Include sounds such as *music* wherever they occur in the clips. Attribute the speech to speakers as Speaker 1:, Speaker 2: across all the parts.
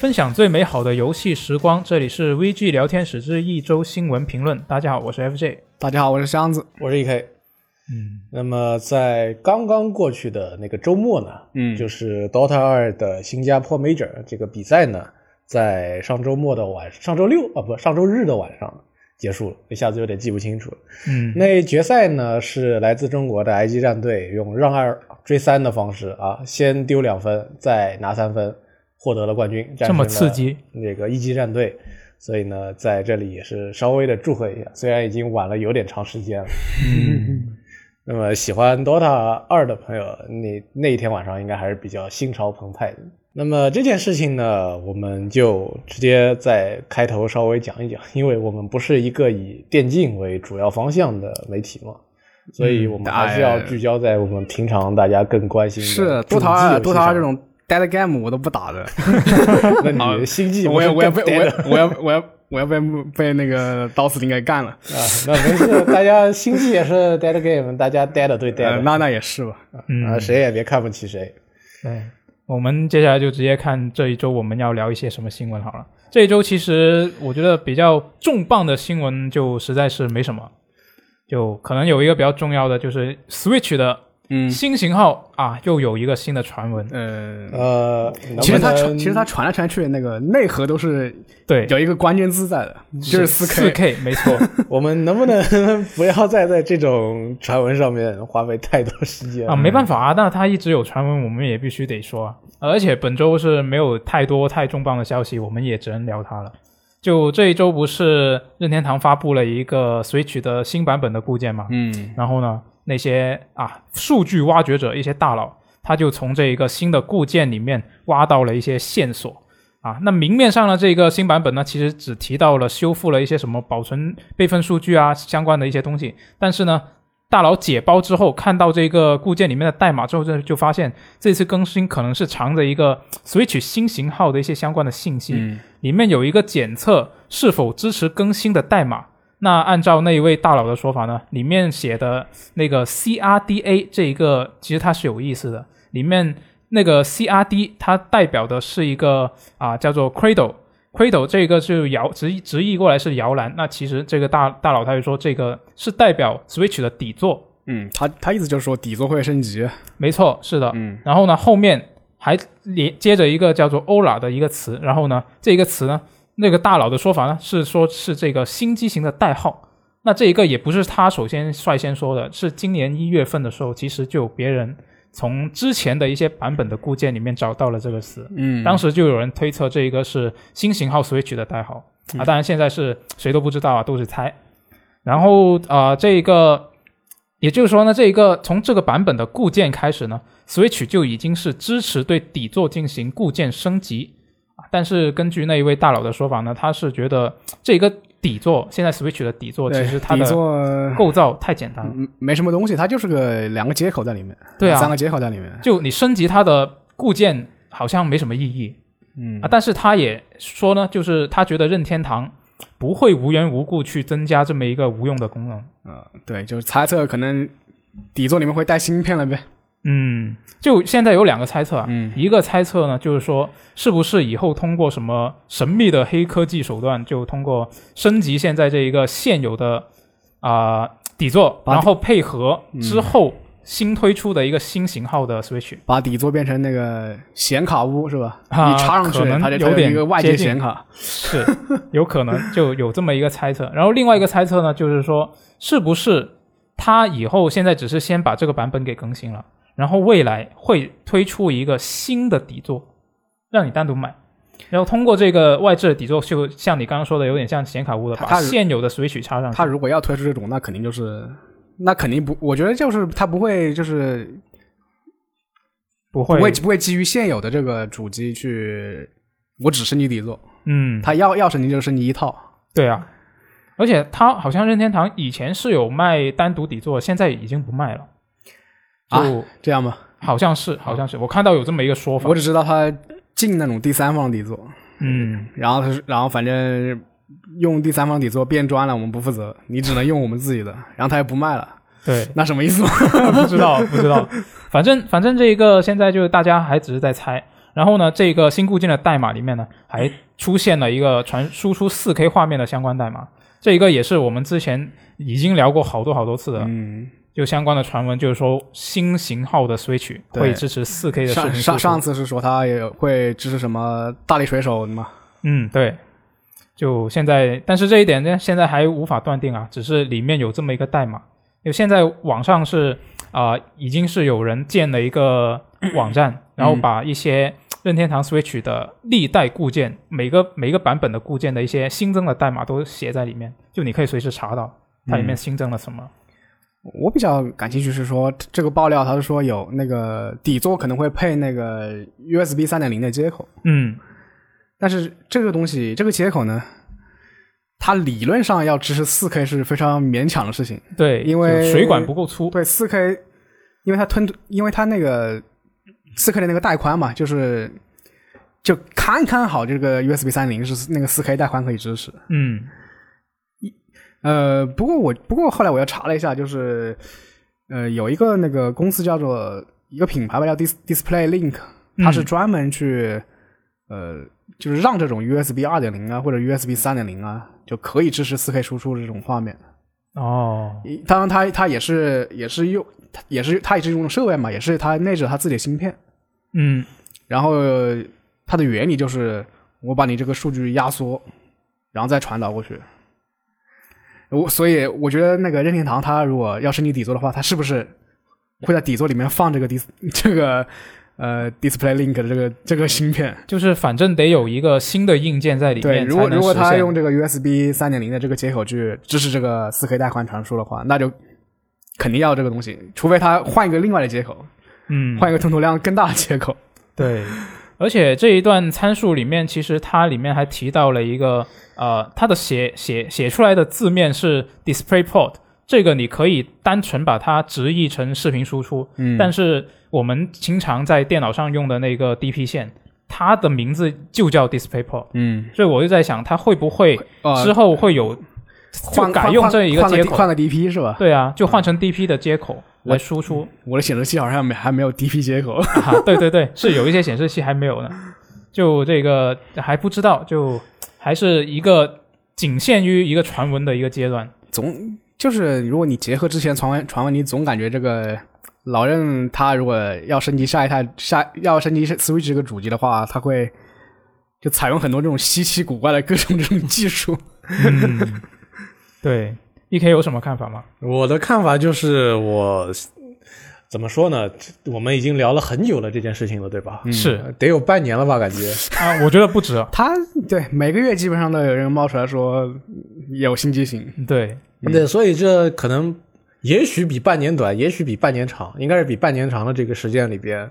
Speaker 1: 分享最美好的游戏时光，这里是 VG 聊天室之一周新闻评论。大家好，我是 FJ。
Speaker 2: 大家好，我是箱子。
Speaker 3: 我是 EK。
Speaker 1: 嗯，
Speaker 3: 那么在刚刚过去的那个周末呢，
Speaker 2: 嗯
Speaker 3: 就是 DOTA 二的新加坡 Major 这个比赛呢，在上周末的晚，上周六啊不，上周日的晚上结束了，一下子有点记不清楚了。
Speaker 1: 嗯，
Speaker 3: 那决赛呢是来自中国的 IG 战队用让二追三的方式啊，先丢两分，再拿三分，获得了冠军，
Speaker 1: 这么刺激，
Speaker 3: 那个一级战队。所以呢，在这里也是稍微的祝贺一下，虽然已经晚了有点长时间了。
Speaker 1: 嗯，
Speaker 3: 那么喜欢 DOTA 二的朋友，你那一天晚上应该还是比较心潮澎湃的。那么这件事情呢，我们就直接在开头稍微讲一讲，因为我们不是一个以电竞为主要方向的媒体嘛，
Speaker 2: 嗯
Speaker 3: 所以我们还是要聚焦在我们平常大家更关心的
Speaker 2: 是多
Speaker 3: 主机
Speaker 2: 桃二，
Speaker 3: 游戏
Speaker 2: 多桃二
Speaker 3: 上
Speaker 2: 这，种 dead game 我都不打 *laughs* 的， *laughs*
Speaker 3: 那你星际不
Speaker 2: 我
Speaker 3: 是
Speaker 2: 也我也
Speaker 3: 更
Speaker 2: 被我
Speaker 3: dead
Speaker 2: 也我也我也我要被被那个刀司令给干了。
Speaker 3: 啊，那没事，大家星际也是 dead game，大家 dead 对 dead，、
Speaker 2: 呃，那那也是吧。
Speaker 1: 嗯
Speaker 3: 啊，谁也别看不起谁。
Speaker 1: 对，我们接下来就直接看这一周我们要聊一些什么新闻好了。这一周其实我觉得比较重磅的新闻就实在是没什么，就可能有一个比较重要的就是 Switch 的
Speaker 2: 嗯，
Speaker 1: 新型号、啊，又有一个新的传闻。
Speaker 2: 呃，
Speaker 3: 呃，能不
Speaker 2: 其实它传
Speaker 3: 能
Speaker 2: 其实它传来传去，那个内核都是
Speaker 1: 对，
Speaker 2: 有一个关键字在的，就是四 K。
Speaker 1: 四 K，没错。
Speaker 3: 我们能不能不要再在这种传闻上面花费太多时间
Speaker 1: *laughs* 啊，没办法啊，那他一直有传闻，我们也必须得说啊。而且本周是没有太多太重磅的消息，我们也只能聊它了。就这一周不是任天堂发布了一个 Switch 的新版本的固件嘛？
Speaker 2: 嗯
Speaker 1: 然后呢，那些啊数据挖掘者一些大佬，他就从这一个新的固件里面挖到了一些线索啊。那明面上呢，这个新版本呢，其实只提到了修复了一些什么保存备份数据啊相关的一些东西，但是呢。大佬解包之后，看到这个固件里面的代码之后，就就发现这次更新可能是藏着一个 Switch 新型号的一些相关的信息。
Speaker 2: 嗯
Speaker 1: 里面有一个检测是否支持更新的代码。那按照那一位大佬的说法呢，里面写的那个 CRDA 这一个，其实它是有意思的。里面那个 CRD 它代表的是一个啊，叫做 Cradle。Cradle 这个就摇直直译过来是摇篮，那其实这个大大佬他就说这个是代表 Switch 的底座，
Speaker 2: 嗯，他他意思就是说底座会升级。
Speaker 1: 没错，是的，
Speaker 2: 嗯
Speaker 1: 然后呢，后面还连接着一个叫做 “ola” 的一个词，然后呢，这个词呢，那个大佬的说法呢是说是这个新机型的代号。那这一个也不是他首先率先说的，是今年一月份的时候，其实就有别人从之前的一些版本的固件里面找到了这个词。
Speaker 2: 嗯
Speaker 1: 当时就有人推测这一个是新型号 Switch 的代号
Speaker 2: 嗯
Speaker 1: 啊，当然现在是谁都不知道啊，都是猜。然后啊、呃这一个也就是说呢，这一个从这个版本的固件开始呢，Switch 就已经是支持对底座进行固件升级啊。但是根据那一位大佬的说法呢，他是觉得这个底座现在 Switch 的底座其
Speaker 2: 对
Speaker 1: 实它
Speaker 2: 底
Speaker 1: 的
Speaker 2: 座
Speaker 1: 构造太简单了，
Speaker 2: 嗯没什么东西，它就是个两个接口在里面，
Speaker 1: 对啊
Speaker 2: 三个接口在里面。
Speaker 1: 就你升级它的固件好像没什么意义。
Speaker 2: 嗯
Speaker 1: 啊，但是他也说呢，就是他觉得任天堂不会无缘无故去增加这么一个无用的功能。
Speaker 2: 呃，对，就是猜测可能底座里面会带芯片了呗。
Speaker 1: 嗯，就现在有两个猜测啊，
Speaker 2: 嗯
Speaker 1: 一个猜测呢，就是说是不是以后通过什么神秘的黑科技手段，就通过升级现在这一个现有的啊、底座，
Speaker 2: 把嗯
Speaker 1: 然后配合之后新推出的一个新型号的 Switch，
Speaker 2: 把底座变成那个显卡屋是吧？
Speaker 1: 啊
Speaker 2: 一插上去
Speaker 1: 可能
Speaker 2: 它就它
Speaker 1: 有点
Speaker 2: 一个外
Speaker 1: 接
Speaker 2: 接
Speaker 1: 近
Speaker 2: 显卡。
Speaker 1: 是有可能就有这么一个猜测。然后另外一个猜测呢，就是说是不是它以后现在只是先把这个版本给更新了，然后未来会推出一个新的底座，让你单独买。然后通过这个外置的底座，就像你刚刚说的，有点像显卡屋的，
Speaker 2: 它
Speaker 1: 把
Speaker 2: 它是
Speaker 1: 现有的 Switch 插上去。
Speaker 2: 它如果要推出这种，那肯定就是，那肯定不，我觉得就是它不会就是
Speaker 1: 不
Speaker 2: 不
Speaker 1: 会，
Speaker 2: 会不会基于现有的这个主机去，我只升级底座，
Speaker 1: 嗯，
Speaker 2: 它要要升级就升级一套。
Speaker 1: 对啊。而且它好像任天堂以前是有卖单独底座，现在已经不卖了。就、
Speaker 2: 啊这样吧，
Speaker 1: 好像是，好像是，我看到有这么一个说法
Speaker 2: 我。只知道它进那种第三方底座，
Speaker 1: 嗯，
Speaker 2: 然后它是然后反正用第三方底座变装了，我们不负责，你只能用我们自己的，然后它又不卖了， *laughs*
Speaker 1: 对，
Speaker 2: 那什么意思？ *laughs*
Speaker 1: 不知道，不知道。反正反正这一个现在就是大家还只是在猜。然后呢，这个新固件的代码里面呢，还出现了一个传输出 4K 画面的相关代码，这一个也是我们之前已经聊过好多好多次的，
Speaker 2: 嗯，
Speaker 1: 就相关的传闻，就是说新型号的 Switch
Speaker 2: 对
Speaker 1: 会支持 4K 的视频输
Speaker 2: 上
Speaker 1: 出
Speaker 2: 上上次是说它也会支持什么大力水手嘛？
Speaker 1: 嗯，对，就现在，但是这一点呢，现在还无法断定啊，只是里面有这么一个代码。因为现在网上是啊、已经是有人建了一个网
Speaker 2: *clears throat*
Speaker 1: 站，然
Speaker 2: 嗯
Speaker 1: 后把一些任天堂 Switch 的历代固件，每个每个版本的固件的一些新增的代码都写在里面，就你可以随时查到它
Speaker 2: 嗯
Speaker 1: 里面新增了什么。
Speaker 2: 我比较感兴趣是说这个爆料，它是说有那个底座可能会配那个 USB 三点零的接口，
Speaker 1: 嗯
Speaker 2: 但是这个东西这个接口呢，它理论上要支持四 K 是非常勉强的事情。
Speaker 1: 对，
Speaker 2: 因为
Speaker 1: 就水管不够粗。
Speaker 2: 对，四 K，因为它吞，因为它那个四 K 的那个带宽嘛，就是就堪堪好，这个 USB 三零是那个四 K 带宽可以支持。
Speaker 1: 嗯
Speaker 2: 呃，不过我不过后来我又查了一下，就是呃有一个那个公司叫做一个品牌吧，叫 Dis Display Link，它是专门去、呃就是让这种 USB 二点零啊或者 USB 三点零啊就可以支持四 K 输出这种画面。
Speaker 1: 哦
Speaker 2: 一当然它，它也是也是用，它也是它也是用设备嘛，也是它内置它自己的芯片。
Speaker 1: 嗯
Speaker 2: 然后呃它的原理就是我把你这个数据压缩，然后再传导过去。我所以我觉得那个任天堂它如果要升级底座的话，它是不是会在底座里面放这个 dis *laughs* 这个呃 Display Link 的这个这个芯片？
Speaker 1: 就是反正得有一个新的硬件在里面才
Speaker 2: 对，
Speaker 1: 能
Speaker 2: 如果如果
Speaker 1: 实
Speaker 2: 它
Speaker 1: 现
Speaker 2: 用这个 USB 三点零的这个接口去支持这个四 K 带宽传输的话，那就肯定要这个东西，除非它换一个另外的接口，
Speaker 1: 嗯
Speaker 2: 换一个吞吐量更大的接口。
Speaker 1: 对，而且这一段参数里面，其实它里面还提到了一个呃，它的写写写出来的字面是 Display Port，这个你可以单纯把它直译成视频输出，
Speaker 2: 嗯
Speaker 1: 但是我们经常在电脑上用的那个 DP 线，它的名字就叫 Display Port，
Speaker 2: 嗯，
Speaker 1: 所以我就在想，它会不会
Speaker 2: 呃
Speaker 1: 之，后会有就
Speaker 2: 换
Speaker 1: 改用这一
Speaker 2: 换
Speaker 1: 接
Speaker 2: 换
Speaker 1: 口？
Speaker 2: 换个 DP 是吧？
Speaker 1: 对啊，就换成 DP 的接口来输出。
Speaker 2: 我的显示器好像没还没有 DP 接口。 *laughs*
Speaker 1: *laughs* 啊，对对对，是有一些显示器还没有呢，就这个还不知道，就还是一个仅限于一个传闻的一个阶段。
Speaker 2: 总就是如果你结合之前传闻传闻，你总感觉这个老任他如果要升级下一代下要升级 Switch 这个主机的话，他会就采用很多这种稀奇古怪的各种这种技术。
Speaker 1: 嗯，对，E K 有什么看法吗？
Speaker 3: 我的看法就是我。怎么说呢？我们已经聊了很久了这件事情了，对吧？呃
Speaker 1: 是
Speaker 3: 得有半年了吧，感觉。
Speaker 1: 啊，我觉得不止。
Speaker 2: 他对每个月基本上都有人冒出来说嗯有新机型，
Speaker 1: *laughs*
Speaker 2: *laughs*
Speaker 1: 对，
Speaker 2: 嗯
Speaker 3: 对，所以这可能也许比半年短，也许比半年长，应该是比半年长的这个时间里边，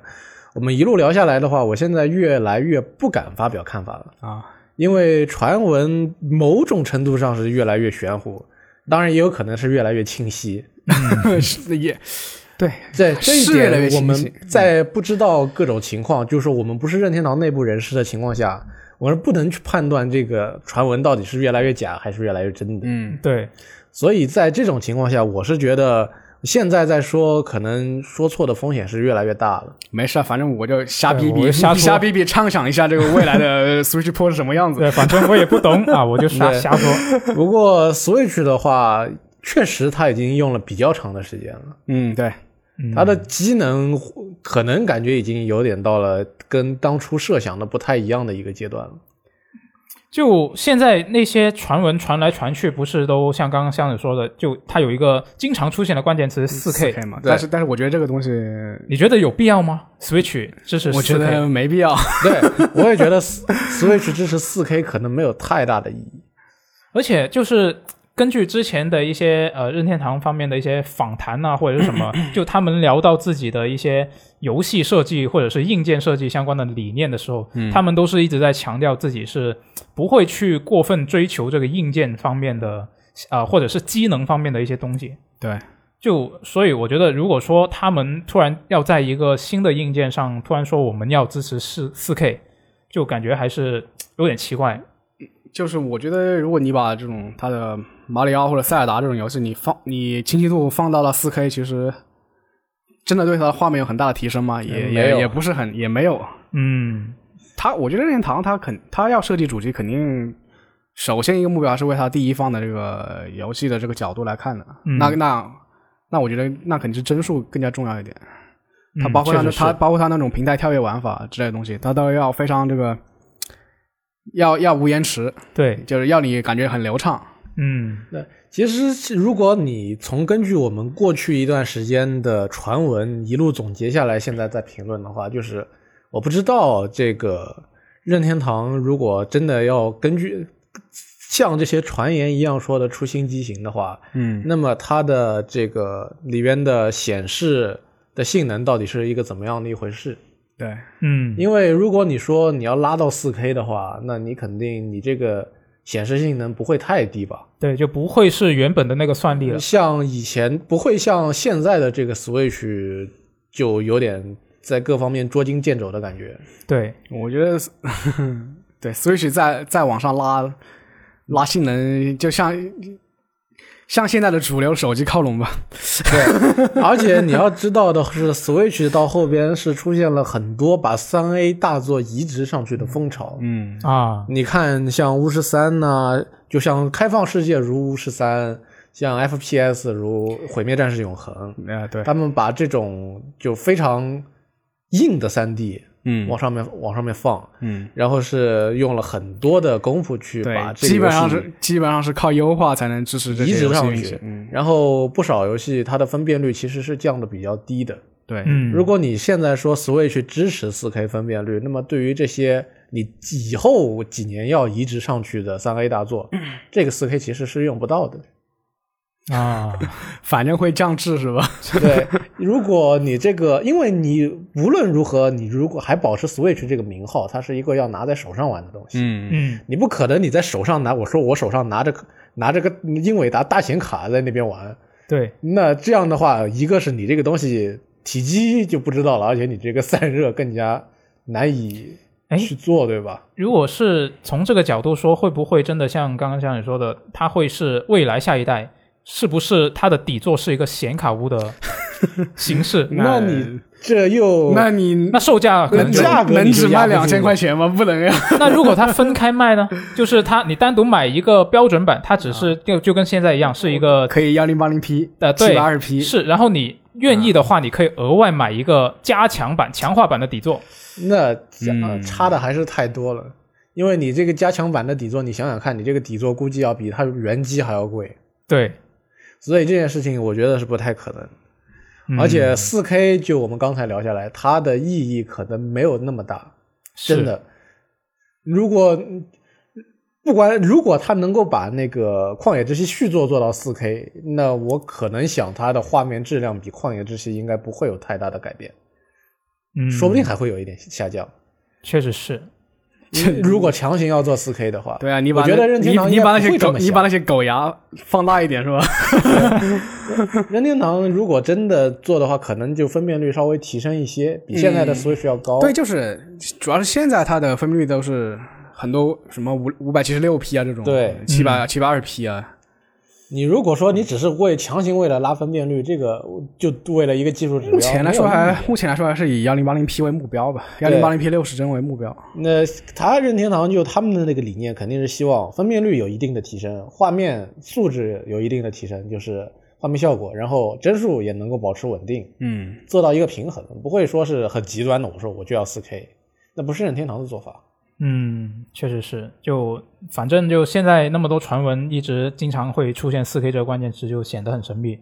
Speaker 3: 我们一路聊下来的话，我现在越来越不敢发表看法了
Speaker 2: 啊，
Speaker 3: 因为传闻某种程度上是越来越玄乎，当然也有可能是越来越清晰。
Speaker 2: 是也对，
Speaker 3: 在这一
Speaker 2: 是越来越
Speaker 3: 点，
Speaker 2: 清晰嗯
Speaker 3: 我们在不知道各种情况，就是我们不是任天堂内部人士的情况下，我们不能去判断这个传闻到底是越来越假还是越来越真的。
Speaker 2: 嗯，
Speaker 1: 对，
Speaker 3: 所以在这种情况下，我是觉得现在再说，可能说错的风险是越来越大了。
Speaker 2: 没事啊，反正我就瞎逼
Speaker 1: 对我
Speaker 2: 逼
Speaker 1: 就瞎说
Speaker 2: 瞎逼逼畅想一下这个未来
Speaker 1: *laughs*
Speaker 2: 的 Switch Pro 是什么样子。
Speaker 1: 对，反正我也不懂啊，我就瞎 *laughs*
Speaker 3: 对
Speaker 1: 瞎说。
Speaker 3: 不过 Switch 的话，确实它已经用了比较长的时间了，
Speaker 2: 嗯，对，
Speaker 1: 嗯
Speaker 3: 它的机能可能感觉已经有点到了跟当初设想的不太一样的一个阶段了。
Speaker 1: 就现在那些传闻传来传去，不是都像刚刚箱子说的，就它有一个经常出现的关键词四 K，
Speaker 2: 嘛。
Speaker 3: 对
Speaker 2: 但是但是我觉得这个东西，
Speaker 1: 你觉得有必要吗？Switch 支持 4K，
Speaker 2: 我觉得没必要。 *laughs*
Speaker 3: 对，我也觉得 Switch 支持 4K 可能没有太大的意义。
Speaker 1: 而且就是根据之前的一些呃任天堂方面的一些访谈啊，或者是什
Speaker 2: *laughs*
Speaker 1: 么，就他们聊到自己的一些游戏设计或者是硬件设计相关的理念的时候，
Speaker 2: 嗯
Speaker 1: 他们都是一直在强调自己是不会去过分追求这个硬件方面的呃或者是机能方面的一些东西。
Speaker 2: 对，
Speaker 1: 就所以我觉得，如果说他们突然要在一个新的硬件上突然说我们要支持四四 K，就感觉还是有点奇怪。
Speaker 2: 就是我觉得如果你把这种它的马里奥或者塞尔达这种游戏，你放你清晰度放到了四 K，其实真的对它的画面有很大的提升吗？也
Speaker 3: 没有
Speaker 2: 也也不是很也没有。
Speaker 1: 嗯，
Speaker 2: 他我觉得任天堂他肯他要设计主机，肯定首先一个目标是为他第一方的这个游戏的这个角度来看的。
Speaker 1: 嗯
Speaker 2: 那那那我觉得那肯定是帧数更加重要一点。它
Speaker 1: 嗯
Speaker 2: 包括它
Speaker 1: 确
Speaker 2: 那
Speaker 1: 实
Speaker 2: 它
Speaker 1: 是
Speaker 2: 包括它那种平台跳跃玩法之类的东西，它都要非常这个，要要无延迟，
Speaker 1: 对，
Speaker 2: 就是要你感觉很流畅。
Speaker 1: 嗯
Speaker 3: 那其实是如果你从根据我们过去一段时间的传闻一路总结下来，现在在评论的话，就是我不知道这个任天堂如果真的要根据像这些传言一样说的出新机型的话，
Speaker 2: 嗯，
Speaker 3: 那么它的这个里边的显示的性能到底是一个怎么样的一回事？
Speaker 2: 对，
Speaker 1: 嗯，
Speaker 3: 因为如果你说你要拉到 4K 的话，那你肯定你这个显示性能不会太低吧？
Speaker 1: 对，就不会是原本的那个算力了。
Speaker 3: 像以前不会像现在的这个 Switch 就有点在各方面捉襟见肘的感觉。 *laughs*
Speaker 1: 对，
Speaker 2: 我觉得对 Switch 在在往上拉拉性能，就像像现在的主流手机靠拢吧。
Speaker 3: 对，而且你要知道的是，Switch 到后边是出现了很多把3 A 大作移植上去的风潮。
Speaker 2: 嗯
Speaker 1: 啊，
Speaker 3: 你看，像巫师三呐，就像开放世界如巫师三，像 FPS 如毁灭战士永恒，
Speaker 2: 呃，对，
Speaker 3: 他们把这种就非常硬的3 D
Speaker 2: 嗯
Speaker 3: 往上面往上面放，
Speaker 2: 嗯，
Speaker 3: 然后是用了很多的功夫去
Speaker 2: 对
Speaker 3: 把，这个
Speaker 2: 基本上
Speaker 3: 游戏
Speaker 2: 是基本上是靠优化才能支持这
Speaker 3: 移
Speaker 2: 些
Speaker 3: 植
Speaker 2: 游戏
Speaker 3: 上
Speaker 2: 运
Speaker 3: 去
Speaker 2: 行。嗯，
Speaker 3: 然后不少游戏它的分辨率其实是降的比较低的。
Speaker 2: 对，
Speaker 1: 嗯，
Speaker 3: 如果你现在说 Switch 支持 4K 分辨率，那么对于这些你以后几年要移植上去的 3A 大作，
Speaker 2: 嗯
Speaker 3: 这个 4K 其实是用不到
Speaker 2: *laughs*
Speaker 3: 的。 *laughs*
Speaker 1: 啊，
Speaker 2: 反正会降智是吧？
Speaker 3: 对，如果你这个，因为你无论如何，你如果还保持 Switch 这个名号，它是一个要拿在手上玩的东西。
Speaker 2: 嗯
Speaker 1: 嗯，
Speaker 3: 你不可能你在手上拿，我说我手上拿着拿着个英伟达大显卡在那边玩， *laughs*
Speaker 1: 对，
Speaker 3: 那这样的话，一个是你这个东西体积就不知道了，而且你这个散热更加难以
Speaker 1: 哎
Speaker 3: 去做，对吧？
Speaker 1: 如果是从这个角度说，会不会真的像刚刚像你说的，它会是未来下一代，是不是它的底座是一个显卡屋
Speaker 3: *laughs*
Speaker 1: 的形式？
Speaker 3: 那你这
Speaker 2: *laughs*
Speaker 3: 又
Speaker 2: 那你
Speaker 1: 那售价可
Speaker 2: 能
Speaker 1: 能就
Speaker 3: 那价格
Speaker 2: 能
Speaker 3: 你就
Speaker 2: 只
Speaker 3: 压
Speaker 2: 卖
Speaker 3: 不住
Speaker 2: 两千块钱吗？不能呀。
Speaker 1: 那如果它分开卖呢？就是它你单独买一个标准版，它
Speaker 3: 啊
Speaker 1: 只是就就跟现在一样是一个
Speaker 2: *laughs* 可以幺零八零 P，
Speaker 1: 呃对
Speaker 2: 七八二 P，
Speaker 1: 是，然后你愿意的话，你可以额外买一个加强版、强化版的底座。
Speaker 3: 那价
Speaker 2: 嗯
Speaker 3: 差的还是太多了。因为你这个加强版的底座，你想想看，你这个底座估计要比它原机还要贵，
Speaker 1: 对，
Speaker 3: 所以这件事情我觉得是不太可能。
Speaker 1: 嗯
Speaker 3: 而且4 K 就我们刚才聊下来，它的意义可能没有那么大，真，的。如果不管如果它能够把那个《旷野之息》续作做到4 K，那我可能想它的画面质量比《旷野之息》应该不会有太大的改变，
Speaker 1: 是嗯，
Speaker 3: 说不定还会有一点
Speaker 2: *laughs*
Speaker 3: 下降。
Speaker 1: 确实是，
Speaker 3: 如果强行要做4 K 的话，
Speaker 2: 对啊，你把
Speaker 3: 我觉
Speaker 2: 那
Speaker 3: 得任天堂
Speaker 2: 你你
Speaker 3: 应该
Speaker 2: 把那
Speaker 3: 不
Speaker 2: 些
Speaker 3: 会这
Speaker 2: 狗
Speaker 3: 么
Speaker 2: 你
Speaker 3: 想
Speaker 2: 把那些狗牙放大一点是
Speaker 3: *laughs*
Speaker 2: 吧？
Speaker 3: 任天堂如果真的做的话，可能就分辨率稍微提升一些，比现在的 Switch 要高。
Speaker 2: 嗯对，就是主要是现在它的分辨率都是很多什么五五百七十六 P 啊这种，
Speaker 3: 对
Speaker 2: 七百七百二 P 啊，
Speaker 3: 你如果说你只是为强行为了拉分辨率，这个就为了一个技术指标，
Speaker 2: 目前来说
Speaker 3: 没有意义
Speaker 2: 还目前来说还是以幺零八零 P 为目标吧，幺零八零 P 六十帧为目标。
Speaker 3: 那他任天堂就他们的那个理念，肯定是希望分辨率有一定的提升，画面素质有一定的提升，就是画面效果，然后帧数也能够保持稳定，
Speaker 2: 嗯，
Speaker 3: 做到一个平衡，不会说是很极端的。我说我就要 4K，那不是任天堂的做法。
Speaker 1: 嗯，确实是，就反正就现在那么多传闻，一直经常会出现四 K 这个关键词，就显得很神秘。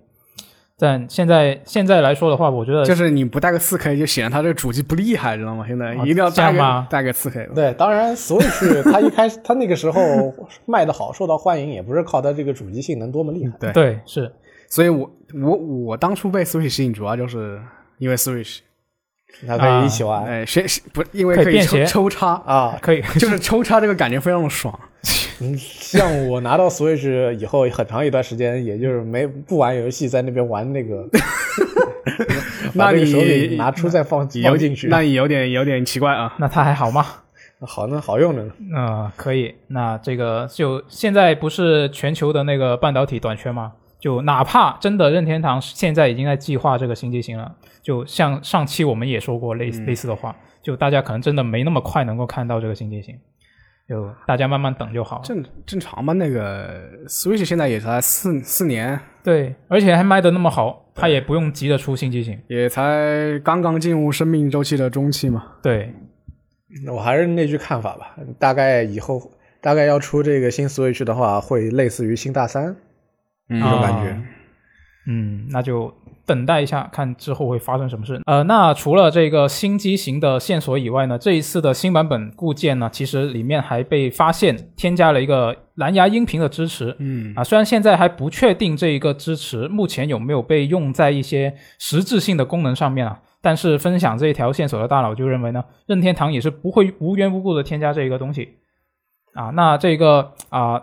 Speaker 1: 但现在现在来说的话，我觉得
Speaker 2: *laughs* 就是你不带个四 K 就显得它这个主机不厉害，知道吗？现在
Speaker 1: 啊
Speaker 2: 一定要带
Speaker 1: 这样
Speaker 2: 个
Speaker 1: 吗
Speaker 2: 带个四 K 的。
Speaker 3: 对，当然 Switch 它一开始它那个时候 *laughs* 卖的好，受到欢迎，也不是靠它这个主机性能多么厉害。
Speaker 2: 对
Speaker 1: 对是，
Speaker 2: 所以我我我当初被 Switch 吸引，主要就是因为 Switch，
Speaker 3: 它可以一起玩
Speaker 2: 哎，学学不因为
Speaker 1: 可以
Speaker 2: 可以
Speaker 1: 便
Speaker 2: 抽
Speaker 1: 携
Speaker 2: 抽插，
Speaker 3: 哦啊。
Speaker 1: 可以， *laughs*
Speaker 2: 就是抽插这个感觉非常的爽。，
Speaker 3: *laughs* 嗯像我拿到 Switch 以后，很长一段时间，也就是没不玩游戏，在那边玩那个把
Speaker 2: *laughs* 那
Speaker 3: 这个
Speaker 2: 你
Speaker 3: 手柄拿出再放
Speaker 2: 有
Speaker 3: 放进去，
Speaker 2: 哦那你有点有点奇怪啊。
Speaker 1: 那它还好吗？
Speaker 3: 好那好用着呢。
Speaker 1: 呃嗯、可以。那这个就现在不是全球的那个半导体短缺吗？就哪怕真的任天堂现在已经在计划这个新机型了，就像上期我们也说过类似、类似的话，就大家可能真的没那么快能够看到这个新机型，就大家慢慢等就好了。
Speaker 2: 正正常吧？那个 Switch 现在也才四四年，
Speaker 1: 对，而且还卖的那么好，它也不用急着出新机型。
Speaker 2: 也才刚刚进入生命周期的中期嘛。
Speaker 1: 对，
Speaker 3: 那我还是那句看法吧，大概以后大概要出这个新 Switch 的话，会类似于新大三
Speaker 2: 嗯
Speaker 3: 那种感觉。
Speaker 1: 啊嗯，那就等待一下，看之后会发生什么事。呃，那除了这个新机型的线索以外呢，这一次的新版本固件呢，其实里面还被发现添加了一个蓝牙音频的支持。
Speaker 2: 嗯
Speaker 1: 啊，虽然现在还不确定这一个支持目前有没有被用在一些实质性的功能上面啊，但是分享这一条线索的大佬就认为呢，任天堂也是不会无缘无故的添加这一个东西啊。那这个啊、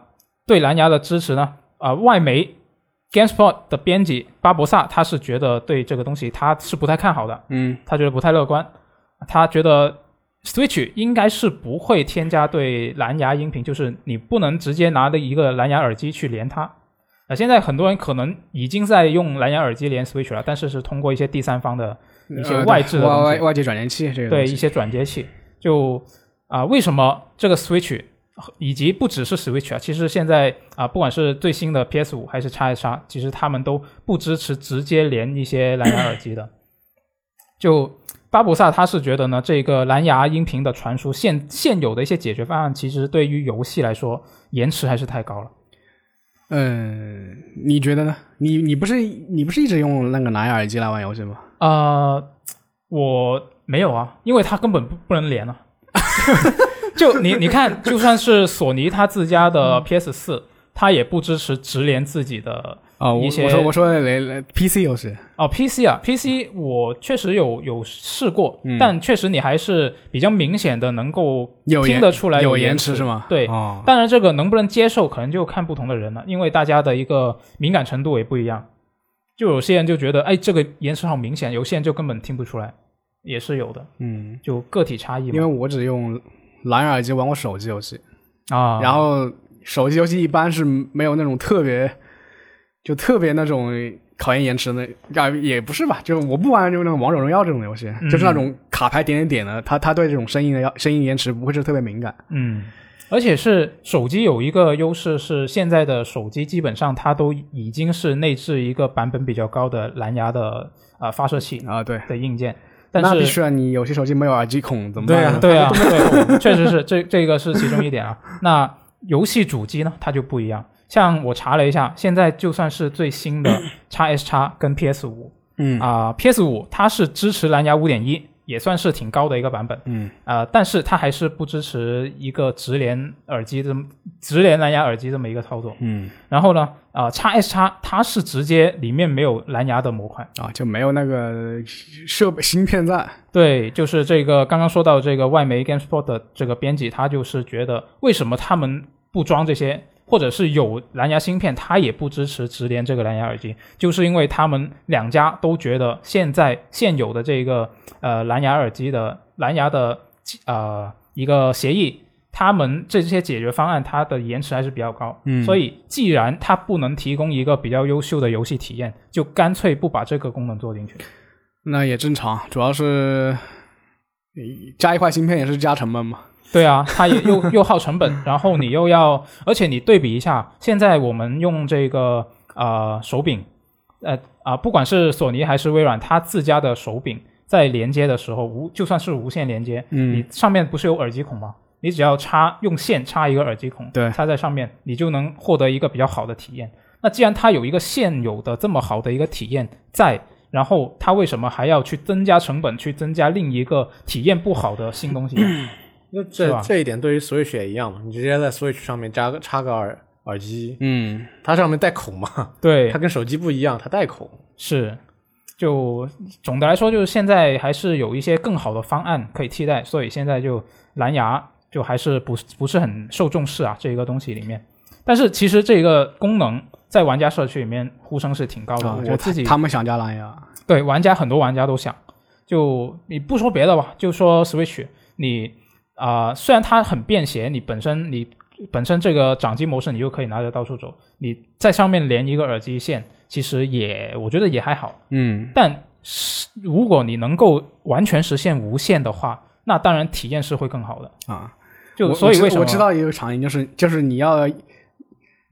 Speaker 1: 对蓝牙的支持呢，啊、外媒 GameSpot 的编辑巴博萨他是觉得对这个东西他是不太看好的，
Speaker 2: 嗯
Speaker 1: 他觉得不太乐观，他觉得 Switch 应该是不会添加对蓝牙音频，就是你不能直接拿着一个蓝牙耳机去连它。那现在很多人可能已经在用蓝牙耳机连 Switch 了，但是是通过一些第三方的一些
Speaker 2: 呃
Speaker 1: 外置的
Speaker 2: 外
Speaker 1: 东西
Speaker 2: 外外界转接器这个
Speaker 1: 对
Speaker 2: 东西
Speaker 1: 一些转接器。就啊、为什么这个 Switch 以及不只是 Switch 啊，其实现在啊、不管是最新的 PS 五还是 x S 其实他们都不支持直接连一些蓝牙耳机的。就巴博萨他是觉得呢，这个蓝牙音频的传输现现有的一些解决方案，其实对于游戏来说延迟还是太高了。
Speaker 2: 嗯、你觉得呢？你你不是你不是一直用那个蓝牙耳机来玩游戏吗？
Speaker 1: 呃，我没有啊，因为它根本不不能连啊。 *laughs* 就你你看，就算是索尼它自家
Speaker 2: 嗯
Speaker 1: 的 PS 四、它也不支持直连自己的
Speaker 2: 啊、我
Speaker 1: 一
Speaker 2: 我
Speaker 1: 些
Speaker 2: 说我说雷雷 PC 游戏，
Speaker 1: 哦 PC 啊 PC，我确实有有试过、
Speaker 2: 嗯
Speaker 1: 但确实你还是比较明显的能够
Speaker 2: 有
Speaker 1: 听
Speaker 2: 延
Speaker 1: 得出来
Speaker 2: 有
Speaker 1: 延
Speaker 2: 延迟是吗？
Speaker 1: 对
Speaker 2: 哦，
Speaker 1: 当然，这个能不能接受，可能就看不同的人了，因为大家的一个敏感程度也不一样。就有些人就觉得，哎，这个延迟好明显；有些人就根本听不出来，也是有的。
Speaker 2: 嗯，
Speaker 1: 就个体差异
Speaker 2: 因为
Speaker 1: 嘛。
Speaker 2: 我只用蓝牙耳机玩过手机游戏，
Speaker 1: 啊，
Speaker 2: 然后手机游戏一般是没有那种特别，就特别那种考验延迟的，啊也不是吧，就我不玩就是那种王者荣耀这种游戏，
Speaker 1: 嗯
Speaker 2: 就是那种卡牌点点点的，它它对这种声音的要声音延迟不会是特别敏感。
Speaker 1: 嗯，而且是手机有一个优势是，现在的手机基本上它都已经是内置一个版本比较高的蓝牙的啊、呃发射器
Speaker 2: 啊，对，
Speaker 1: 的硬件，但
Speaker 2: 那必
Speaker 1: 是。
Speaker 2: 须啊！你有些手机没有耳机孔怎么
Speaker 3: 对
Speaker 2: 办
Speaker 3: 啊
Speaker 2: *laughs* 呢？
Speaker 1: 对啊，对，确实是这这个是其中一点
Speaker 2: *laughs*
Speaker 1: 啊。那游戏主机呢，它就不一样。像我查了一下，现在就算是最新
Speaker 2: *laughs*
Speaker 1: 的 x S x 跟 PS 五
Speaker 2: 嗯
Speaker 1: 啊、p s 五它是支持蓝牙五点一，也算是挺高的一个版本。
Speaker 2: 嗯
Speaker 1: 呃，但是它还是不支持一个直连耳机这么直连蓝牙耳机这么一个操作。
Speaker 2: 嗯
Speaker 1: 然后呢，啊、x S x 它是直接里面没有蓝牙的模块。
Speaker 2: 啊，就没有那个设备芯片在。
Speaker 1: 对，就是这个刚刚说到这个外媒 GameSpot 的这个编辑，他就是觉得为什么他们不装这些，或者是有蓝牙芯片，他也不支持直连这个蓝牙耳机，就是因为他们两家都觉得现在现有的这个呃蓝牙耳机的蓝牙的呃一个协议。他们这些解决方案，它的延迟还是比较高，
Speaker 2: 嗯
Speaker 1: 所以既然它不能提供一个比较优秀的游戏体验，就干脆不把这个功能做进去。
Speaker 2: 那也正常，主要是嗯加一块芯片也是加成本嘛。
Speaker 1: 对啊，它也又又耗成本，然后你又要，而且你对比一下，现在我们用这个呃手柄，呃啊、不管是索尼还是微软，它自家的手柄在连接的时候无就算是无线连接，
Speaker 2: 嗯
Speaker 1: 你上面不是有耳机孔吗？你只要插用线插一个耳机孔，
Speaker 2: 对
Speaker 1: 插在上面，你就能获得一个比较好的体验。那既然它有一个现有的这么好的一个体验在，然后它为什么还要去增加成本，去增加另一个体验不好的新东西呢？
Speaker 2: *coughs*
Speaker 3: 那
Speaker 1: 是
Speaker 3: 这
Speaker 1: 吧
Speaker 3: 这一点对于 Switch 也一样嘛，你直接在 Switch 上面加个插个耳耳机，
Speaker 2: 嗯，
Speaker 3: 它上面带孔嘛，
Speaker 1: 对
Speaker 3: 它，跟手机不一样，它带孔。
Speaker 1: 是，就总的来说，就是现在还是有一些更好的方案可以替代，所以现在就蓝牙就还是不不是很受重视啊这一个东西里面。但是其实这个功能在玩家社区里面呼声是挺高的，
Speaker 2: 啊就
Speaker 1: 嗯我自己
Speaker 2: 他们想加蓝牙，
Speaker 1: 对玩家很多玩家都想，就你不说别的吧，就说 Switch，你啊、虽然它很便携，你本身你本身这个掌机模式你就可以拿着到处走，你在上面连一个耳机线，其实也我觉得也还好。
Speaker 2: 嗯，
Speaker 1: 但是如果你能够完全实现无线的话，那当然体验是会更好的。
Speaker 2: 啊，
Speaker 1: 就
Speaker 2: 我
Speaker 1: 所以
Speaker 2: 我知
Speaker 1: 为什么
Speaker 2: 我知道有一个场景，就是就是你要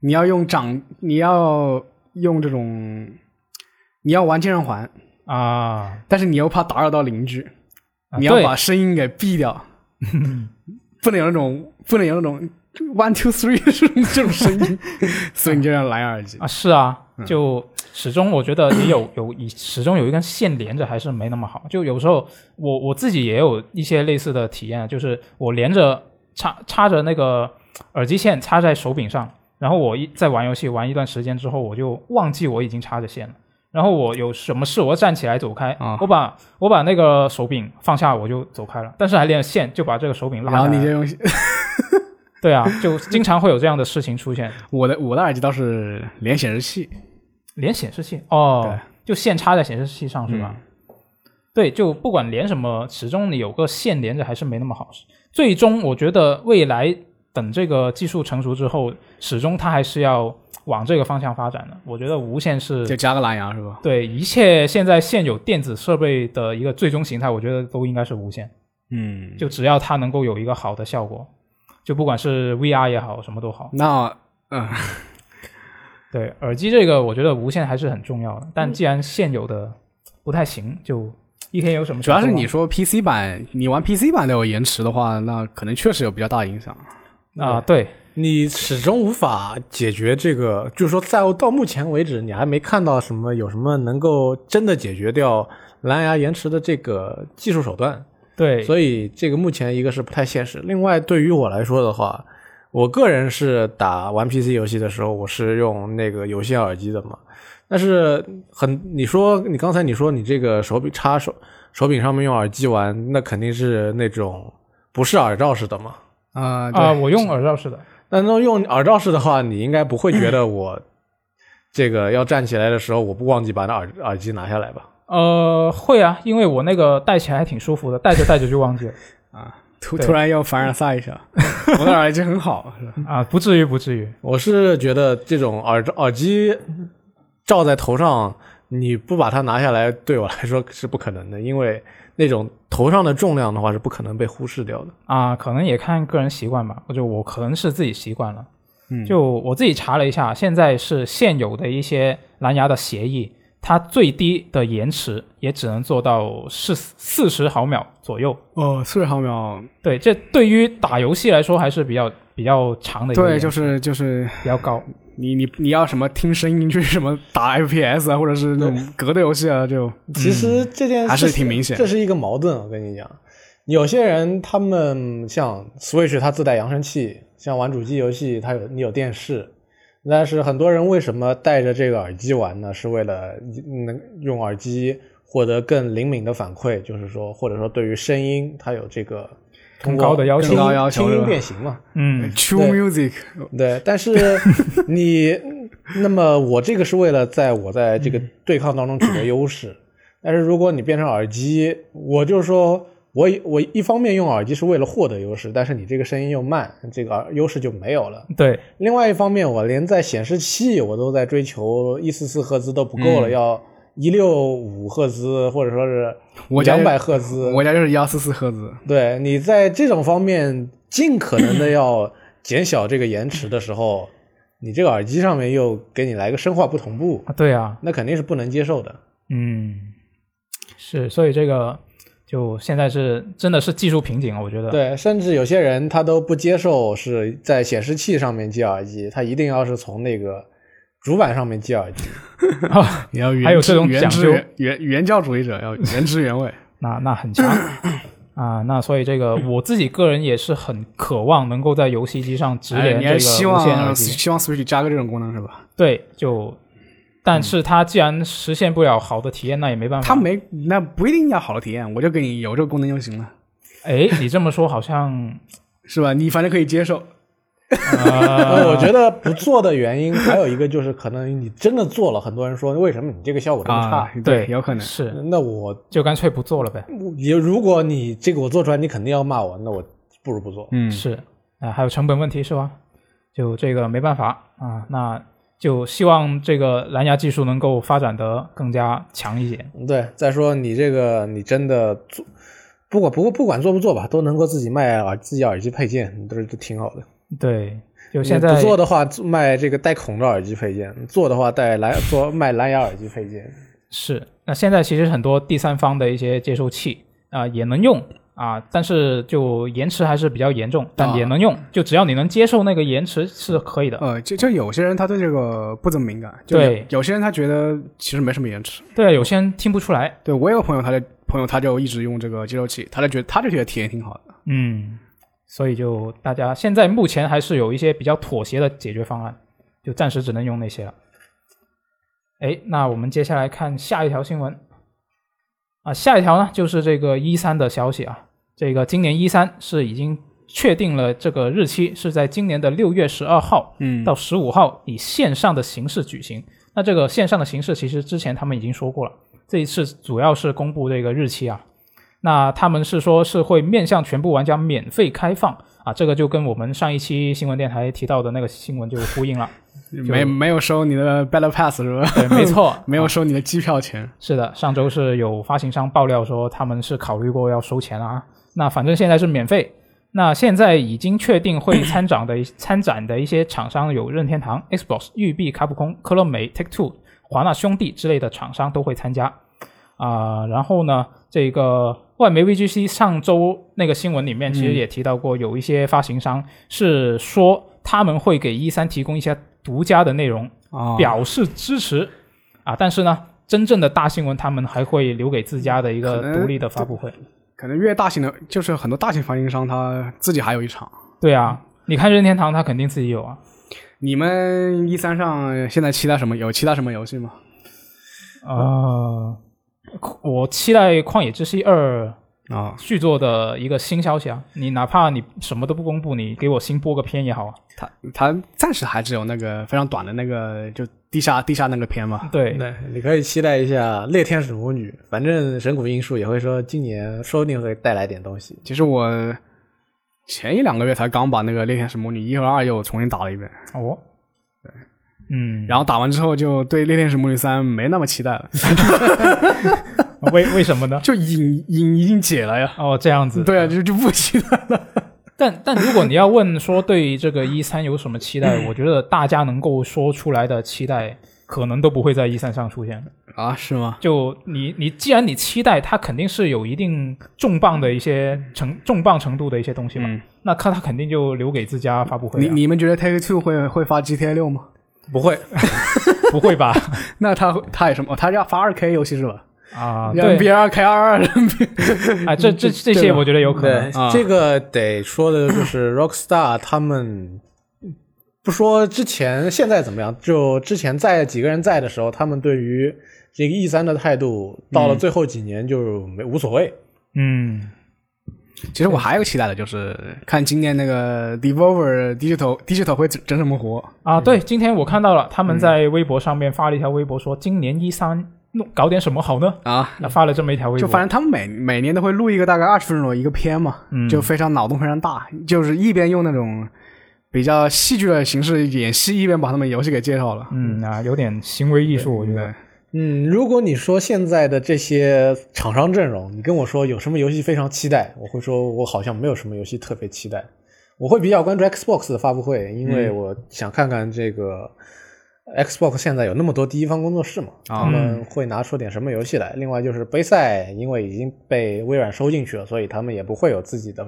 Speaker 2: 你要用掌，你要用这种，你要玩健身环，
Speaker 1: 啊？
Speaker 2: 但是你又怕打扰到邻居，
Speaker 1: 啊
Speaker 2: 你要
Speaker 1: 对
Speaker 2: 把声音给闭掉，
Speaker 1: *laughs*
Speaker 2: 不能有那种不能有那种 one two three *laughs* 这种这种声音，所以你就让蓝牙耳
Speaker 1: *laughs*
Speaker 2: 机。
Speaker 1: 啊，是啊，
Speaker 2: 嗯
Speaker 1: 就始终我觉得也有有以始终有一根线连着，还是没那么好。就有时候我我自己也有一些类似的体验，就是我连着插插着那个耳机线插在手柄上，然后我一在玩游戏玩一段时间之后，我就忘记我已经插着线了。然后我有什么事，我要站起来走开，
Speaker 2: 啊
Speaker 1: 我把我把那个手柄放下，我就走开了，但是还连着线，就把这个手柄拉
Speaker 2: 然后
Speaker 1: 下来
Speaker 2: 你就
Speaker 1: 了。
Speaker 2: 用
Speaker 1: 对啊，就经常会有这样的事情出现。
Speaker 2: 我的我的耳机倒是连显示器，
Speaker 1: 连显示器哦
Speaker 2: 对，
Speaker 1: 就线插在显示器上是吧？对，就不管连什么，始终你有个线连着还是没那么好。最终我觉得未来等这个技术成熟之后，始终它还是要往这个方向发展的。我觉得无线是
Speaker 2: 就加个蓝牙是吧？
Speaker 1: 对一切现在现有电子设备的一个最终形态，我觉得都应该是无线。
Speaker 2: 嗯，
Speaker 1: 就只要它能够有一个好的效果，就不管是 VR 也好，什么都好。
Speaker 2: 那嗯、
Speaker 1: 对，耳机这个我觉得无线还是很重要的，但既然现有的不太行，就一天有什么
Speaker 2: 主
Speaker 1: 想
Speaker 2: 要
Speaker 1: 说吗？
Speaker 2: 是你说 PC 版，你玩 PC 版都有延迟的话，那可能确实有比较大影响。
Speaker 1: 啊，对
Speaker 3: 你始终无法解决这个，就是说，在到目前为止，你还没看到什么有什么能够真的解决掉蓝牙延迟的这个技术手段，
Speaker 1: 对，
Speaker 3: 所以这个目前一个是不太现实。另外，对于我来说的话，我个人是打玩 PC 游戏的时候，我是用那个有线耳机的嘛。但是很，你说你刚才你说你这个手柄插手手柄上面用耳机玩，那肯定是那种不是耳罩式的嘛。
Speaker 2: 啊、对
Speaker 1: 啊、我用耳罩式的，
Speaker 3: 那那用耳罩式的话，你应该不会觉得我这个要站起来的时候，我不忘记把那耳耳机拿下来吧？
Speaker 1: 呃，会啊，因为我那个戴起来还挺舒服的，戴着戴着就忘
Speaker 2: *laughs*
Speaker 1: 记了
Speaker 2: 啊，突
Speaker 1: 对
Speaker 2: 突然要凡尔赛一 *laughs* 下，我的耳机很好，是吧？
Speaker 1: 啊，不至于，不至于，
Speaker 3: 我是觉得这种耳罩耳机罩在头上，你不把它拿下来，对我来说是不可能的，因为那种头上的重量的话是不可能被忽视掉的。
Speaker 1: 啊，可能也看个人习惯吧，或者我可能是自己习惯了。
Speaker 2: 嗯
Speaker 1: 就我自己查了一下，现在是现有的一些蓝牙的协议，它最低的延迟也只能做到四四十毫秒左右。
Speaker 2: 哦，四十毫秒，
Speaker 1: 对，这对于打游戏来说还是比较比较长的一个
Speaker 2: 对，
Speaker 1: 延迟，
Speaker 2: 就是就是
Speaker 1: 比较高。
Speaker 2: 你你你要什么听声音去什么打 FPS 啊，或者 *laughs* 是那种格斗游戏啊，就
Speaker 3: 其实这件事
Speaker 2: 还是挺明显
Speaker 3: 这是一个矛盾。我跟你讲，有些人他们像 Switch，它自带扬声器，像玩主机游戏，它有你有电视。但是很多人为什么戴着这个耳机玩呢？是为了能用耳机获得更灵敏的反馈，就是说，或者说对于声音，它有这个
Speaker 1: 更高的要求
Speaker 3: 通过
Speaker 2: 更高要求
Speaker 3: 听
Speaker 2: 是
Speaker 3: 音
Speaker 2: 吧
Speaker 3: 辨形嘛。
Speaker 1: 嗯
Speaker 2: True Music
Speaker 3: 对，
Speaker 2: *laughs*
Speaker 3: 但是你，那么我这个是为了在我在这个
Speaker 2: 嗯
Speaker 3: 对抗当中取得优势。但是如果你变成耳机，我就是说我我一方面用耳机是为了获得优势，但是你这个声音又慢，这个耳优势就没有了。
Speaker 1: 对，
Speaker 3: 另外一方面，我连在显示器我都在追求一四四赫兹都不够
Speaker 2: 嗯
Speaker 3: 了，要一六五赫兹或者说是
Speaker 2: 我家
Speaker 3: 两
Speaker 2: 就
Speaker 3: 百赫兹。
Speaker 2: 我家就是幺四四赫兹，
Speaker 3: 对你在这种方面尽可能的要减小这个延迟的时候，你这个耳机上面又给你来个生化不同步，
Speaker 1: 啊对啊，
Speaker 3: 那肯定是不能接受的。
Speaker 1: 嗯，是，所以这个就现在是真的是技术瓶颈啊，我觉得。
Speaker 3: 对，甚至有些人他都不接受是在显示器上面接耳机，他一定要是从那个主板上面接耳机。
Speaker 1: 啊，
Speaker 2: 你要原
Speaker 1: 还有这种
Speaker 2: 原
Speaker 1: 讲
Speaker 2: 汁
Speaker 1: 究
Speaker 2: 原原原教主义者要原汁 *laughs* 原味。
Speaker 1: *laughs* 那那很强啊，那所以这个我自己个人也是很渴望能够在游戏机上直
Speaker 2: 哎
Speaker 1: 连
Speaker 2: 你
Speaker 1: 这个
Speaker 2: 还
Speaker 1: 无
Speaker 2: 希
Speaker 1: 线耳
Speaker 2: 望
Speaker 1: 机。
Speaker 2: 希望 Switch 加个这种功能是吧？
Speaker 1: 对，就，但是它既然实现不了好的体验，那也没办法。
Speaker 2: 它没，那不一定要好的体验，我就给你有这个功能就行了，
Speaker 1: 哎，你这么说好
Speaker 2: *laughs*
Speaker 1: 像，
Speaker 2: 是吧？你反正可以接受。
Speaker 1: 呃，
Speaker 3: 我觉得不做的原因还有一个就是，可能你真的做了，很多人说为什么你这个效果这么差？
Speaker 2: 啊，
Speaker 1: 对
Speaker 2: 有可能。
Speaker 1: 是，
Speaker 3: 那我
Speaker 1: 就干脆不做了呗。
Speaker 3: 你如果你这个我做出来，你肯定要骂我，那我不如不做。
Speaker 2: 嗯，
Speaker 1: 是，啊、还有成本问题是吧？就这个没办法啊，那就希望这个蓝牙技术能够发展得更加强一些。
Speaker 3: 对，再说你这个你真的做，不管不过不管做不做吧，都能够自己卖耳自己耳机配件，都是都挺好的。
Speaker 1: 对，就现在
Speaker 3: 不做的话，卖这个带孔的耳机配件；做的话，带蓝做卖蓝牙耳机配件。
Speaker 1: 是，那现在其实很多第三方的一些接收器啊、也能用啊、但是就延迟还是比较严重，但
Speaker 2: 啊
Speaker 1: 也能用，就只要你能接受那个延迟是可以的。
Speaker 3: 嗯
Speaker 2: 呃，就就有些人他对这个不怎么敏感，就
Speaker 1: 对
Speaker 2: 有有些人他觉得其实没什么延迟。
Speaker 1: 对，啊有些人听不出来。
Speaker 2: 对我有个朋友，他的朋友他就一直用这个接收器，他就觉得他就觉得体验挺好的。
Speaker 1: 嗯，所以就大家现在目前还是有一些比较妥协的解决方案，就暂时只能用那些了。哎，那我们接下来看下一条新闻啊，下一条呢就是这个一三的消息啊，这个今年一三是已经确定了这个日期是在今年的六月十二号
Speaker 2: 嗯
Speaker 1: 到十五号以线上的形式举行。那这个线上的形式，其实之前他们已经说过了，这一次主要是公布这个日期啊。那他们是说是会面向全部玩家免费开放啊，这个就跟我们上一期新闻电台提到的那个新闻就呼应了。
Speaker 2: 没没有收你的 Battle Pass 是吧？ *laughs*
Speaker 1: 对，没错，
Speaker 2: 没有收你的机票钱。
Speaker 1: 是的，上周是有发行商爆料说他们是考虑过要收钱了啊。那反正现在是免费。那现在已经确定会参展的一参展的一些厂商有任天堂、Xbox、育碧、卡普空、科乐美、Take Two、华纳兄弟之类的厂商都会参加啊、然后呢，这个外媒 VGC 上周那个新闻里面其实也提到过，有一些发行商是说他们会给一三提供一些独家的内容，
Speaker 2: 哦
Speaker 1: 啊表示支持啊，但是呢，真正的大新闻他们还会留给自家的一个
Speaker 2: 可能
Speaker 1: 独立的发布会。
Speaker 2: 可能越大型的，就是很多大型发行商他自己还有一场。
Speaker 1: 对啊，你看任天堂，他肯定自己有啊。
Speaker 2: 你们一三上现在期待什么？有期待什么游戏吗？
Speaker 1: 呃，我期待《旷野之息二》
Speaker 2: 啊、
Speaker 1: 续作的一个新消息啊！你哪怕你什么都不公布，你给我新播个片也好啊。
Speaker 2: 他他暂时还只有那个非常短的那个，就地下地下那个片嘛。
Speaker 1: 对，
Speaker 3: 对，你可以期待一下《猎天使魔女》，反正神谷英树也会说今年说不定会带来点东西。
Speaker 2: 其实我前一两个月才刚把那个《猎天使魔女》一和二又重新打了一遍，
Speaker 1: 哦，对，嗯，
Speaker 2: 然后打完之后就对《猎天使魔女三》没那么期待了， *laughs*
Speaker 1: 为为什么呢？
Speaker 2: 就瘾瘾已经解了呀。
Speaker 1: 哦，这样子。
Speaker 2: 对啊，就就不期待了。
Speaker 1: 但但如果你要问说对这个一三有什么期待，我觉得大家能够说出来的期待，可能都不会在一三上出现。
Speaker 2: 啊，是吗？
Speaker 1: 就你你既然你期待，它肯定是有一定重磅的一些程重磅程度的一些东西嘛，
Speaker 2: 嗯
Speaker 1: 那它它肯定就留给自家发布会、
Speaker 2: 你
Speaker 1: 啊。
Speaker 2: 你们觉得 Take Two 会会发 GTA 六吗？
Speaker 3: 不会，
Speaker 1: *laughs* 不会吧？
Speaker 2: 那他他也什么？哦他要发二 K 游戏是吧？ *laughs*
Speaker 1: 啊，
Speaker 2: 让
Speaker 1: 对，
Speaker 2: 别人二 K 二二 *laughs* 人别
Speaker 1: 啊，这这这些我觉得有可能
Speaker 3: 对，
Speaker 2: 啊
Speaker 3: 这个得说的就是
Speaker 1: *coughs*
Speaker 3: Rockstar 他们，不说之前现在怎么样，就之前在几个人在的时候，他们对于这个 E 三的态度，到了最后几年就没、无所谓。
Speaker 1: 嗯，
Speaker 2: 其实我还有期待的，就是看今年那个 Devolver Digital Digital 会整整什么活。
Speaker 1: 啊，对，今天我看到了他们在微博上面发了一条微博说，今年一三弄搞点什么好呢？
Speaker 2: 啊，
Speaker 1: 那发了这么一条微
Speaker 2: 就
Speaker 1: 博，
Speaker 2: 反正他们每每年都会录一个大概二十分钟的一个片嘛，
Speaker 1: 嗯
Speaker 2: 就非常脑洞非常大，就是一边用那种比较戏剧的形式演戏，一边把他们游戏给介绍了。
Speaker 1: 嗯啊，有点行为艺术，我觉得
Speaker 2: 对，
Speaker 3: 嗯，如果你说现在的这些厂商阵容，你跟我说有什么游戏非常期待，我会说我好像没有什么游戏特别期待。我会比较关注 Xbox 的发布会，因为我想看看这个 Xbox 现在有那么多第一方工作室嘛，
Speaker 2: 啊
Speaker 3: 他们会拿出点什么游戏来。另外就是杯赛，因为已经被微软收进去了，所以他们也不会有自己的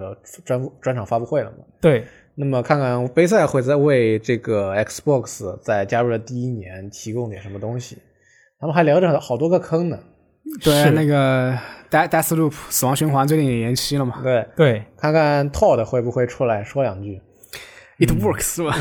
Speaker 3: 专专场发布会了嘛。
Speaker 1: 对，
Speaker 3: 那么看看杯赛会在为这个 Xbox 在加入的第一年提供点什么东西。他们还聊着好多个坑呢，
Speaker 1: 是
Speaker 2: 对，那个 Death Death Loop 死亡循环最近也延期了嘛
Speaker 3: 对，
Speaker 1: 对，
Speaker 3: 看看 Todd 会不会出来说两句。
Speaker 2: ，It Works 是吧？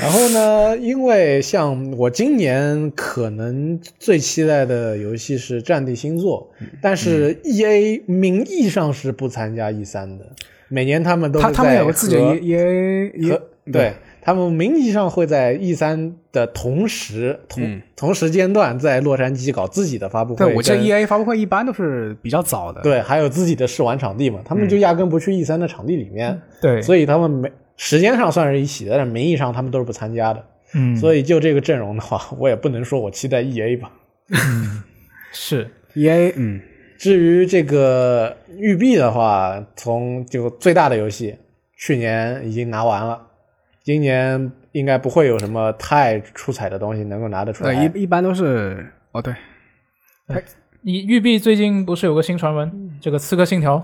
Speaker 3: 然后呢，因为像我今年可能最期待的游戏是《战地星座》，
Speaker 2: 嗯
Speaker 3: 但是 E A 名义上是不参加 E 三的，每年他们都是
Speaker 2: 他他们
Speaker 3: 在
Speaker 2: 有个自己
Speaker 3: 和
Speaker 2: 的 E，也也
Speaker 3: 和对他们名义上会在 E 三的同时同、
Speaker 2: 嗯
Speaker 3: 同时间段在洛杉矶搞自己的发布会跟，
Speaker 2: 对，我记得 E A 发布会一般都是比较早的。嗯
Speaker 3: 对还有自己的试玩场地嘛，他们就压根不去 E 三的场地里面，
Speaker 1: 对，
Speaker 3: 所以他们没时间上算是一起的，但名义上他们都是不参加的。
Speaker 1: 嗯，
Speaker 3: 所以就这个阵容的话，我也不能说我期待 EA 吧。
Speaker 1: 是
Speaker 2: E A，嗯，
Speaker 3: 至于这个育碧的话，从就最大的游戏，去年已经拿完了，今年应该不会有什么太出彩的东西能够拿得出
Speaker 2: 对，
Speaker 3: 来。
Speaker 2: 一一般都是哦，对，
Speaker 1: 你育碧最近不是有个新传闻，这个《刺客信条》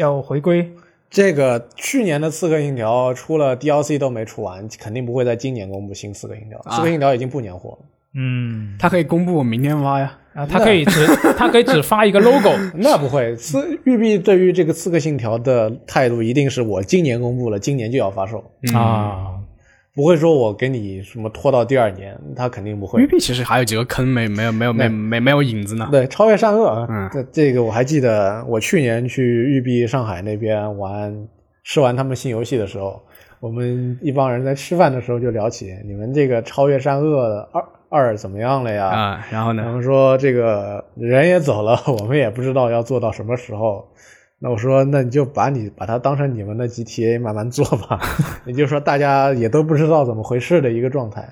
Speaker 1: 要回归？
Speaker 3: 这个去年的《刺客信条》出了 DLC 都没出完，肯定不会在今年公布新《刺客信条》刺客信条》已经不年货了。
Speaker 1: 嗯，
Speaker 2: 他可以公布我明天发呀。
Speaker 1: 啊，它可以只它可以只发一个 logo，
Speaker 3: 那不会，刺育碧对于这个《刺客信条》的态度一定是我今年公布了，今年就要发售，
Speaker 1: 啊，
Speaker 3: 不会说我给你什么拖到第二年，他肯定不会
Speaker 2: 育。碧其实还有几个坑没没有没有没没没有影子呢。
Speaker 3: 对，超越善恶啊，
Speaker 2: 嗯
Speaker 3: 这这个我还记得，我去年去育碧上海那边玩，试玩他们新游戏的时候，我们一帮人在吃饭的时候就聊起，你们这个超越善恶二二怎么样了呀？
Speaker 2: 啊，然后
Speaker 3: 然
Speaker 2: 呢？
Speaker 3: 后说这个人也走了，我们也不知道要做到什么时候。那我说，那你就把你把它当成你们的 GTA 慢慢做吧， *laughs* 也就是说大家也都不知道怎么回事的一个状态。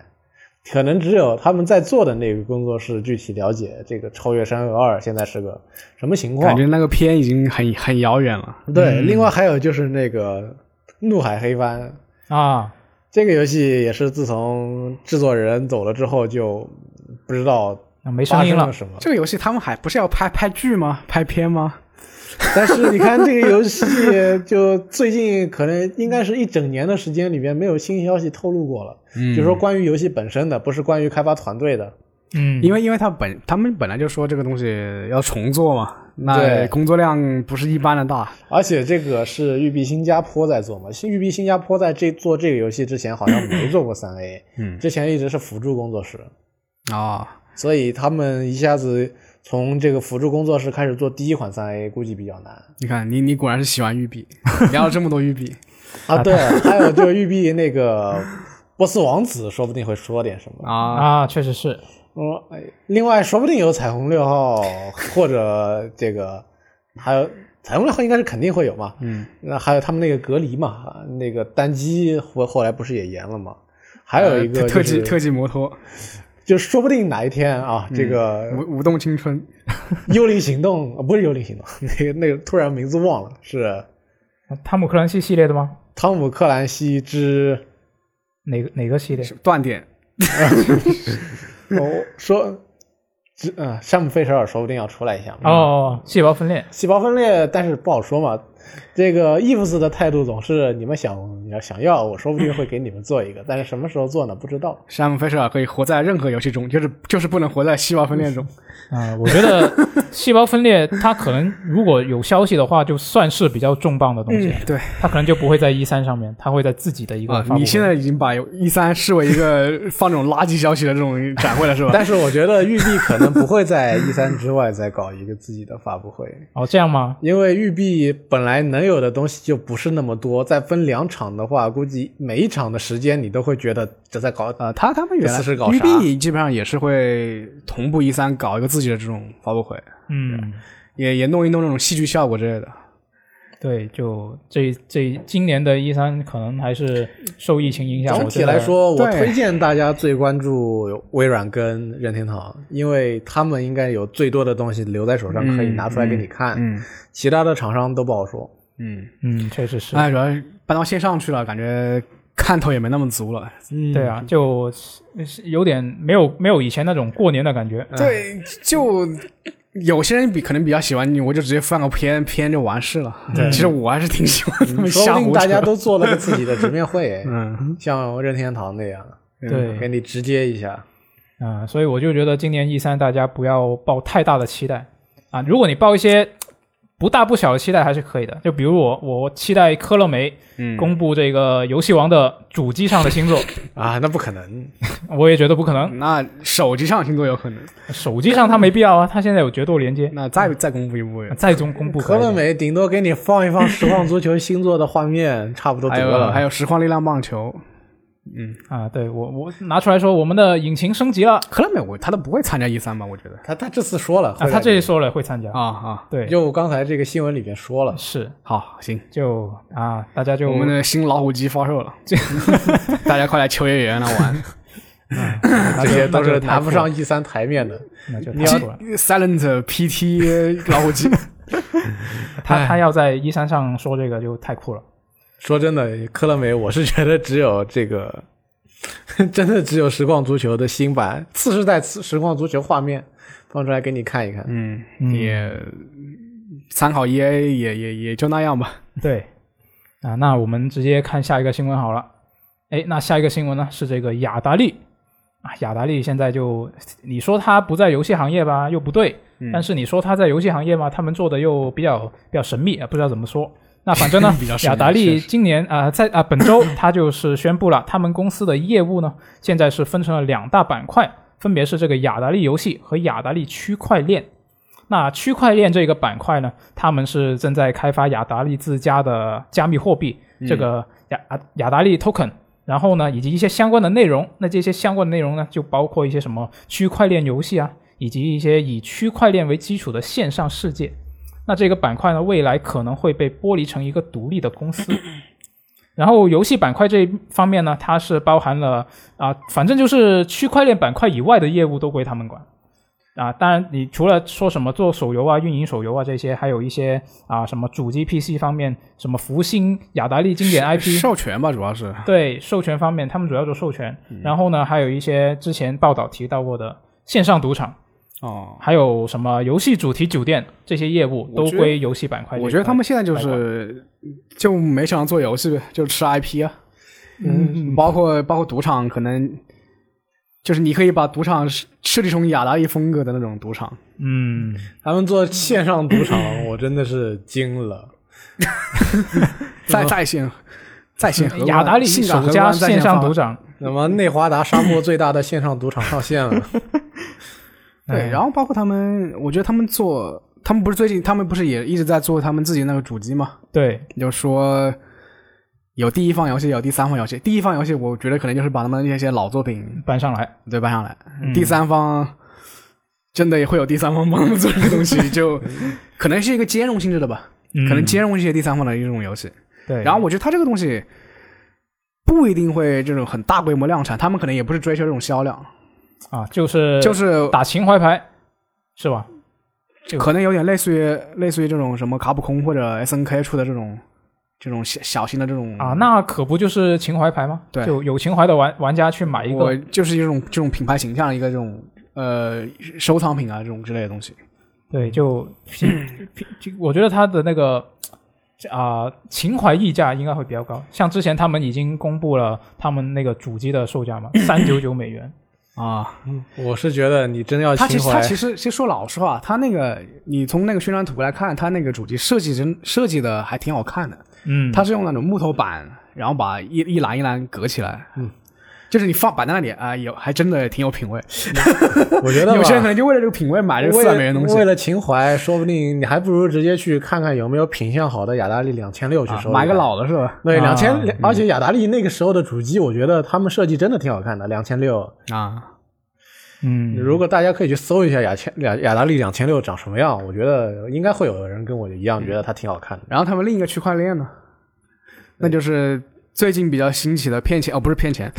Speaker 3: 可能只有他们在做的那个工作室具体了解这个《超越山河二》现在是个什么情况
Speaker 2: 感。觉那个片已经很很遥远了。
Speaker 3: 对，
Speaker 1: 嗯
Speaker 3: 另外还有就是那个《怒海黑帆》
Speaker 1: 啊，
Speaker 3: 这个游戏，也是自从制作人走了之后就不知道
Speaker 1: 啊没
Speaker 3: 发
Speaker 1: 声音
Speaker 3: 生了
Speaker 1: 了，
Speaker 3: 什么。
Speaker 2: 这个游戏他们还不是要拍拍剧吗？拍片吗？
Speaker 3: 但是你看这个游戏，就最近可能应该是一整年的时间里面没有新消息透露过了，
Speaker 2: 嗯
Speaker 3: 就说关于游戏本身的，不是关于开发团队的。
Speaker 1: 嗯，
Speaker 2: 因
Speaker 1: 为
Speaker 2: 为因为他本他们本来就说这个东西要重做嘛，那
Speaker 3: 对
Speaker 2: 工作量不是一般的大。
Speaker 3: 而且这个是育碧新加坡在做嘛，新育碧新加坡在这做这个游戏之前好像没做过三 A，
Speaker 2: 嗯
Speaker 3: 之前一直是辅助工作室，
Speaker 2: 啊，
Speaker 3: 所以他们一下子从这个辅助工作室开始做第一款三 A，估计比较难。
Speaker 2: 你看你你果然是喜欢育 *laughs* 碧，聊了这么多育碧，
Speaker 3: 啊，对，还有就是育碧那个波斯王子，说不定会说点什么。
Speaker 2: 啊，
Speaker 1: 啊，确实是，
Speaker 3: 嗯，哎另外说不定有彩虹六号，或者这个还有彩虹六号应该是肯定会有嘛。
Speaker 2: 嗯，
Speaker 3: 那还有他们那个隔离嘛，那个单机后后来不是也延了吗？还有一
Speaker 2: 呃
Speaker 3: 个、就是
Speaker 2: 特技特技摩托，
Speaker 3: 就说不定哪一天啊，这个
Speaker 2: 舞舞动青春，
Speaker 3: 幽灵行动、呃不是幽灵行动， *laughs* 那个那个突然名字忘了，是
Speaker 1: 汤姆克兰西系列的吗？
Speaker 3: 汤姆克兰西之
Speaker 1: 哪个哪个系列？
Speaker 2: 断点
Speaker 3: 哦说之嗯、山姆费舍尔说不定要出来一下嘛。
Speaker 1: 哦，细胞分裂，
Speaker 3: 细胞分裂，但是不好说嘛。这个 Eves 的态度总是你们想要想要，我说不定会给你们做一个，但是什么时候做呢？不知道。
Speaker 2: 山姆·费舍尔可以活在任何游戏中，就是就是不能活在细胞分裂中。
Speaker 1: 啊、我觉得细胞分裂它可能如果有消息的话，就算是比较重磅的东西，
Speaker 2: 对
Speaker 1: 它可能就不会在一三上面，它会在自己的一个
Speaker 2: 嗯啊
Speaker 1: 发布、，会。
Speaker 2: 你现在已经把 E 三视为一个放这种垃圾消息的这种展会了，是吧？
Speaker 3: 但是我觉得育碧可能不会在 E 三之外再搞一个自己的发布会，
Speaker 1: 哦这样吗？
Speaker 3: 因为育碧本来能有的东西就不是那么多，再分两场的话，估计每一场的时间你都会觉得这在搞
Speaker 2: 呃，他他们原
Speaker 3: 这
Speaker 2: 来
Speaker 3: 次是搞
Speaker 2: 育
Speaker 3: 啥
Speaker 2: 碧基本上也是会同步 E 三搞一个自己的这种发布会，
Speaker 3: 啊
Speaker 1: 嗯，
Speaker 2: 也也弄一弄那种戏剧效果之类的。
Speaker 1: 对，就这这今年的一三可能还是受疫情影响。
Speaker 3: 总
Speaker 1: 我
Speaker 3: 体
Speaker 1: 觉得
Speaker 3: 来，说，我
Speaker 2: 对
Speaker 3: 推荐大家最关注微软跟任天堂，因为他们应该有最多的东西留在手上，可以拿出来给你看。
Speaker 2: 嗯
Speaker 3: 其他的厂商都不好说。
Speaker 2: 嗯，
Speaker 1: 嗯，确实是，
Speaker 2: 哎，主要是搬到线上去了，感觉看头也没那么足了。
Speaker 3: 嗯
Speaker 1: 对，啊，就是有点没有没有以前那种过年的感觉。
Speaker 2: 对，就有些人比可能比较喜欢你，我就直接放个片片就完事了。对，嗯其实我还是挺喜欢他们
Speaker 3: 嗯说
Speaker 2: 瞎
Speaker 3: 不定
Speaker 2: 胡
Speaker 3: 大家
Speaker 2: 扯。
Speaker 3: 都做了个自己的直面 *laughs* 会，
Speaker 2: 嗯，
Speaker 3: 像任天堂那 *laughs* 样，
Speaker 1: 对
Speaker 3: 给你直接一下。
Speaker 1: 啊、所以我就觉得今年 E 三大家不要抱太大的期待啊。如果你抱一些不大不小的期待还是可以的，就比如我我期待科乐美
Speaker 2: 嗯
Speaker 1: 公布这个游戏王的主机上的星
Speaker 3: *laughs*
Speaker 1: 座，
Speaker 3: 啊，那不可能！
Speaker 1: 我也觉得不可能。
Speaker 2: 嗯那手机上星座有可能，
Speaker 1: 手机上它没必要啊，它现在有决斗连接，
Speaker 2: 那再再公布一部，
Speaker 1: 再中公布
Speaker 3: 科
Speaker 1: 可以
Speaker 3: 乐
Speaker 1: 的
Speaker 3: 美顶多给你 *laughs* 放一放实况足球星座的画面，差不多
Speaker 2: 还
Speaker 3: 得
Speaker 2: 有
Speaker 3: 了。
Speaker 2: 还有实况力量棒球，嗯，
Speaker 1: 啊，对我我拿出来说，我们的引擎升级了啊
Speaker 2: 克莱美我他都不会参加 E 三吧？我觉得
Speaker 3: 他他这次说了，
Speaker 1: 啊，他这里说了会参加，
Speaker 2: 啊啊，
Speaker 1: 对，
Speaker 3: 就刚才这个新闻里边说了，
Speaker 1: 是
Speaker 2: 好行，
Speaker 1: 就啊，大家就
Speaker 2: 我们的新老虎机
Speaker 1: *laughs*
Speaker 2: 发售了，大家快来秋叶原来玩。
Speaker 1: 那
Speaker 3: 这
Speaker 1: 就
Speaker 3: 些都
Speaker 1: 那
Speaker 3: 是
Speaker 1: 就
Speaker 3: 拿不上 E 三台面的。
Speaker 1: 那就
Speaker 3: 你
Speaker 1: 太酷了。*laughs*
Speaker 2: Silent PT 老虎机，
Speaker 1: 他他要在一三上说这个就太酷了。
Speaker 3: 说真的，科乐美，我是觉得只有这个， *laughs* 真的只有实况足球的新版次世代次实况足球画面放出来给你看一看。
Speaker 2: 嗯，也参考 EA 也也也就那样吧。
Speaker 1: 对，啊，那我们直接看下一个新闻好了。哎，那下一个新闻呢是这个雅达利啊，雅达利现在就你说他不在游戏行业吧，又不对；
Speaker 2: 嗯
Speaker 1: 但是你说他在游戏行业嘛，他们做的又比较比较神秘啊，不知道怎么说。那反正呢
Speaker 2: *laughs* 比较，神秘
Speaker 1: 雅达利今年啊、呃在啊、本周他就是宣布了，他们公司的业务呢，现在是分成了两大板块，分别是这个雅达利游戏和雅达利区块链。那区块链这个板块呢，他们是正在开发雅达利自家的加密货币，
Speaker 2: 嗯
Speaker 1: 这个雅啊雅达利 token，然后呢，以及一些相关的内容。那这些相关的内容呢，就包括一些什么区块链游戏啊，以及一些以区块链为基础的线上世界。那这个板块呢，未来可能会被剥离成一个独立的公司。然后游戏板块这一方面呢，它是包含了啊、反正就是区块链板块以外的业务都归他们管。啊，当然，你除了说什么做手游啊、运营手游啊这些，还有一些啊什么主机、PC 方面，什么福星、雅达利经典 IP
Speaker 2: 授权吧，主要是
Speaker 1: 对授权方面，他们主要做授权，
Speaker 2: 嗯
Speaker 1: 然后呢，还有一些之前报道提到过的线上赌场，
Speaker 2: 哦。
Speaker 1: 还有什么游戏主题酒店这些业务都
Speaker 2: 我觉得
Speaker 1: 归游戏板块这一块。
Speaker 2: 我觉得他们现在就是就没想做游戏呗，就吃 IP 啊，嗯，包括包括赌场，可能就是你可以把赌场设设计成雅达利风格的那种赌场，
Speaker 1: 嗯，
Speaker 3: 他们做线上赌场， *laughs* 我真的是惊了。
Speaker 2: 在在线在线荷官
Speaker 1: 雅达利
Speaker 2: 性感
Speaker 1: 首
Speaker 2: 荷
Speaker 1: 家
Speaker 2: 官在
Speaker 1: 线上
Speaker 2: 发
Speaker 1: 赌场，
Speaker 3: 那么内华达沙漠最大的线上赌场上线 *laughs* 了，
Speaker 1: 哎
Speaker 2: 对，然后包括他们，我觉得他们做，他们不是最近，他们不是也一直在做他们自己那个主机吗？
Speaker 1: 对，
Speaker 2: 就说有第一方游戏，有第三方游戏。第一方游戏，我觉得可能就是把他们那些老作品
Speaker 1: 搬上来，嗯
Speaker 2: 对搬上来，嗯第三方真的也会有第三方帮他们做这个东
Speaker 1: *laughs*
Speaker 2: 西，就可能是一个兼容性质的吧，
Speaker 1: 嗯
Speaker 2: 可能兼容一些第三方的一种游戏。
Speaker 1: 对，
Speaker 2: 然后我觉得他这个东西不一定会这种很大规模量产，他们可能也不是追求这种销量，
Speaker 1: 啊，就是
Speaker 2: 就是
Speaker 1: 打情怀牌，是吧？
Speaker 2: 可能有点类似于类似于这种什么卡普空或者 S N K 出的这种这种小小型的这种
Speaker 1: 啊，那可不就是情怀牌吗？
Speaker 2: 嗯对
Speaker 1: 就有情怀的玩玩家去买一
Speaker 2: 我
Speaker 1: 个，
Speaker 2: 就是一种这种品牌形象的一个这种呃收藏品啊这种之类的东西。
Speaker 1: 对，就
Speaker 2: *coughs*
Speaker 1: 品品，就我觉得它的那个啊、情怀溢价应该会比较高。像之前他们已经公布了他们那个主机的售价嘛，三九九美
Speaker 2: *coughs*
Speaker 1: 元。
Speaker 2: 啊，
Speaker 3: 我是觉得你真要
Speaker 2: 它其
Speaker 3: 情
Speaker 2: 实它
Speaker 3: 怀，
Speaker 2: 其实其实说老实话，它那个你从那个宣传图来看，它那个主机设计真设计的还挺好看的。
Speaker 1: 嗯，
Speaker 2: 它是用那种木头板，然后把一一栏一栏隔起来。嗯，就是你放摆在那里啊、有还真的挺有品味。
Speaker 3: 我觉得
Speaker 2: *laughs*
Speaker 3: 吧
Speaker 2: 有些人可能就为了这个品味买这个四百美元的东西
Speaker 3: 为，了情怀，说不定你还不如直接去看看有没有品相好的雅达利两千六去
Speaker 2: 啊
Speaker 3: 收、
Speaker 2: 买个。老的是吧？
Speaker 3: 对，
Speaker 1: 啊
Speaker 3: 两千、而且雅达利那个时候的主机，我觉得他们设计真的挺好看的，两千六。
Speaker 2: 啊，
Speaker 1: 嗯，
Speaker 3: 如果大家可以去搜一下雅千雅雅达利两千六长什么样，我觉得应该会有人跟我一样觉得它挺好看的。
Speaker 2: 然后他们另一个区块链呢，那就是最近比较兴起的骗钱哦，不是骗 *laughs* 钱，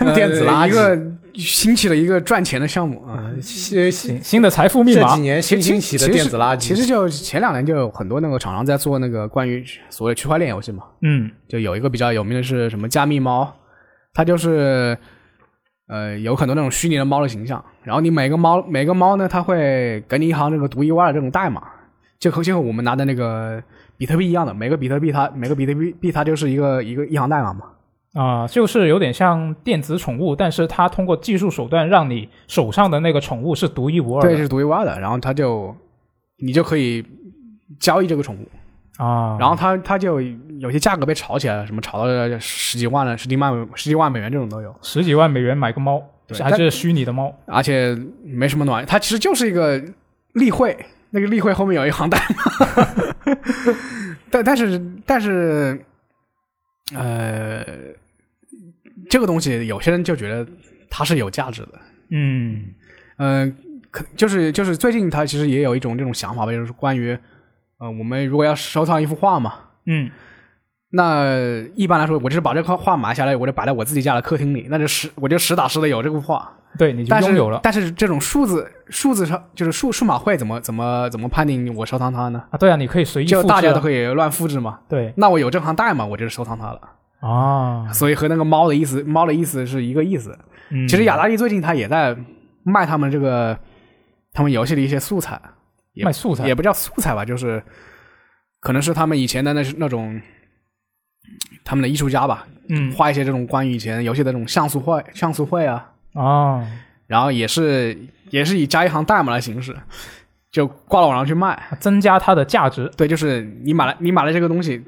Speaker 2: 呃
Speaker 3: 电子垃圾
Speaker 2: 一个兴起了一个赚钱的项目啊。
Speaker 3: 新新
Speaker 1: 新新的财富密
Speaker 3: 这
Speaker 1: 码
Speaker 3: 几，年新兴起的
Speaker 2: 其实
Speaker 3: 电子垃圾，
Speaker 2: 其实就前两年就有很多那个厂商在做那个关于所谓区块链游戏嘛，
Speaker 1: 嗯
Speaker 2: 就有一个比较有名的是什么加密猫，它就是呃有很多那种虚拟的猫的形象，然后你每个猫每个猫呢，它会给你一行这个独一无二的这种代码，就和就和我们拿的那个比特币一样的，每个比特币它每个比特币币它就是一个一个一行代码嘛。
Speaker 1: 啊、就是有点像电子宠物，但是它通过技术手段让你手上的那个宠物是独一无二的。
Speaker 2: 对，是独一无二的。然后它就你就可以交易这个宠物，
Speaker 1: 啊，
Speaker 2: 然后它它就有些价格被炒起来了，什么炒到十几万了、十几万、十几万美元这种都有，
Speaker 1: 十几万美元买个猫，
Speaker 2: 对
Speaker 1: 还是虚拟的猫。
Speaker 2: 而且没什么卵，它其实就是一个例会，那个例会后面有一行 *laughs* 代码，但但是但是呃。这个东西有些人就觉得它是有价值的，
Speaker 1: 嗯
Speaker 2: 嗯，可就是就是最近他其实也有一种这种想法吧，就是关于，呃，我们如果要收藏一幅画嘛，
Speaker 1: 嗯
Speaker 2: 那一般来说，我就是把这块画买下来，我就摆在我自己家的客厅里，那就实我就实打实的有这幅画。
Speaker 1: 对，你就
Speaker 2: 但是
Speaker 1: 拥有了
Speaker 2: 但是这种数字数字上就是数数码会怎么怎么怎么判定我收藏它呢？
Speaker 1: 啊，对啊，你可以随意
Speaker 2: 就
Speaker 1: 复制
Speaker 2: 大家
Speaker 1: 啊
Speaker 2: 都可以乱复制嘛。
Speaker 1: 对
Speaker 2: 那我有这行代码，我就是收藏它了。
Speaker 1: 啊，
Speaker 2: 所以和那个猫的意思，猫的意思是一个意思。
Speaker 1: 嗯
Speaker 2: 其实雅达利最近他也在卖他们这个他们游戏的一些素材，也
Speaker 1: 卖素材
Speaker 2: 也不叫素材吧，就是可能是他们以前的那那种他们的艺术家吧，
Speaker 1: 嗯
Speaker 2: 画一些这种关于以前游戏的这种像素绘、像素绘啊，
Speaker 1: 啊，
Speaker 2: 然后也是也是以加一行代码的形式，就挂到网上去卖。
Speaker 1: 增加它的价值，
Speaker 2: 对，就是你买了你买了这个东西，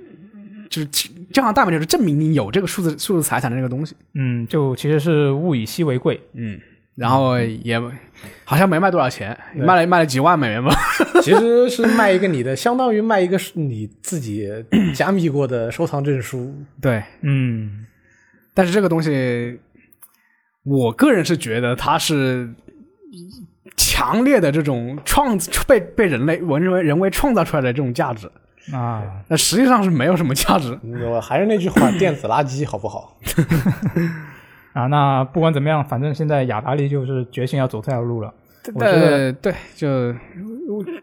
Speaker 2: 就是这行代码就是证明你有这个数字数字财产的这个东西。
Speaker 1: 嗯，就其实是物以稀为贵，
Speaker 2: 嗯，然后也好像没卖多少钱，卖了卖了几万美元吧。
Speaker 3: 其实是卖一个你的，相当于卖一个你自己加密过的收藏证书。
Speaker 2: *laughs* 对，
Speaker 1: 嗯
Speaker 2: 但是这个东西，我个人是觉得它是强烈的这种创被被人类我认为人为创造出来的这种价值，
Speaker 1: 啊，
Speaker 2: 那实际上是没有什么价值。
Speaker 3: 我还是那句话，电子垃圾好不好？
Speaker 1: 啊，那不管怎么样，反正现在雅达利就是决心要走这条路了。我觉得
Speaker 2: 呃，对，就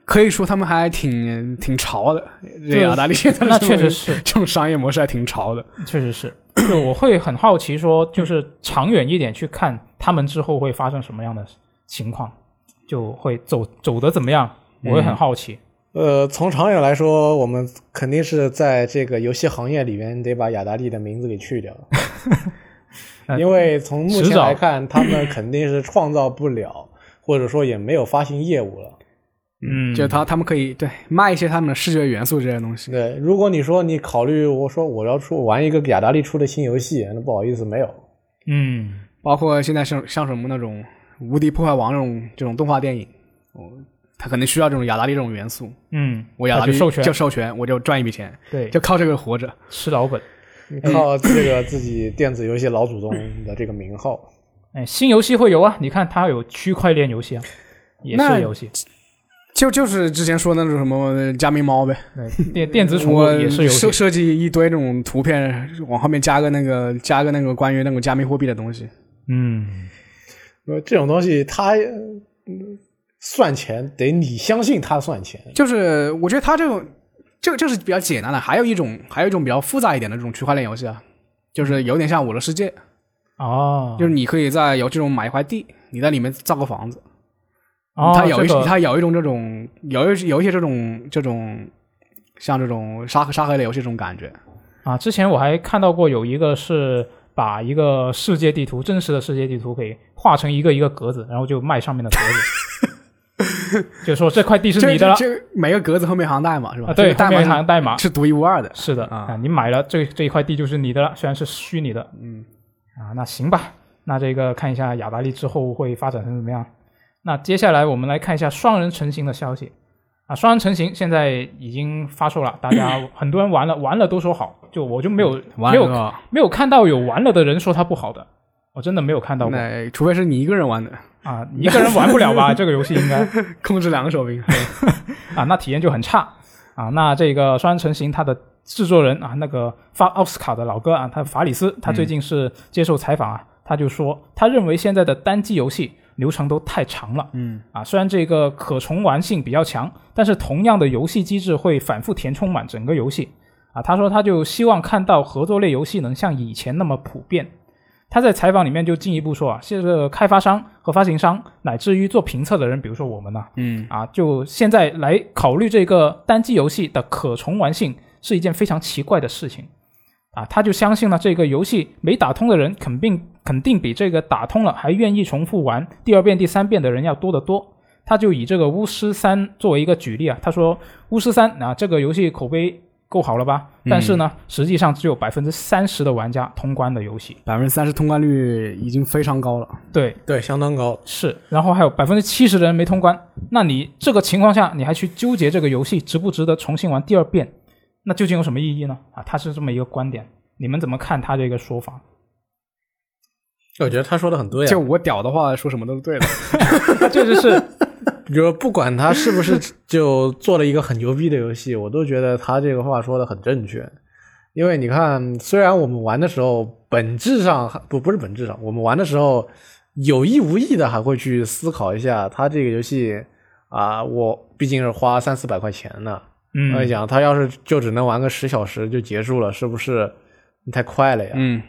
Speaker 2: 可以说他们还挺挺潮的，这
Speaker 1: 对
Speaker 2: 雅达利现在
Speaker 1: 那
Speaker 2: 这种
Speaker 1: 确实是
Speaker 2: *laughs* 这种商业模式还挺潮的。
Speaker 1: 确实
Speaker 2: *coughs*
Speaker 1: 是，就我会很好奇说，就是长远一点去看他们之后会发生什么样的情况，就会走走的怎么样，
Speaker 2: 嗯
Speaker 1: 我会很好奇。
Speaker 3: 呃，从长远来说，我们肯定是在这个游戏行业里面得把雅达利的名字给去掉，因为从目前来看，他们肯定是创造不了，或者说也没有发行业务了。
Speaker 1: 嗯
Speaker 2: 就他他们可以对卖一些他们的视觉元素这些东西。
Speaker 3: 对，如果你说你考虑，我说我要出玩一个雅达利出的新游戏，那不好意思，没有。
Speaker 1: 嗯
Speaker 2: 包括现在像像什么那种《无敌破坏王》这种这种动画电影，哦，他可能需要这种雅达利这种元素。
Speaker 1: 嗯，
Speaker 2: 我雅达
Speaker 1: 那
Speaker 2: 利
Speaker 1: 就授权
Speaker 2: 就授权，我就赚一笔钱，
Speaker 1: 对
Speaker 2: 就靠这个活着。
Speaker 1: 吃老本。
Speaker 3: 你 *laughs* 靠这个自己电子游戏老祖宗的这个名号，
Speaker 1: 哎，新游戏会有啊，你看它有区块链游戏啊，也
Speaker 2: 那
Speaker 1: 是游戏，
Speaker 2: 就就是之前说的那种什么加密猫呗，
Speaker 1: 对
Speaker 2: *laughs*
Speaker 1: 电电子宠物
Speaker 2: 我
Speaker 1: 也是游戏
Speaker 2: 设。设计一堆这种图片，往后面加个那个加个那个关于那种加密货币的东西。
Speaker 1: 嗯，
Speaker 3: 呃，这种东西它嗯算钱得你相信它算钱，
Speaker 2: 就是我觉得它这种这这是比较简单的，还有一种还有一种比较复杂一点的这种区块链游戏啊，就是有点像《我的世界》，
Speaker 1: 啊哦，
Speaker 2: 就是你可以在有这种买一块地，你在里面造个房子。
Speaker 1: 哦，
Speaker 2: 它有一
Speaker 1: 这个
Speaker 2: 它有一种这种有一有一些这种这种像这种沙盒沙盒类游戏这种感觉。
Speaker 1: 啊，之前我还看到过有一个是把一个世界地图，真实的世界地图给画成一个一个格子，然后就卖上面的格子，
Speaker 2: *laughs*
Speaker 1: 就说这块地是
Speaker 2: 这
Speaker 1: 你的了
Speaker 2: 这这每个格子后面行代码是吧？
Speaker 1: 啊，对，
Speaker 2: 这个代
Speaker 1: 后面
Speaker 2: 码
Speaker 1: 一行代码
Speaker 2: 是是独一无二的。
Speaker 1: 是的
Speaker 2: 啊
Speaker 1: 啊，你买了这这一块地就是你的了，虽然是虚拟的，嗯，啊，那行吧，那这个看一下雅达利之后会发展成怎么样。那接下来我们来看一下双人成型的消息啊，双人成型现在已经发售了，大家很多人玩了，玩了都说好，就我就没有没
Speaker 2: 完嗯了
Speaker 1: 有
Speaker 2: 之后，
Speaker 1: 没有看到有玩了的人说它不好的，我真的没有看到过
Speaker 2: 那除非是你一个人玩的， *laughs*
Speaker 1: 啊，一个人玩不了吧？这个游戏应该
Speaker 2: 控制两个
Speaker 1: *laughs*
Speaker 2: 手柄。
Speaker 1: 啊，那体验就很差啊。那这个《双人成行》它的制作人啊，那个发奥斯卡的老哥啊，他法里斯，他最近是接受采访啊，他就说他认为现在的单机游戏流程都太长了，嗯啊，虽然这个可重玩性比较强，但是同样的游戏机制会反复填充满整个游戏啊。他说他就希望看到合作类游戏能像以前那么普遍。他在采访里面就进一步说啊，现在开发商和发行商，乃至于做评测的人，比如说我们呐、
Speaker 2: 嗯，
Speaker 1: 啊，就现在来考虑这个单机游戏的可重玩性是一件非常奇怪的事情啊。他就相信呢，这个游戏没打通的人肯定肯定比这个打通了还愿意重复玩第二遍、第三遍的人要多得多。他就以这个《巫师三》作为一个举例啊，他说《巫师三》啊这个游戏口碑够好了吧？但是呢，实际上只有百分之三十的玩家通关的游戏。
Speaker 2: 百分之三十通关率已经非常高了。
Speaker 1: 对，
Speaker 3: 对，相当高。
Speaker 1: 是，然后还有百分之七十的人没通关，那你这个情况下，你还去纠结这个游戏值不值得重新玩第二遍， *laughs* 那究竟有什么意义呢？啊，他是这么一个观点，你们怎么看他这个说法？
Speaker 3: 我觉得他说的很对啊，
Speaker 2: 就我屌的话，说什么都是对的。
Speaker 1: 确实是，
Speaker 3: 就是不管他是不是就做了一个很牛逼的游戏，我都觉得他这个话说的很正确。因为你看，虽然我们玩的时候，本质上不不是本质上，我们玩的时候有意无意的还会去思考一下，他这个游戏啊，我毕竟是花三四百块钱呢、
Speaker 1: 嗯
Speaker 2: 哎
Speaker 3: 我，想，他要是就只能玩个十小时就结束了，是不是太快了呀？
Speaker 2: 嗯，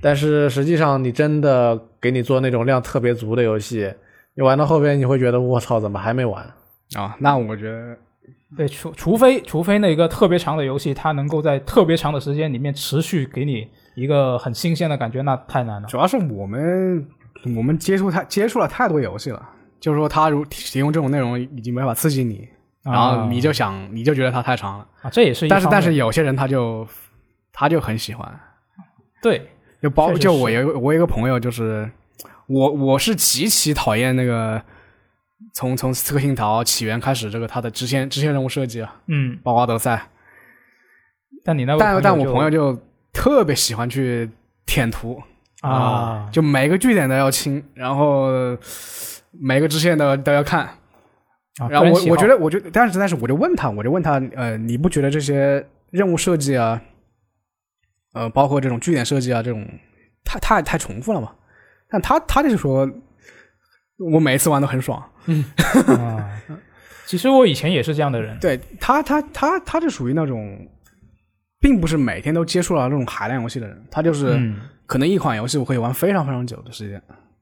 Speaker 3: 但是实际上，你真的给你做那种量特别足的游戏，你玩到后边你会觉得我操，怎么还没完？
Speaker 2: 啊，那我觉得
Speaker 1: 对，除除非除非那个特别长的游戏，它能够在特别长的时间里面持续给你一个很新鲜的感觉，那太难了。
Speaker 2: 主要是我们我们接触太接触了太多游戏了，就是说他如提供这种内容已经没法刺激你，然后你就想你就觉得它太长了，
Speaker 1: 啊，这也啊是一
Speaker 2: 但是
Speaker 1: 方
Speaker 2: 但
Speaker 1: 面
Speaker 2: 是有些人他就他就很喜欢，
Speaker 1: 对，
Speaker 2: 就包
Speaker 1: 确实
Speaker 2: 就我
Speaker 1: 是
Speaker 2: 有一个我有一个朋友，就是我我是极其讨厌那个从从刺客信条起源开始这个它的支线支线任务设计啊，
Speaker 1: 嗯，
Speaker 2: 包括奥德赛，
Speaker 1: 但你那位
Speaker 2: 但但我
Speaker 1: 就
Speaker 2: 朋友就特别喜欢去舔图，
Speaker 1: 啊，
Speaker 2: 就每个据点都要清，然后每个支线都都要看。
Speaker 1: 啊
Speaker 2: 然后
Speaker 1: 个人
Speaker 2: 我
Speaker 1: 喜
Speaker 2: 我
Speaker 1: 好
Speaker 2: 觉得，我觉得，但是但是我就问他，我就问他，呃，你不觉得这些任务设计啊，呃，包括这种据点设计啊，这种太太太重复了嘛？但他他就是说，我每一次玩都很爽。
Speaker 1: 啊，其实我以前也是这样的人，
Speaker 2: 对他他他他就属于那种，并不是每天都接触到这种海量游戏的人，他就是、
Speaker 1: 嗯
Speaker 2: 可能一款游戏我可以玩非常非常久的时间。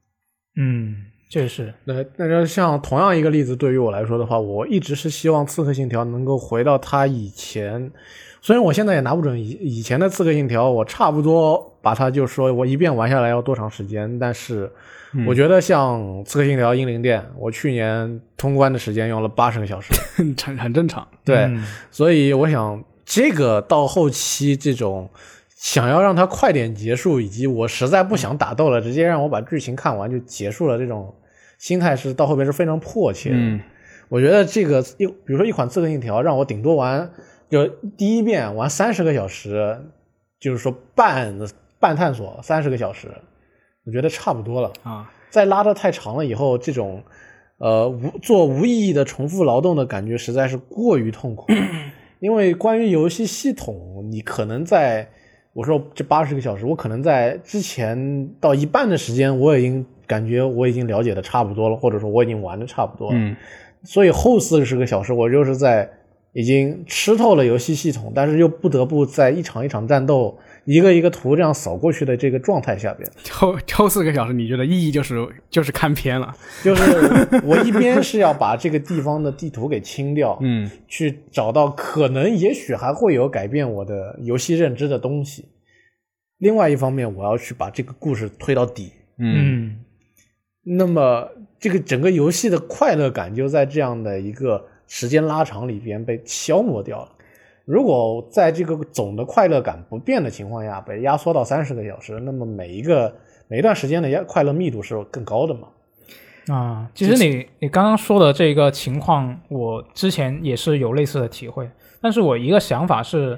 Speaker 2: *laughs*
Speaker 1: 嗯，确实
Speaker 3: 那那就像同样一个例子，对于我来说的话，我一直是希望《刺客信条》能够回到它以前，虽然我现在也拿不准以以前的《刺客信条》，我差不多把它就说我一遍玩下来要多长时间，但是我觉得像《刺客信条：英灵殿》，我去年通关的时间用了八十个小时，
Speaker 2: 很很正常。
Speaker 3: 对，
Speaker 1: 嗯
Speaker 3: 所以我想，这个到后期这种想要让它快点结束，以及我实在不想打斗了，直接让我把剧情看完就结束了，这种心态是到后边是非常迫切的。
Speaker 2: 嗯，
Speaker 3: 我觉得这个一，比如说一款《刺客信条》，让我顶多玩就第一遍玩三十个小时，就是说半半探索三十个小时，我觉得差不多了。
Speaker 2: 啊，
Speaker 3: 再拉的太长了以后，这种呃无做无意义的重复劳动的感觉实在是过于
Speaker 2: *laughs*
Speaker 3: 痛苦。因为关于游戏系统，你可能在我说这八十个小时，我可能在之前到一半的时间，我已经感觉我已经了解的差不多了，或者说我已经玩的差不多了。
Speaker 2: 嗯
Speaker 3: 所以后四十个小时，我就是在已经吃透了游戏系统，但是又不得不在一场一场战斗、一个一个图这样扫过去的这个状态下边，
Speaker 2: 抽 *laughs* 抽四个小时，你觉得意义就是就是看片了。
Speaker 3: 就是 *laughs* 我一边是要把这个地方的地图给清掉，
Speaker 2: 嗯
Speaker 3: 去找到可能也许还会有改变我的游戏认知的东西；另外一方面，我要去把这个故事推到底。
Speaker 1: 嗯
Speaker 3: 那么，这个整个游戏的快乐感就在这样的一个时间拉长里边被消磨掉了。如果在这个总的快乐感不变的情况下被压缩到三十个小时，那么每一个每一段时间的压快乐密度是更高的嘛？
Speaker 1: 啊，其实你你刚刚说的这个情况，我之前也是有类似的体会，但是我一个想法是，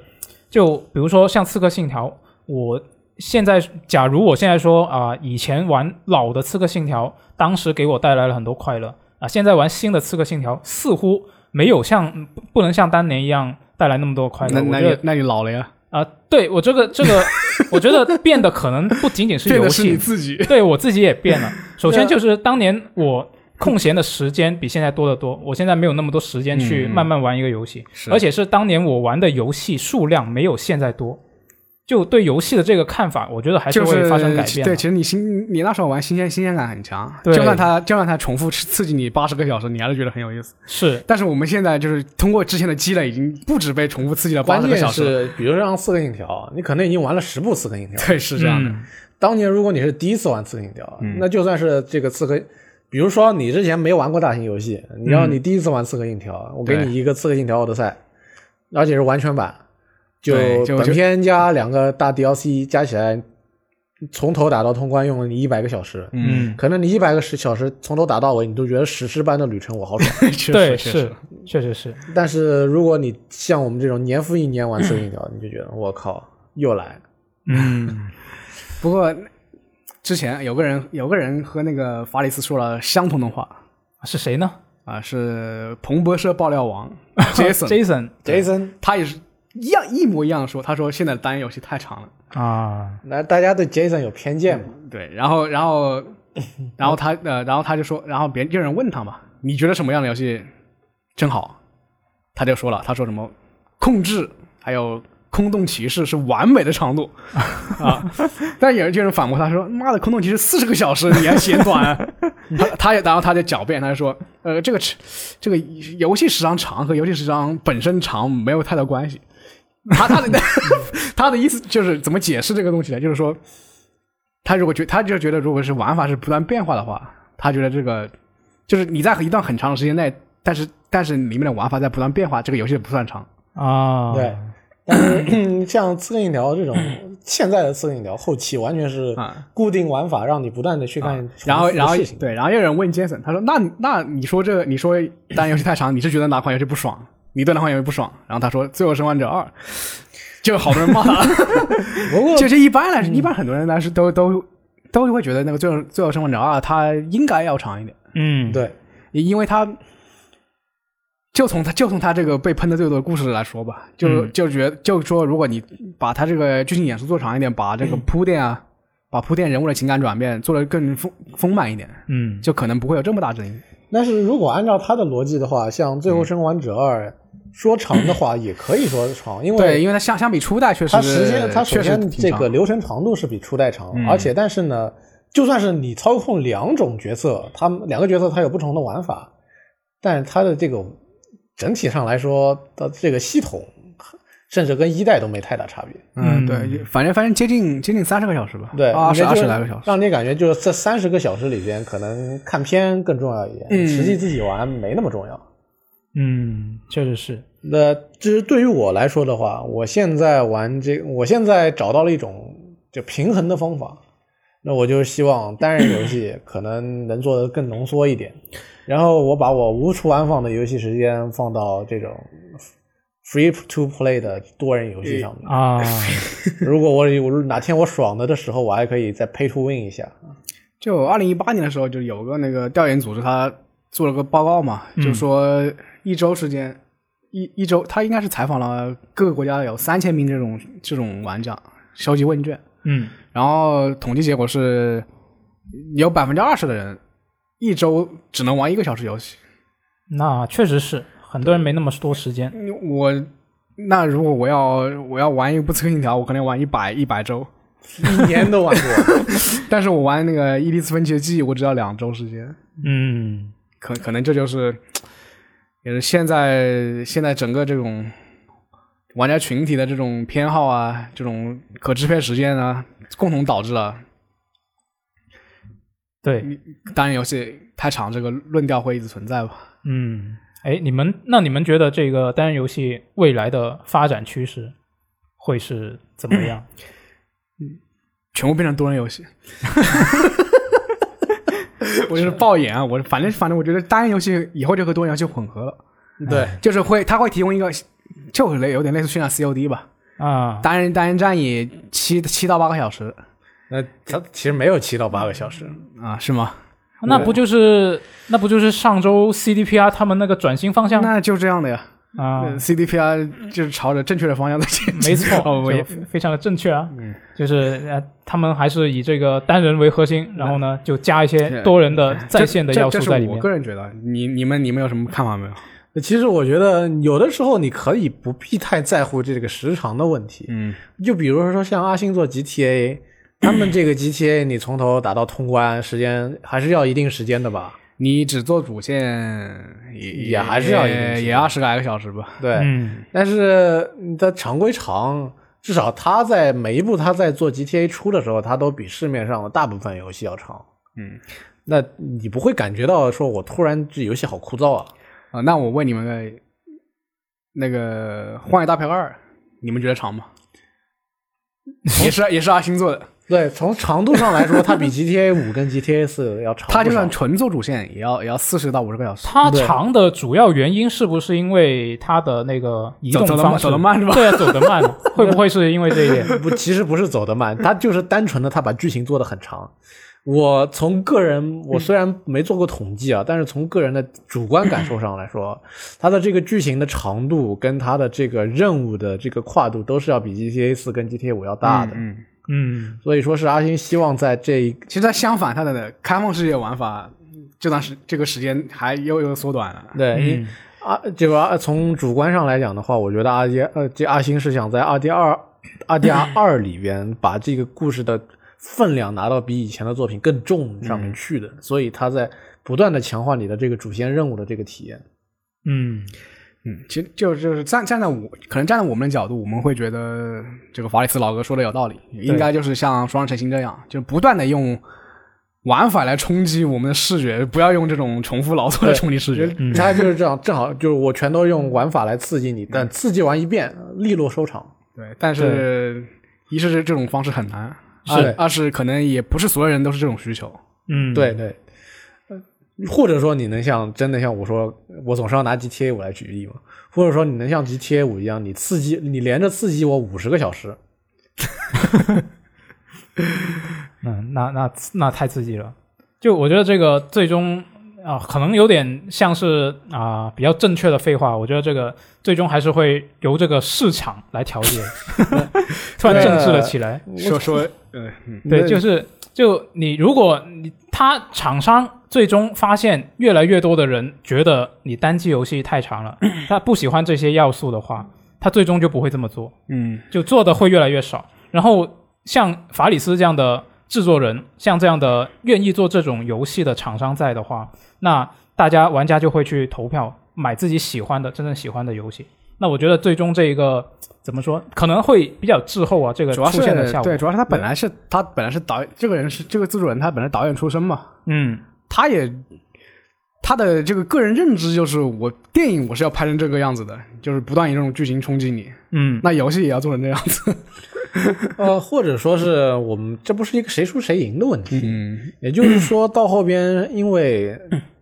Speaker 1: 就比如说像《刺客信条》，我现在假如我现在说啊、以前玩老的《刺客信条》，当时给我带来了很多快乐啊，现在玩新的《刺客信条》，似乎没有像不不能像当年一样带来那么多快乐。
Speaker 2: 那
Speaker 1: 我
Speaker 2: 那
Speaker 1: 觉得
Speaker 2: 你那你老了呀，
Speaker 1: 啊、对我这个这
Speaker 2: *laughs*
Speaker 1: 个，我觉得变得可能不仅仅是
Speaker 2: 变
Speaker 1: 游
Speaker 2: 的是你
Speaker 1: 戏，
Speaker 2: 自己。
Speaker 1: 对我自己也变了。首
Speaker 2: 啊
Speaker 1: 先就是当年我空闲的时间比现在多得多，我现在没有那么多时间去慢慢玩一个游戏，
Speaker 2: 嗯是
Speaker 1: 而且是当年我玩的游戏数量没有现在多，就对游戏的这个看法，我觉得还
Speaker 2: 就
Speaker 1: 会
Speaker 2: 是
Speaker 1: 发生改变的。
Speaker 2: 对，其实你新你那时候玩新鲜新鲜感很强，
Speaker 1: 对
Speaker 2: 就算它就算它重复刺刺激你八十个小时，你还是觉得很有意思。
Speaker 1: 是
Speaker 2: 但是我们现在就是通过之前的积累，已经不止被重复刺激了八
Speaker 3: 关
Speaker 2: 十个
Speaker 3: 键
Speaker 2: 小时了。
Speaker 3: 是，比如说像《刺客信条》，你可能已经玩了十部《刺客信条》。
Speaker 2: 对，是这样的。
Speaker 1: 嗯
Speaker 3: 当年如果你是第一次玩《刺客信条》，
Speaker 2: 嗯
Speaker 3: 那就算是这个刺客，比如说你之前没玩过大型游戏，
Speaker 2: 嗯
Speaker 3: 你要你第一次玩《刺客信条》，我给你一个《刺客信条：奥德赛》，而且是完全版，就
Speaker 2: 对就
Speaker 3: 本片加两个大 DLC 加起来，从头打到通关用了你一百个小时。
Speaker 1: 嗯，
Speaker 3: 可能你一百个时小时从头打到尾，你都觉得史诗般的旅程，我好爽。
Speaker 2: *laughs* 确
Speaker 1: 嗯对，
Speaker 2: 实
Speaker 1: 是，确实是，
Speaker 3: 但是如果你像我们这种年复一年玩《刺客信条》，你就觉得我靠，又来。
Speaker 1: 嗯，
Speaker 2: 不过之前有个人有个人和那个法里斯说了相同的话
Speaker 1: 是谁呢
Speaker 2: 啊、是彭博社爆料
Speaker 1: *laughs*
Speaker 2: 王 Jason，
Speaker 1: ？Jason
Speaker 3: Jason，
Speaker 2: 他也是一样一模一样地说，他说现在单人游戏太长了。
Speaker 1: 啊，
Speaker 3: 那大家对 Jason 有偏见嘛？
Speaker 2: 对，然后然后然后他呃，然后他就说，然后别有人问他嘛，你觉得什么样的游戏真好？他就说了，他说什么控制还有空洞骑士是完美的长度啊，但有人就有人反驳他说，妈的，空洞骑士四十个小时你还嫌短？ *laughs* 他他也然后他就狡辩，他就说，呃，这个这个游戏时长长和游戏时长本身长没有太大关系。他他的 *laughs* 他的意思就是怎么解释这个东西呢？就是说，他如果觉他就觉得，如果是玩法是不断变化的话，他觉得这个就是你在一段很长的时间内，但是但是里面的玩法在不断变化，这个游戏不算长。
Speaker 1: 啊，
Speaker 3: 对，但是 *clears throat* 像刺客信条这种现在的刺客信条后期完全是
Speaker 2: 嗯啊
Speaker 3: 固定玩法，让你不断的去干重复的
Speaker 2: 然后然后
Speaker 3: 事情
Speaker 2: 对，然后又有人问 Jason，他说：“那你那你说这你说单游戏太长，你是觉得哪款游戏不爽？你对哪款游戏不爽？”然后他说：“最后生还者二。”就好多人骂他，
Speaker 3: *laughs* 不
Speaker 2: *laughs*
Speaker 3: 过嗯
Speaker 2: 就这一般来说，一般很多人来说都都都会觉得那个最后最后生还者二它应该要长一点。
Speaker 1: 嗯，
Speaker 3: 对，
Speaker 2: 因因为他就从他就从他这个被喷的最多的故事来说吧，就、
Speaker 1: 嗯
Speaker 2: 就觉就说，如果你把他这个剧情演出做长一点，把这
Speaker 3: 嗯
Speaker 2: 个铺垫啊，把铺垫人物的情感转变做得更丰丰满一点，
Speaker 1: 嗯，
Speaker 2: 就可能不会有这么大争议。
Speaker 3: 但是如果按照他的逻辑的话，像《最后生还者二》说长
Speaker 2: *laughs*
Speaker 3: 的话，也可以说是长，因
Speaker 2: 对，
Speaker 3: 为
Speaker 2: 因为它相相比初代确实
Speaker 3: 它时间它首
Speaker 2: 确实
Speaker 3: 先
Speaker 2: 挺
Speaker 3: 这
Speaker 2: 长嗯
Speaker 3: 个流程长度是比初代长，而且但是呢，就算是你操控两种角色，他们两个角色它有不同的玩法，但是它的这个整体上来说，它这个系统甚至跟一代都没太大差别。嗯
Speaker 1: 嗯
Speaker 2: 嗯对，反正反正接近接近三十个小时吧，
Speaker 3: 对，
Speaker 2: 二
Speaker 3: 里
Speaker 2: 十
Speaker 3: 面
Speaker 2: 二
Speaker 3: 就是
Speaker 2: 十来个小时。
Speaker 3: 让你感觉就是这三十个小时里边，可能看片更重要一点，
Speaker 2: 嗯
Speaker 3: 实际自己玩没那么重要。
Speaker 1: 嗯，确实是，
Speaker 3: 那至于对于我来说的话，我现在玩这，我现在找到了一种就平衡的方法。那我就希望单人游 *clears throat* 戏可能能做得更浓缩一点，然后我把我无处安放的游戏时间放到这种 free to play 的多人游戏上面。
Speaker 1: 啊，
Speaker 2: *laughs*
Speaker 3: 如果我有哪天我爽了的时候，我还可以再 pay to win 一下。
Speaker 2: 就二零一八年的时候，就有个那个调研组织，他做了个报告嘛，就说一周时间，一一周，他应该是采访了各个国家有三千名这种这种玩家，收集问卷，
Speaker 1: 嗯，
Speaker 2: 然后统计结果是，有百分之二十的人一周只能玩一个小时游戏。
Speaker 1: 那确实是，很多人没那么多时间，
Speaker 2: 嗯我那如果我要我要玩一部《刺客信条》，我可能玩一百一百周， *laughs*
Speaker 3: 一年都玩过， *laughs*
Speaker 2: 但是我玩那个《伊迪斯芬奇的记忆》，我只要两周时间。
Speaker 1: 嗯，
Speaker 2: 可可能这就是也是现在现在整个这种玩家群体的这种偏好啊，这种可支配时间啊，共同导致了
Speaker 1: 对，
Speaker 2: 单人游戏太长这个论调会一直存在吧。
Speaker 1: 嗯，哎，你们那你们觉得这个单人游戏未来的发展趋势会是怎么样？
Speaker 2: 全部变成多人游戏。 *laughs* 我就是爆言啊！我反正反正我觉得单人游戏以后就和多人游戏混合了，
Speaker 3: 对，
Speaker 2: 就是会它会提供一个就是类有点类似现在 COD 吧，
Speaker 1: 啊，
Speaker 2: 单人单人战役七七到八个小时
Speaker 3: 那它其实没有七到八个小时，
Speaker 2: 啊，是吗？
Speaker 1: 那不就是那不就是上周 CDPR 他们那个转型方向
Speaker 2: 那就这样的呀。
Speaker 1: 啊？
Speaker 2: 嗯 CDPR 就是朝着正确的方向在前进。
Speaker 1: 没错，
Speaker 2: *laughs* 哦我也嗯
Speaker 1: 就非常的正确啊，就是呃，他们还是以这个单人为核
Speaker 2: 嗯
Speaker 1: 心，然后呢，就加一些多人的在线的
Speaker 2: 这
Speaker 1: 要素
Speaker 2: 这
Speaker 1: 在里
Speaker 2: 这是
Speaker 1: 面
Speaker 2: 我。个人觉得，啊你你们你们有什么看法没有？
Speaker 3: 其实我觉得有的时候你可以不必太在乎这个时长的问题。
Speaker 2: 嗯，
Speaker 3: 就比如说像阿星做 GTA，他
Speaker 2: *clears throat*
Speaker 3: 们这个 GTA 你从头打到通关，时间还是要一定时间的吧？
Speaker 2: 你只做主线也
Speaker 3: 也还是要一定时
Speaker 2: 也
Speaker 3: 间
Speaker 2: 也二十来个小时吧。
Speaker 3: 对。
Speaker 1: 嗯
Speaker 3: 但是你的长归长，至少他在每一步他在做 GTA 出的时候，他都比市面上的大部分游戏要长。
Speaker 2: 嗯，
Speaker 3: 那你不会感觉到说我突然这游戏好枯燥啊？
Speaker 2: 啊、那我问你们个，那 *laughs* 个《荒野大镖客二》，你们觉得长吗？也是也是阿星做的，
Speaker 3: 对，从长度上来说，它比 GTA 五跟 GTA 四要长不少。
Speaker 2: 它就算纯做主线，也要也要四十到五十个小时。
Speaker 1: 它长的主要原因是不是因为它的那个移动
Speaker 2: 走得
Speaker 1: 方
Speaker 2: 慢
Speaker 1: 式
Speaker 2: 走得慢是吧
Speaker 1: 对啊，走得慢，会不会是因为这一
Speaker 2: *laughs*
Speaker 1: 点？
Speaker 3: *laughs* 不，其实不是走得慢，它就是单纯的它把剧情做得很长。我从个人，我虽然没做过统计啊，但是从个人的主观感受上来说，它的这个剧情的长度跟它的这个任务的这个跨度都是要比 GTA 四跟 GTA 五要大的。
Speaker 2: 嗯，
Speaker 1: 嗯，
Speaker 3: 所以说是阿星希望在这一
Speaker 2: 其实它相反，它的开放世界玩法这段时这个时间还又又缩短了。
Speaker 3: 对，因阿这个啊从主观上来讲的话，我觉得阿杰呃这阿星是想在二 D 二二 D R 二里边把这个故事的分量拿到比以前的作品更重上面去的，所以他在不断的强化你的这个主线任务的这个体验。
Speaker 1: 嗯，
Speaker 2: 嗯，其实就就是站站在我可能站在我们的角度，我们会觉得这个法里斯老哥说的有道理，应该就是像《双人成行》这样，就不断的用玩法来冲击我们的视觉，不要用这种重复劳作来冲击视觉。
Speaker 3: 他就是这样，正好就是我全都用玩法来刺激你，但刺激完一遍利落收场。
Speaker 2: 对，但是一是这种方式很难，
Speaker 3: 是
Speaker 2: 二二是可能也不是所有人都是这种需求。
Speaker 1: 嗯，
Speaker 3: 对对，呃或者说你能像真的像我说，我总是要拿 GTA 五来举例嘛，或者说你能像 GTA 五一样，你刺激你连着刺激我五十个小时，
Speaker 1: 嗯，那那那太刺激了。就我觉得这个最终啊、可能有点像是啊、比较正确的废话。我觉得这个最终还是会由这个市场来调节，突然政治了起来。
Speaker 2: 说说，呃，嗯
Speaker 1: 对，
Speaker 3: 那
Speaker 1: 就是就你如果你他厂商最终发现越来越多的人觉得你单机游戏太长了，他不喜欢这些要素的话，他最终就不会这么做。
Speaker 2: 嗯，
Speaker 1: 就做的会越来越少。然后像法里斯这样的制作人，像这样的愿意做这种游戏的厂商在的话，那大家玩家就会去投票买自己喜欢的、真正喜欢的游戏。那我觉得最终这一个怎么说，可能会比较滞后啊，这个
Speaker 2: 主要是
Speaker 1: 出现的效果
Speaker 2: 对，。主要是他本来是他本来是导演，这个人是这个自主人，他本来导演出身嘛，
Speaker 1: 嗯，
Speaker 2: 他也他的这个个人认知就是我电影我是要拍成这个样子的，就是不断以这种剧情冲击你，
Speaker 1: 嗯，
Speaker 2: 那游戏也要做成这样子。
Speaker 3: 呃，或者说是我们这不是一个谁输谁赢的问题，
Speaker 2: 嗯，
Speaker 3: 也就是说到后边因为。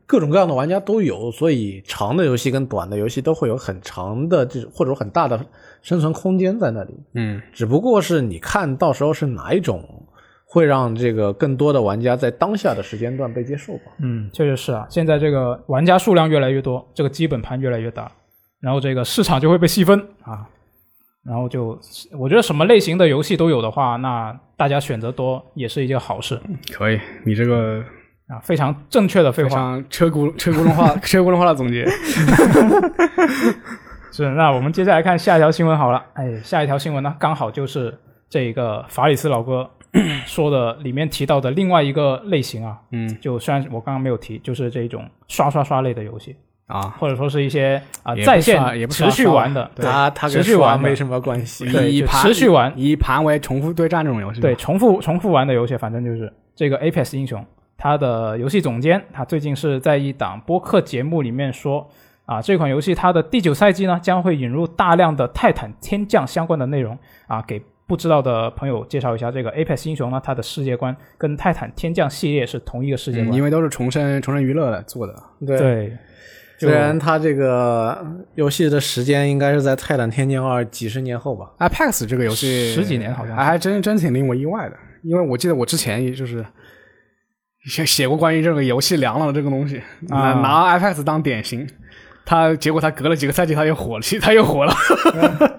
Speaker 3: 各种各样的玩家都有，所以长的游戏跟短的游戏都会有很长的这或者说很大的生存空间在那里。
Speaker 2: *laughs* 嗯，
Speaker 3: 只不过是你看到时候是哪一种会让这个更多的玩家在当下的时间段被接受吧。
Speaker 1: 嗯，确实是啊。现在这个玩家数量越来越多，这个基本盘越来越大，然后这个市场就会被细分啊。然后就，我觉得什么类型的游戏都有的话，那大家选择多也是一件好事
Speaker 2: 可以，你这个
Speaker 1: 啊。非常正确的废
Speaker 2: 非
Speaker 1: 话
Speaker 2: 常车轱辘车轱辘 *laughs* 话车轱辘话的总结。
Speaker 1: 是。那我们接下来看下一条新闻好了。哎，下一条新闻呢，刚好就是这个法里斯老哥 *clears throat* 说的里面提到的另外一个类型啊，
Speaker 2: 嗯
Speaker 1: 就虽然我刚刚没有提，就是这一种刷刷刷类的游戏，
Speaker 2: 啊，
Speaker 1: 或者说是一些啊、
Speaker 2: 也不
Speaker 1: 在线
Speaker 2: 刷也不啊刷
Speaker 1: 持续
Speaker 2: 刷
Speaker 1: 玩的，对
Speaker 3: 他他
Speaker 1: 持
Speaker 3: 跟
Speaker 1: 续
Speaker 3: 刷
Speaker 1: 玩的
Speaker 3: 没什么关系。
Speaker 1: 对
Speaker 2: 以
Speaker 1: 就
Speaker 2: 盘
Speaker 1: 持续玩
Speaker 2: 以盘为重复对战这种
Speaker 3: 嗯
Speaker 2: 游戏。
Speaker 1: 对，，重复 *laughs* 重复玩的游戏，反正就是这个 Apex 英雄，他的游戏总监，他最近是在一档播客节目里面说，啊，这款游戏它的第九赛季呢将会引入大量的泰坦天降相关的内容啊，给不知道的朋友介绍一下，这个 Apex 英雄呢，它的世界观跟泰坦天降系列是同一个世界
Speaker 2: 嗯
Speaker 1: 观，
Speaker 2: 因为都是重生重生娱乐的做的。
Speaker 3: 对，
Speaker 1: 对，就
Speaker 3: 虽然他这个游戏的时间应该是在《泰坦天降二》几十年后吧。
Speaker 2: Apex 这个游戏
Speaker 1: 十几年好像是
Speaker 2: 还还真真挺令我意外的，因为我记得我之前也就是写写过关于这个游戏凉了这个东西，拿
Speaker 1: 啊
Speaker 2: 拿 Apex 当典型，他结果他隔了几个赛季他又火了， *laughs* 他又火了，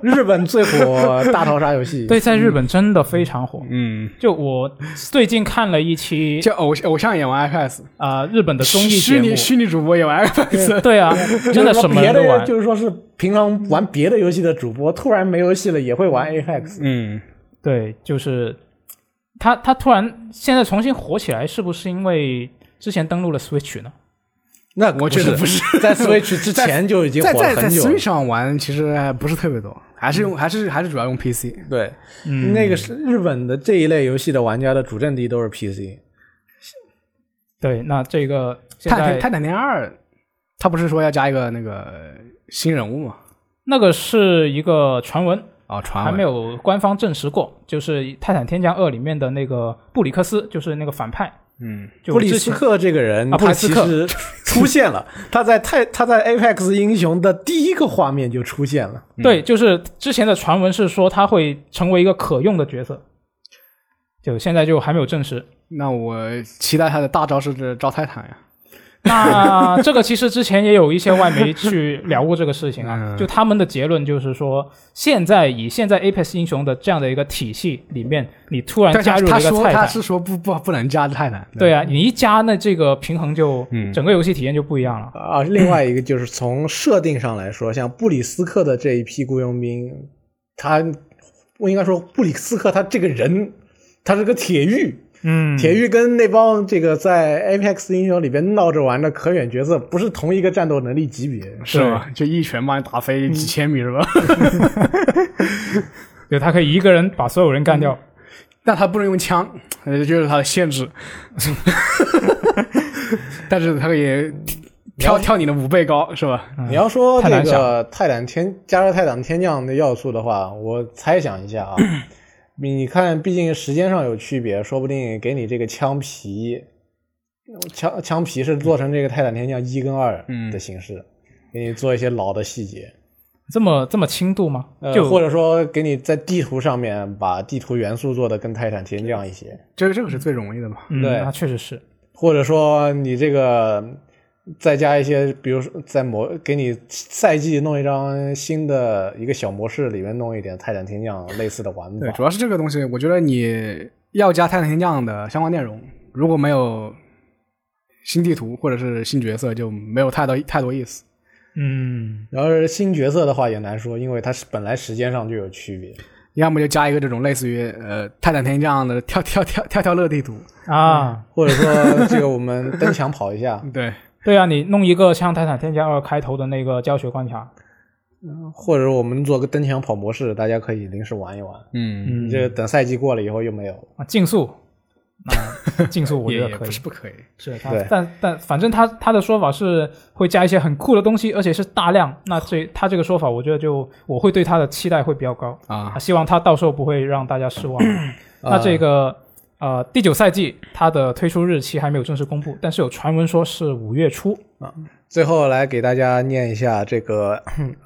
Speaker 3: 日本最火大逃杀游戏，
Speaker 1: 对，在日本真的非常火。
Speaker 2: 嗯，
Speaker 1: 就我最近看了一期
Speaker 2: 就偶偶像也玩 Apex，
Speaker 1: 啊、日本的综艺
Speaker 2: 虚
Speaker 1: 节目
Speaker 2: 拟，虚拟主播也玩 Apex，
Speaker 1: 对啊，真的
Speaker 3: 就
Speaker 1: 什
Speaker 3: 是说
Speaker 1: 么
Speaker 3: 别
Speaker 1: 人
Speaker 3: 的
Speaker 1: 都玩，
Speaker 3: 就是说是平常玩别的游戏的主播，突然没游戏了也会玩 Apex。
Speaker 2: 嗯，
Speaker 1: 对，就是他他突然现在重新火起来，是不是因为之前登录了 Switch 呢？
Speaker 3: 那
Speaker 2: 我觉得不是，
Speaker 3: 在 Switch 之前就已经
Speaker 2: 在
Speaker 3: 火
Speaker 2: 在
Speaker 3: 了
Speaker 2: 在
Speaker 3: 很久了
Speaker 2: Switch。上玩其实还不是特别多，还
Speaker 1: 嗯
Speaker 2: 是用还是还是主要用 PC，
Speaker 3: 对，那个是日本的这一类游戏的玩家的主阵地都是 PC。
Speaker 1: 对，那这个现
Speaker 2: 泰坦
Speaker 1: 在
Speaker 2: 泰坦天二，他不是说要加一个那个新人物吗？
Speaker 1: 那个是一个传闻
Speaker 2: 啊，传
Speaker 1: 还
Speaker 2: 闻
Speaker 1: 没有官方证实过。就是《泰坦天降二》里面的那个布里克斯，就是那个反派。
Speaker 2: 嗯，
Speaker 1: 就
Speaker 3: 布
Speaker 1: 我
Speaker 3: 里
Speaker 1: 之
Speaker 3: 斯
Speaker 1: 前
Speaker 3: 克这个人，
Speaker 1: 啊布里
Speaker 3: 他
Speaker 1: 斯
Speaker 3: 其
Speaker 1: 克
Speaker 3: 实出现了，他在泰他在 Apex 英雄的第一个画面就出现了。
Speaker 1: 对，就是之前的传闻是说他会成为一个可用的角色，就现在就还没有证实。
Speaker 2: 那我期待他的大招是招泰坦呀。
Speaker 1: 那这个其实之前也有一些外媒去聊过这个事情
Speaker 2: *laughs* 嗯
Speaker 1: 啊，就他们的结论就是说，现在以现在 Apex 英雄的这样的一个体系里面，你突然
Speaker 2: 但
Speaker 1: 加
Speaker 2: 他
Speaker 1: 入了
Speaker 2: 他
Speaker 1: 一个
Speaker 2: 说
Speaker 1: 菜
Speaker 2: 他
Speaker 1: 单，
Speaker 2: 是说不不不能加泰坦，
Speaker 1: 对啊，你一加那这个平衡就
Speaker 2: 嗯
Speaker 1: 整个游戏体验就不一样了。
Speaker 3: 啊，另外一个就是从设定上来说，像布里斯克的这一批雇佣兵，他不应该说布里斯克他这个人，他是个铁玉，
Speaker 1: 嗯，
Speaker 3: 铁玉跟那帮这个在 Apex 英雄里边闹着玩的可远角色不是同一个战斗能力级别。
Speaker 2: 是吧？就一拳把你打
Speaker 1: 嗯
Speaker 2: 飞几千米是吧？ *laughs*
Speaker 1: 对，他可以一个人把所有人干掉。
Speaker 2: 嗯但他不能用枪，呃这就是他的限制。 *laughs* 但是他可以跳跳你的五倍高是吧？
Speaker 3: 你要说
Speaker 1: 嗯太
Speaker 3: 这
Speaker 1: 难想
Speaker 3: 个泰坦天加入泰坦天降的要素的话，我猜想一
Speaker 1: *clears throat*
Speaker 3: 下啊，你看，毕竟时间上有区别，说不定给你这个枪皮，枪枪皮是做成这个泰坦天降一跟二
Speaker 1: 嗯
Speaker 3: 的形式，给你做一些老的细节，
Speaker 1: 这么这么轻度吗？
Speaker 3: 呃，
Speaker 1: 就
Speaker 3: 或者说给你在地图上面把地图元素做的跟泰坦天降一些，
Speaker 2: 这个这个是最容易的嘛。
Speaker 1: 嗯，
Speaker 3: 对
Speaker 1: 那确实是。
Speaker 3: 或者说你这个再加一些，比如说在模给你赛季弄一张新的一个小模式，里面弄一点泰坦天降类似的玩
Speaker 2: 对，
Speaker 3: 法。
Speaker 2: 主要是这个东西，我觉得你要加《泰坦天降》的相关内容，如果没有新地图或者是新角色，就没有太多太多意思。
Speaker 1: 嗯，
Speaker 3: 然后是新角色的话也难说，因为它是本来时间上就有区别。
Speaker 2: 要么就加一个这种类似于呃《泰坦天降》的跳跳跳跳跳乐地图，
Speaker 1: 啊，
Speaker 3: 或
Speaker 2: *laughs*
Speaker 3: 者说这个我们蹬墙跑一下，
Speaker 2: 对，
Speaker 1: 对啊，你弄一个像《泰坦天降二》开头的那个教学关卡，
Speaker 3: 或者我们做个蹬墙跑模式，大家可以临时玩一玩。
Speaker 2: 嗯，
Speaker 1: 嗯，
Speaker 3: 这个等赛季过了以后又没有了。
Speaker 1: 啊，竞速，啊，竞速我觉
Speaker 2: *laughs* 也
Speaker 1: 得
Speaker 2: 也
Speaker 1: 可以
Speaker 2: 不，是不可以。
Speaker 1: 是他
Speaker 3: 对，
Speaker 1: 但但反正他他的说法是会加一些很酷的东西，而且是大量。那这他这个说法，我觉得就我会对他的期待会比较高
Speaker 2: 啊，
Speaker 1: 希望他到时候不会让大家失
Speaker 3: *clears throat*
Speaker 1: 望。那
Speaker 3: 啊
Speaker 1: 这个呃第九赛季它的推出日期还没有正式公布，但是有传闻说是五月初。
Speaker 3: 最后来给大家念一下这个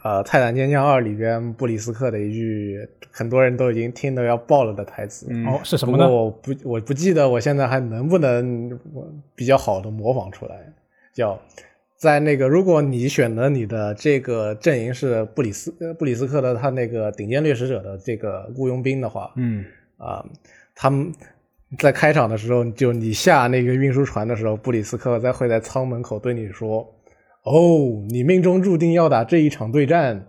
Speaker 3: 呃《泰坦天降二》里边布里斯克的一句很多人都已经听得要爆了的台词。嗯，
Speaker 1: 哦，是什
Speaker 3: 不
Speaker 1: 么
Speaker 3: 过
Speaker 1: 呢？
Speaker 3: 我不我不记得我现在还能不能我比较好的模仿出来，叫在那个如果你选择你的这个阵营是布里斯呃布里斯克的他那个顶尖掠食者的这个雇佣兵的话，
Speaker 2: 嗯，
Speaker 3: 啊、他们在开场的时候，就你下那个运输船的时候，布里斯克在会在舱门口对你说：“哦，你命中注定要打这一场对战。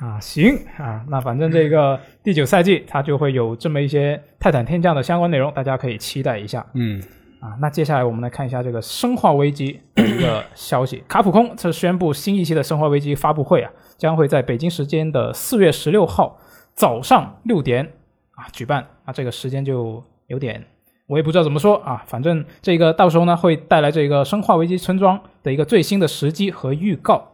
Speaker 1: 啊，行啊，那反正这个第九赛季它就会有这么一些泰坦天降的相关内容，大家可以期待一下。
Speaker 2: 嗯，
Speaker 1: 啊，那接下来我们来看一下这个《生化危机》的一个消息。 *clears throat* 卡普空这宣布新一期的《生化危机》发布会啊，将会在北京时间的四月十六号早上六点啊举办啊，这个时间就有点我也不知道怎么说啊，反正这个到时候呢会带来这个《生化危机村庄》的一个最新的时机和预告。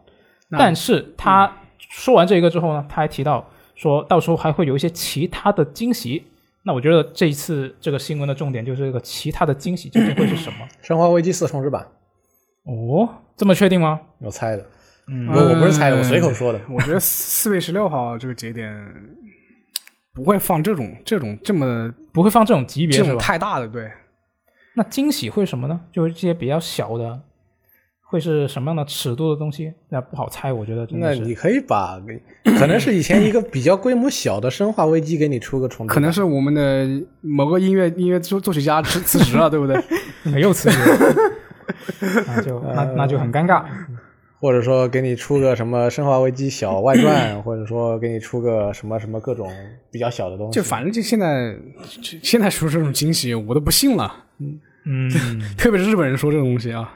Speaker 1: 但是他说完这个之后呢，他还提到说到时候还会有一些其他的惊喜。那我觉得这一次这个新闻的重点就是这个其他的惊喜究竟会是什么？
Speaker 3: 生化危机四重置版，
Speaker 1: 哦，这么确定吗？
Speaker 3: 我猜的，嗯，我我不是猜的，我随口说的。
Speaker 2: 我觉得四月十六号这个节点不会放这种这种这么
Speaker 1: 不会放这种级别
Speaker 2: 这
Speaker 1: 是
Speaker 2: 种
Speaker 1: 吧？
Speaker 2: 太大的，对，
Speaker 1: 那惊喜会什么呢？就是这些比较小的，会是什么样的尺度的东西？那不好猜，我觉得真
Speaker 3: 那
Speaker 1: 的嗯是。
Speaker 3: 你可以把，可能是以前一个比较规模小的生化危机给你出个重置版，
Speaker 2: 可能是我们的某个音乐音乐作作曲家辞辞职 *laughs* 了，对不对？
Speaker 1: 没有刺激了，那就那那就很尴尬。
Speaker 3: 或者说给你出个什么生化危机小外传，或者说给你出个什么什么各种比较小的东西。
Speaker 2: 就反正就现在，就现在说这种惊喜，我都不信了。
Speaker 1: 嗯，
Speaker 2: 特别是日本人说这种东西啊，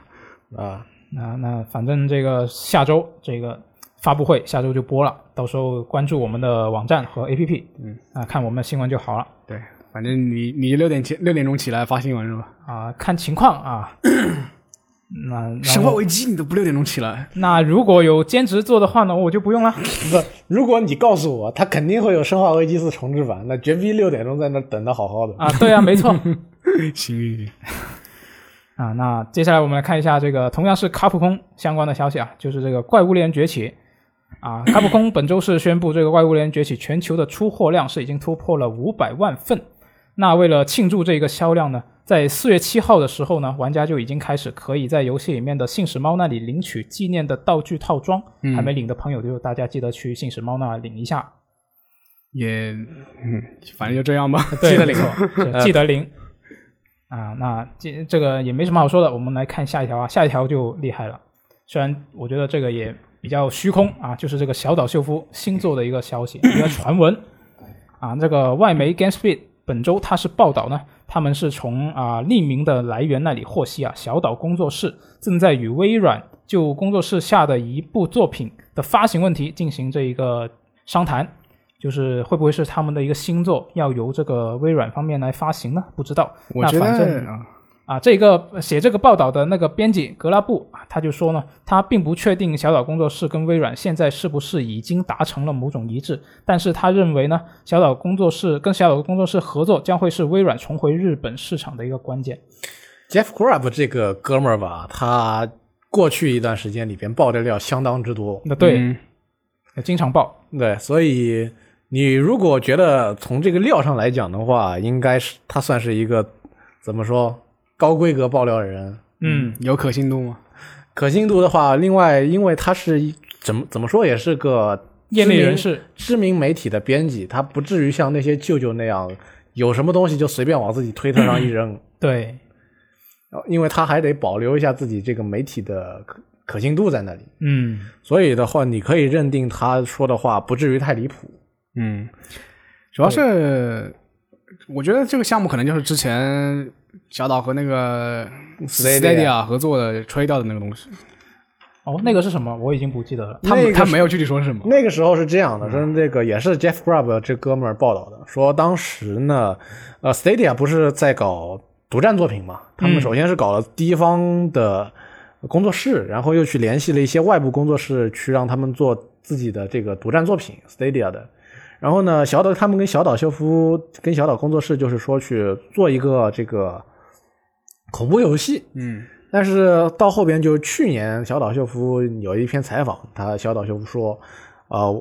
Speaker 3: 啊，
Speaker 1: 那那反正这个下周这个发布会下周就播了，到时候关注我们的网站和 APP，嗯，啊，看我们的新闻就好了
Speaker 2: 对，反正你你六点起六点钟起来发新闻是吧？
Speaker 1: 啊，看情况啊。那那
Speaker 2: 生化危机你都不六点钟起来，
Speaker 1: 那如果有兼职做的话呢，我就不用了。
Speaker 3: 不，如果你告诉我它肯定会有《生化危机四》重置版，那绝逼六点钟在那儿等的好好的。
Speaker 1: 啊，对啊，没错
Speaker 2: *laughs* 行行行，
Speaker 1: 啊。那接下来我们来看一下这个同样是卡普空相关的消息啊，就是这个《怪物猎人崛起》啊，卡普空本周是宣布这个《怪物猎人崛起》全球的出货量是已经突破了五百万份。那为了庆祝这个销量呢，在四月七号的时候呢，玩家就已经开始可以在游戏里面的信使猫那里领取纪念的道具套装，还没领的朋友就大家记得去信使猫那领一下，
Speaker 2: 也嗯，反正就这样 *laughs* 吧，
Speaker 1: 对
Speaker 2: 记得领嗯
Speaker 1: 没。错是记得零。啊，那这这个也没什么好说的，我们来看下一条啊，下一条就厉害了。虽然我觉得这个也比较虚空啊，就是这个小岛秀夫新作的一个消息，一个传闻啊。这个外媒 GameSpeed 本周它是报道呢，他们是从啊匿名的来源那里获悉啊，小岛工作室正在与微软就工作室下的一部作品的发行问题进行这一个商谈。就是会不会是他们的一个新作要由这个微软方面来发行呢？不知道。
Speaker 2: 我
Speaker 1: 那
Speaker 2: 觉
Speaker 1: 反正
Speaker 2: 得啊，
Speaker 1: 啊，这个呃写这个报道的那个编辑格拉布啊，他就说呢，他并不确定小岛工作室跟微软现在是不是已经达成了某种一致，但是他认为呢，小岛工作室跟小岛工作室合作将会是微软重回日本市场的一个关键。
Speaker 3: Jeff Grubb 这个哥们儿吧，他过去一段时间里边爆的料相当之多，
Speaker 1: 那对，
Speaker 2: 嗯
Speaker 1: 经常报
Speaker 3: 对，所以你如果觉得从这个料上来讲的话，应该是他算是一个怎么说高规格爆料人，
Speaker 1: 嗯，
Speaker 2: 有可信度吗？
Speaker 3: 可信度的话，另外因为他是一怎么怎么说也是个
Speaker 1: 业内
Speaker 3: 知名
Speaker 1: 人士
Speaker 3: 知名媒体的编辑，他不至于像那些舅舅那样有什么东西就随便往自己推特上一扔，
Speaker 1: 对，
Speaker 3: 因为他还得保留一下自己这个媒体的可可信度在那里。
Speaker 1: 嗯，
Speaker 3: 所以的话，你可以认定他说的话不至于太离谱。
Speaker 2: 嗯，主要是我觉得这个项目可能就是之前小岛和那个
Speaker 3: Stadia
Speaker 2: 合作的吹掉的那个东西，
Speaker 1: 哦，那个是什么？我已经不记得了。
Speaker 2: 他
Speaker 3: 那
Speaker 2: 们
Speaker 3: 个
Speaker 2: 他没有具体说是什么。
Speaker 3: 那个时候是这样的，是那个也是 Jeff Grubb 这哥们儿报道的，说当时呢，呃，Stadia 不是在搞独占作品嘛，他们首先是搞了第一方的工作室，然后又去联系了一些外部工作室去让他们做自己的这个独占作品 Stadia 的。然后呢，小岛他们跟小岛秀夫跟小岛工作室就是说去做一个这个恐怖游戏，
Speaker 2: 嗯
Speaker 3: 但是到后边就是去年小岛秀夫有一篇采访，他小岛秀夫说，呃，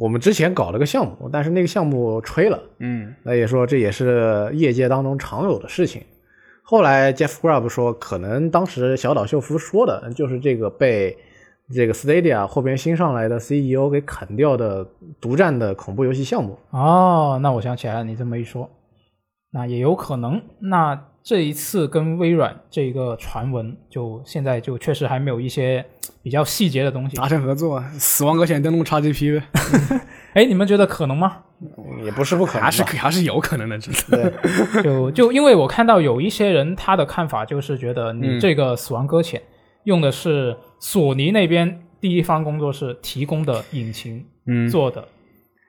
Speaker 3: 我们之前搞了个项目，但是那个项目吹了，
Speaker 2: 嗯
Speaker 3: 那也说这也是业界当中常有的事情。后来 Jeff Grubb 说，可能当时小岛秀夫说的就是这个被这个 Stadia 后边新上来的 CEO 给砍掉的独占的恐怖游戏项目。
Speaker 1: 哦，那我想起来了，你这么一说，那也有可能。那这一次跟微软这个传闻，就现在就确实还没有一些比较细节的东西。
Speaker 2: 达成合作，死亡搁浅登陆 XGP *laughs* 呗，
Speaker 1: 哎，你们觉得可能吗？
Speaker 3: 嗯也不是不可能吧，
Speaker 2: 还是可还是有可能的，真的。
Speaker 3: 对
Speaker 1: 就就因为我看到有一些人他的看法就是觉得
Speaker 2: 嗯
Speaker 1: 你这个《死亡搁浅》用的是索尼那边第一方工作室提供的引擎
Speaker 2: 嗯，
Speaker 1: 做的，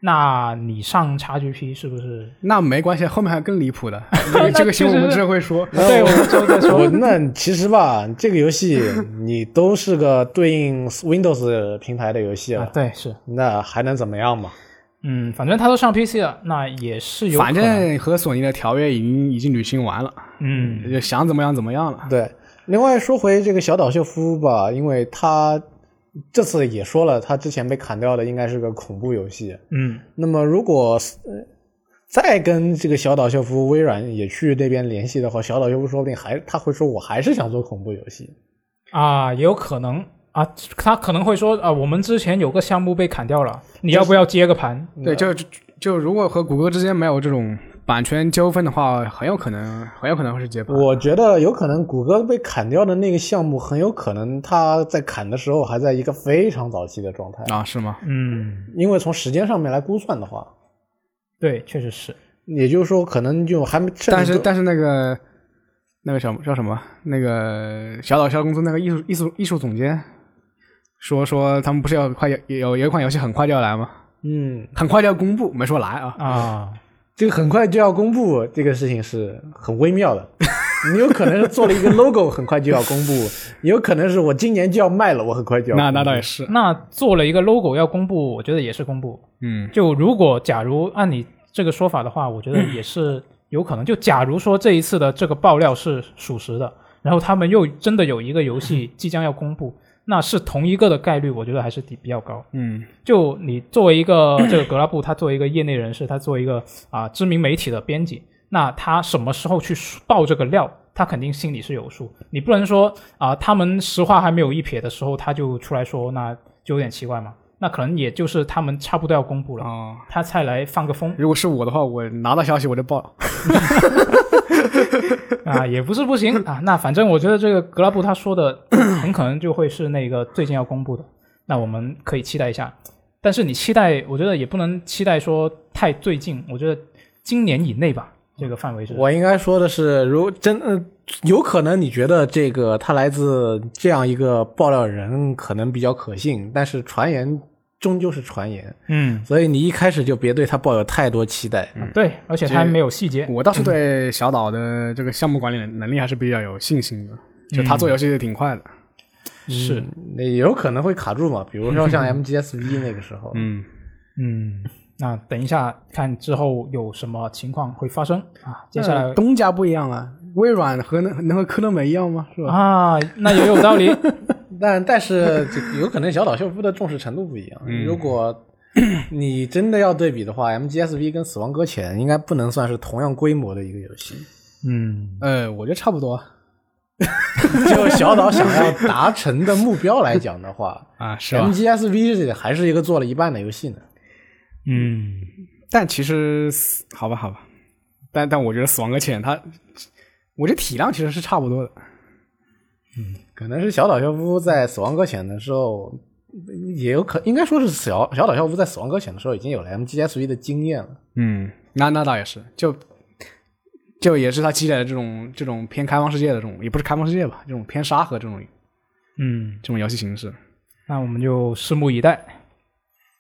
Speaker 1: 那你上 XGP 是不是？
Speaker 2: 那没关系，后面还有更离 *laughs* 谱的，这个这个新闻我们之后会说。
Speaker 1: 对，我们就在说
Speaker 3: 我那其实吧，这个游戏你都是个对应 Windows 平台的游戏了，
Speaker 1: 啊，对，是。
Speaker 3: 那还能怎么样嘛？
Speaker 1: 嗯，反正他都上 PC 了，那也是有可
Speaker 2: 反
Speaker 1: 能。
Speaker 2: 正和索尼的条约已经已经履行完了，
Speaker 1: 嗯，
Speaker 2: 就想怎么样怎么样了。
Speaker 3: 对。另外说回这个小岛秀夫吧，因为他这次也说了，他之前被砍掉的应该是个恐怖游戏。
Speaker 1: 嗯
Speaker 3: 那么如果呃再跟这个小岛秀夫、微软也去那边联系的话，小岛秀夫说不定还他会说，我还是想做恐怖游戏。
Speaker 1: 啊，也有可能啊，他可能会说啊，我们之前有个项目被砍掉了，你要不要接个盘？
Speaker 2: 对，就就就如果和谷歌之间没有这种版权纠纷的话，很有可能很有可能会是接盘。
Speaker 3: 我觉得有可能谷歌被砍掉的那个项目，很有可能它在砍的时候还在一个非常早期的状态，
Speaker 2: 啊，是吗？
Speaker 1: 嗯，
Speaker 3: 因为从时间上面来估算的话，
Speaker 1: 对，确实是。
Speaker 3: 也就是说可能就还没，甚至
Speaker 2: 但是
Speaker 3: 都
Speaker 2: 但是那个那个什么叫什么那个小岛肖公司那个艺术艺术艺术总监说说他们不是要快有有有一款游戏很快就要来吗？
Speaker 3: 嗯，
Speaker 2: 很快就要公布，没说来啊。
Speaker 1: 啊，
Speaker 3: *laughs* 这个很快就要公布，这个事情是很微妙的。你有可能是做了一个 logo，很快就要公布；也有可能是我今年就要卖了，我很快就要公
Speaker 2: 那
Speaker 3: 布
Speaker 2: 那倒也是，
Speaker 1: 那做了一个 logo 要公布，我觉得也是公布。
Speaker 2: 嗯，
Speaker 1: 就如果假如按你这个说法的话，我 *clears throat* 觉得也是有可能。就假如说这一次的这个爆料是属实的，然后他们又真的有一个游戏即将要公布，那是同一个的概率，我觉得还是比比较高。
Speaker 2: 嗯，
Speaker 1: 就你作为一个 *clears throat* 这个格拉布，他作为一个业内人士，他作为一个啊、知名媒体的编辑，那他什么时候去爆这个料，他肯定心里是有数。你不能说啊、他们实话还没有一撇的时候，他就出来说，那就有点奇怪嘛。那可能也就是他们差不多要公布了，
Speaker 2: 哦，
Speaker 1: 他才来放个风
Speaker 2: 如果是我的话，我拿到消息我就报。
Speaker 1: 啊，也不是不行啊。那反正我觉得这个格拉布他说的很可能就会是那个最近要公布的，那我们可以期待一下。但是你期待，我觉得也不能期待说太最近，我觉得今年以内吧，这个范围是。
Speaker 3: 我应该说的是，如真呃，有可能你觉得这个他来自这样一个爆料人可能比较可信，但是传言终究是传言，
Speaker 1: 嗯，
Speaker 3: 所以你一开始就别对他抱有太多期待。
Speaker 1: 对，而且他还没有细节。
Speaker 2: 我倒是对小岛的这个项目管理能能力还是比较有信心的，就他做游戏挺快的。
Speaker 1: 是，
Speaker 3: 那有可能会卡住嘛？比如说像 MGSV 那个时候，
Speaker 2: 嗯，
Speaker 1: 嗯，那等一下看之后有什么情况会发生啊？接下来
Speaker 2: 呃东家不一样啊，微软和那能和科乐美一样吗？是吧？
Speaker 1: 啊，那也有道理。
Speaker 3: 但但是这个有可能小岛秀夫的重视程度不一样。如果你真的要对比的话，MGSV 跟《死亡搁浅》应该不能算是同样规模的一个游戏。
Speaker 1: 嗯，
Speaker 2: 呃，我觉得差不多
Speaker 3: 就小岛想要达成的目标来讲的话
Speaker 2: 啊，是吧？
Speaker 3: ，MGSV 还是一个做了一半的游戏呢。
Speaker 1: 嗯，
Speaker 2: 但其实好吧，好吧，但但我觉得《死亡搁浅》它，我觉得体量其实是差不多的。
Speaker 3: 可能是小岛秀夫在《死亡搁浅》的时候，也有可应该说是小小岛秀夫在《死亡搁浅》的时候已经有了 MGSV 的经验了。
Speaker 2: 嗯，那那倒也是，就就也是他积累的这种这种偏开放世界的这种，也不是开放世界吧，这种偏沙盒这种
Speaker 1: 嗯，
Speaker 2: 这种游戏形式。
Speaker 1: 那我们就拭目以待。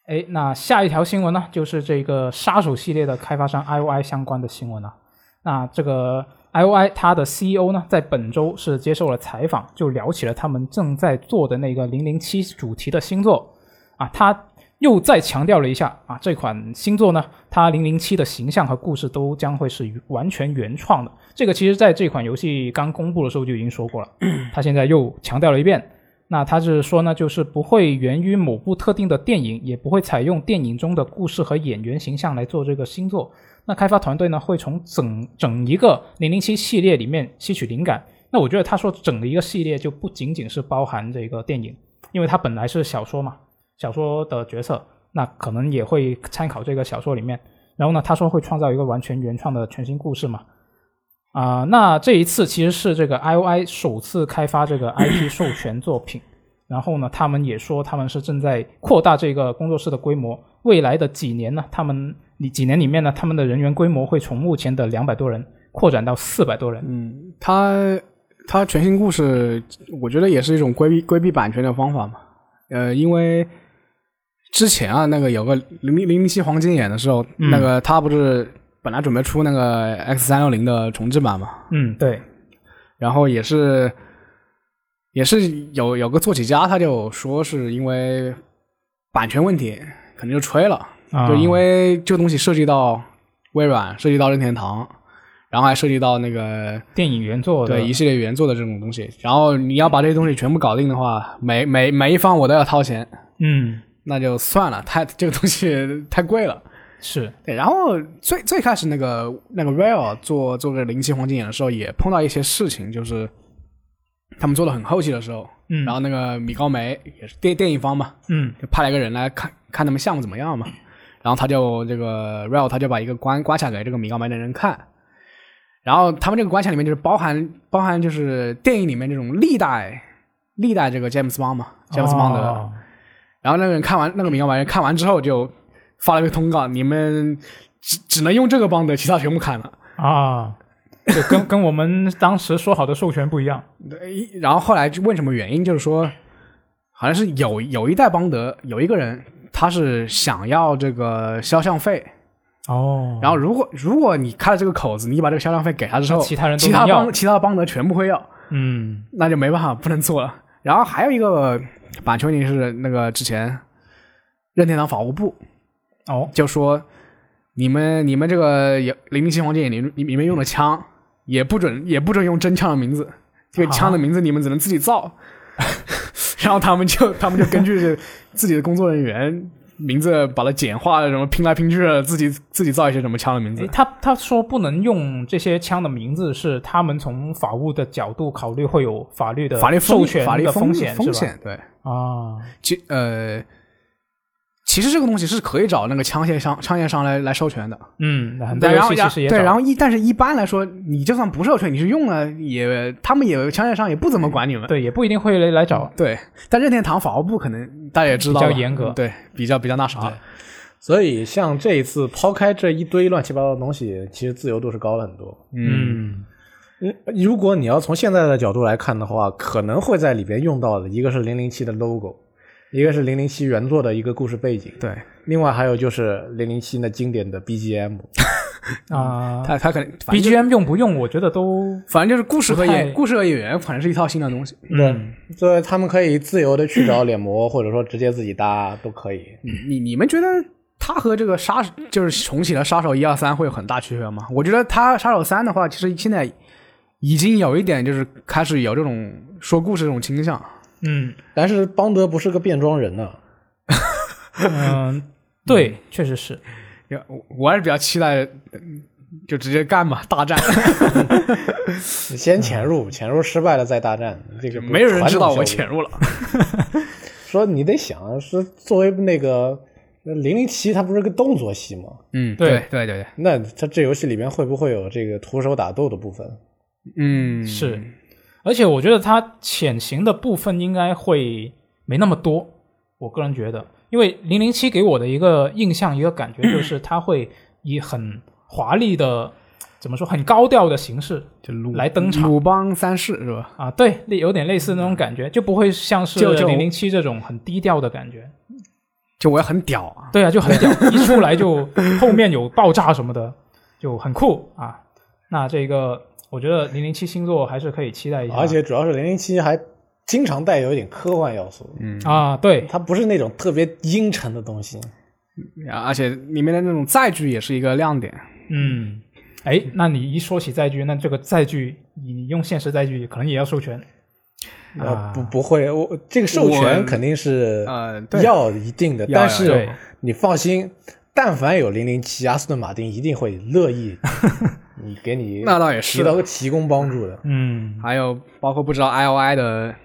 Speaker 1: 哎，那下一条新闻呢，就是这个杀手系列的开发商 IOI 相关的新闻了、那这个 IOI 它的 CEO 呢，在本周是接受了采访，就聊起了他们正在做的那个零零七主题的新作啊，他又再强调了一下啊，这款新作呢，它零零七的形象和故事都将会是完全原创的。这个其实在这款游戏刚公布的时候就已经说过了，他现在又强调了一遍。那他是说呢，就是不会源于某部特定的电影，也不会采用电影中的故事和演员形象来做这个新作。那开发团队呢，会从整整一个零零七系列里面吸取灵感。那我觉得他说整个一个系列就不仅仅是包含这个电影，因为它本来是小说嘛，小说的角色，那可能也会参考这个小说里面。然后呢，他说会创造一个完全原创的全新故事嘛。啊、那这一次其实是这个 IOI 首次开发 *clears throat* 这个 IP 授权作品，然后呢，他们也说他们是正在扩大这个工作室的规模，未来的几年呢，他们里几年里面呢，他们的人员规模会从目前的两百多人扩展到四百多人。
Speaker 2: 嗯，他他全新故事，我觉得也是一种规避规避版权的方法嘛。呃，因为之前啊，那个有个零零零七黄金眼的时候，那个他不是本来准备出那个 X 三六零的重置版嘛，
Speaker 1: 嗯，对，
Speaker 2: 然后也是也是有有个作曲家，他就说是因为版权问题，可能就吹了，
Speaker 1: 啊
Speaker 2: 就因为这个东西涉及到微软，涉及到任天堂，然后还涉及到那个
Speaker 1: 电影原作的
Speaker 2: 对一系列原作的这种东西，然后你要把这些东西全部搞定的话，每每每一方我都要掏钱，
Speaker 1: 嗯
Speaker 2: 那就算了，太这个东西 *laughs* 太贵了。
Speaker 1: 是
Speaker 2: 对，然后最最开始那个那个 Rare 做做这个零七黄金眼的时候，也碰到一些事情，就是他们做的很后期的时候，
Speaker 1: 嗯
Speaker 2: 然后那个米高梅也是电电影方嘛，
Speaker 1: 嗯
Speaker 2: 就派了一个人来看看他们项目怎么样嘛，然后他就这个 Rare 他就把一个关关卡给这个米高梅的人看，然后他们这个关卡里面就是包含包含就是电影里面这种历代历代这个 James Bond 嘛，James Bond 的、
Speaker 1: 哦
Speaker 2: 然后那个人看完那个民谣玩人看完之后就发了一个通告，你们只只能用这个邦德，其他全部砍了。
Speaker 1: 啊，就跟跟我们当时说好的授权不一样。
Speaker 2: 对然后后来就问什么原因，就是说好像是有有一代邦德有一个人他是想要这个肖像费，
Speaker 1: 哦，
Speaker 2: 然后如果如果你开了这个口子，你把这个销量费给他之后，
Speaker 1: 那其他人都
Speaker 2: 其他
Speaker 1: 能要
Speaker 2: 帮其他帮的全部会要，
Speaker 1: 嗯
Speaker 2: 那就没办法，不能做了。然后还有一个版权问题是那个之前任天堂法务部
Speaker 1: 哦
Speaker 2: 就说你们你们这个也零零七黄金眼里里面用的枪也不准也不准用真枪的名字，这个枪的名字你们只能自己造。 *laughs* 然后他们就他们就根据自己的工作人员名字把它简化了，什么拼来拼去的，自己自己造一些什么枪的名字
Speaker 1: 诶。他他说不能用这些枪的名字，是他们从法务的角度考虑会有法律的
Speaker 2: 法律风
Speaker 1: 授权
Speaker 2: 法律
Speaker 1: 的
Speaker 2: 风
Speaker 1: 险
Speaker 2: 风
Speaker 1: 是吧？
Speaker 2: 险对，
Speaker 1: 啊，
Speaker 2: 其呃，其实这个东西是可以找那个枪械商枪械商来来授权的，
Speaker 1: 嗯，那很多
Speaker 2: 对，
Speaker 1: 游
Speaker 2: 然后
Speaker 1: 戏
Speaker 2: 然
Speaker 1: 其实也
Speaker 2: 对，
Speaker 1: 找
Speaker 2: 然后一但是一般来说，你就算不授权，你是用了也，他们也枪械商也不怎么管你们。
Speaker 1: 对也不一定会来来找，
Speaker 2: 对，但任天堂法务部可能大家也知道
Speaker 1: 比较
Speaker 2: 吧嗯
Speaker 1: 严格
Speaker 2: 对，比较比较那啥。
Speaker 3: 所以像这一次抛开这一堆乱七八糟的东西，其实自由度是高了很多。
Speaker 1: 嗯
Speaker 3: 嗯，如果你要从现在的角度来看的话，可能会在里边用到的，一个是零零七的 logo，一个是零零七原作的一个故事背景，
Speaker 2: 对
Speaker 3: 另外还有就是零零七那经典的 BGM。
Speaker 1: 啊
Speaker 2: 嗯他他可能反正就
Speaker 1: ，BGM 用不用，我觉得都
Speaker 2: 反正就是故事和
Speaker 1: 不太
Speaker 2: 演故事和演员，反正是一套新的东西。
Speaker 1: 嗯
Speaker 3: 所以他们可以自由的去找脸
Speaker 2: *clears throat*
Speaker 3: 模，或者说直接自己搭都可以。
Speaker 2: 你你们觉得他和这个杀就是重启的杀手一二三会有很大区别吗？我觉得他杀手三的话，其实现在已经有一点就是开始有这种说故事这种倾向。
Speaker 1: 嗯
Speaker 2: *laughs*
Speaker 3: 但是邦德不是个变装人呐、啊
Speaker 1: 嗯，对，确实是。
Speaker 2: 也我我还是比较期待，嗯就直接干吧，大
Speaker 1: *laughs*
Speaker 2: 战，
Speaker 3: 先潜入，潜入失败了再大战，这个
Speaker 2: 嗯没有人知道我
Speaker 3: 潜
Speaker 1: *laughs*
Speaker 2: 潜入了。
Speaker 3: 说你得想是作为那个呃零零七，它不是个动作戏吗？
Speaker 2: 嗯，
Speaker 1: 对
Speaker 2: 对对对，
Speaker 3: 那它这游戏里面会不会有这个徒手打斗的部分？
Speaker 2: 嗯，
Speaker 1: 是，而且我觉得它潜行的部分应该会没那么多，我个人觉得，因为零零七给我的一个印象、一个感觉就是它会以很华丽的，怎么说，很高调的形式
Speaker 2: 就鲁
Speaker 1: 来登场
Speaker 2: 鲁邦三世是吧？
Speaker 1: 啊，对，类有点类似那种感觉，就不会像是
Speaker 2: 就就
Speaker 1: 零零七这种很低调的感觉。
Speaker 2: 就我也很屌啊，
Speaker 1: 对啊，就很屌，一出来就后面有爆炸什么的，就很酷啊。那这个我觉得零零七星座还是可以期待
Speaker 2: 嗯
Speaker 1: 一下，
Speaker 3: 而且主要是零零七还经常带有一点科幻要素，
Speaker 2: 嗯
Speaker 1: 啊，对，
Speaker 3: 它不是那种特别阴沉的东西。
Speaker 2: 啊而且里面的那种载具也是一个亮点。
Speaker 1: 嗯，哎，那你一说起载具，那这个载具你用现实载具可能也要授权
Speaker 3: 呃，不不会，我这个授
Speaker 2: 啊我
Speaker 3: 权肯定是
Speaker 2: 呃对
Speaker 3: 要一定的，
Speaker 2: 要
Speaker 3: 但
Speaker 2: 要
Speaker 3: 是
Speaker 1: 要
Speaker 3: 你放心，但凡有零零七，阿斯顿马丁一定会
Speaker 2: *laughs*
Speaker 3: 乐意你给你
Speaker 2: 那倒也是
Speaker 3: 提到提供帮助的。
Speaker 1: 嗯，
Speaker 2: 还有包括不知道 I O I 的呃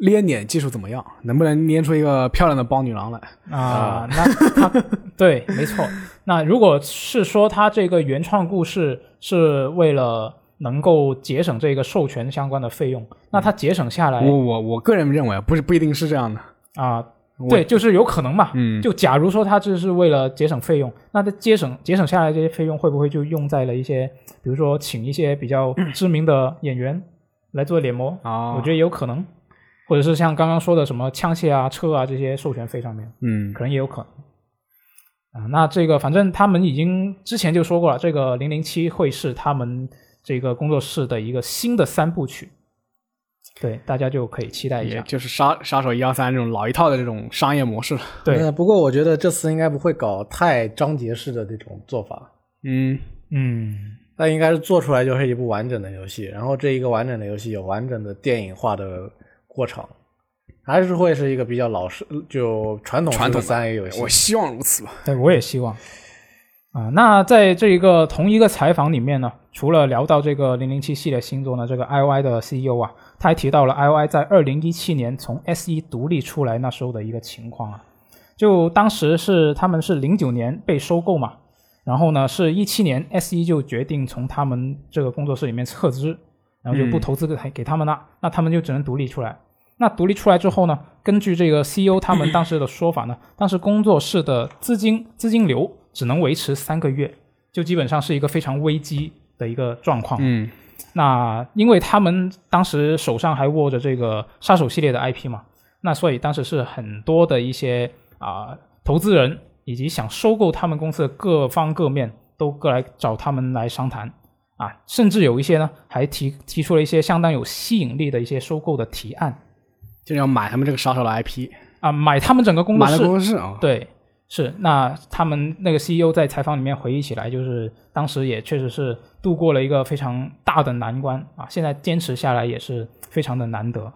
Speaker 2: 捏脸技术怎么样，能不能捏出一个漂亮的包女郎来？
Speaker 1: 啊，那他对，没错。那如果是说他这个原创故事是为了能够节省这个授权相关的费用，那他节省下来
Speaker 2: 我我我个人认为不是不一定是这样的。
Speaker 1: 啊，对，就是有可能嘛。
Speaker 2: 嗯
Speaker 1: 就假如说他这是为了节省费用，那他节省节省下来这些费用会不会就用在了一些，比如说请一些比较知名的演员来做脸模？
Speaker 2: 哦
Speaker 1: 我觉得有可能，或者是像刚刚说的什么枪械啊、车啊这些授权费上面，
Speaker 2: 嗯
Speaker 1: 可能也有可能。啊，那这个反正他们已经之前就说过了，这个零零七会是他们这个工作室的一个新的三部曲，对，大家就可以期待一
Speaker 2: 也
Speaker 1: 下。
Speaker 2: 就是杀杀手一二三这种老一套的这种商业模式了。
Speaker 1: 对，
Speaker 3: 呃不过我觉得这次应该不会搞太章节式的这种做法。
Speaker 2: 嗯，
Speaker 1: 嗯，
Speaker 3: 那应该是做出来就是一部完整的游戏，然后这一个完整的游戏有完整的电影化的过程，还是会是一个比较老式就传统式
Speaker 2: 传
Speaker 3: 的
Speaker 2: 统
Speaker 3: 三 A 游戏
Speaker 2: 我。希望如此吧。
Speaker 1: *laughs* 对，我也希望。啊、那在这个同一个采访里面呢，除了聊到这个零零七系列星座呢，这个 I O I 的 C E O 啊，他还提到了 I O I 在二零一七年从 S 一独立出来那时候的一个情况啊，就当时是他们是零九年被收购嘛，然后呢是一七年 S 一就决定从他们这个工作室里面撤资，然后就不投资给他给他们了，那他们就只能独立出来。那独立出来之后呢，根据这个 CEO 他们当时的说法呢，当时工作室的资金资金流只能维持三个月，就基本上是一个非常危机的一个状况。
Speaker 2: 嗯，
Speaker 1: 那因为他们当时手上还握着这个杀手系列的 IP 嘛，那所以当时是很多的一些啊、投资人以及想收购他们公司的各方各面都过来找他们来商谈啊，甚至有一些呢还提提出了一些相当有吸引力的一些收购的提案
Speaker 2: 就是要买他们这个少少的 IP，
Speaker 1: 啊，买他们整个工作
Speaker 2: 买了
Speaker 1: 室
Speaker 2: 工作室啊、
Speaker 1: 对，是那他们那个 CEO 在采访里面回忆起来，就是当时也确实是度过了一个非常大的难关啊，现在坚持下来也是非常的难得。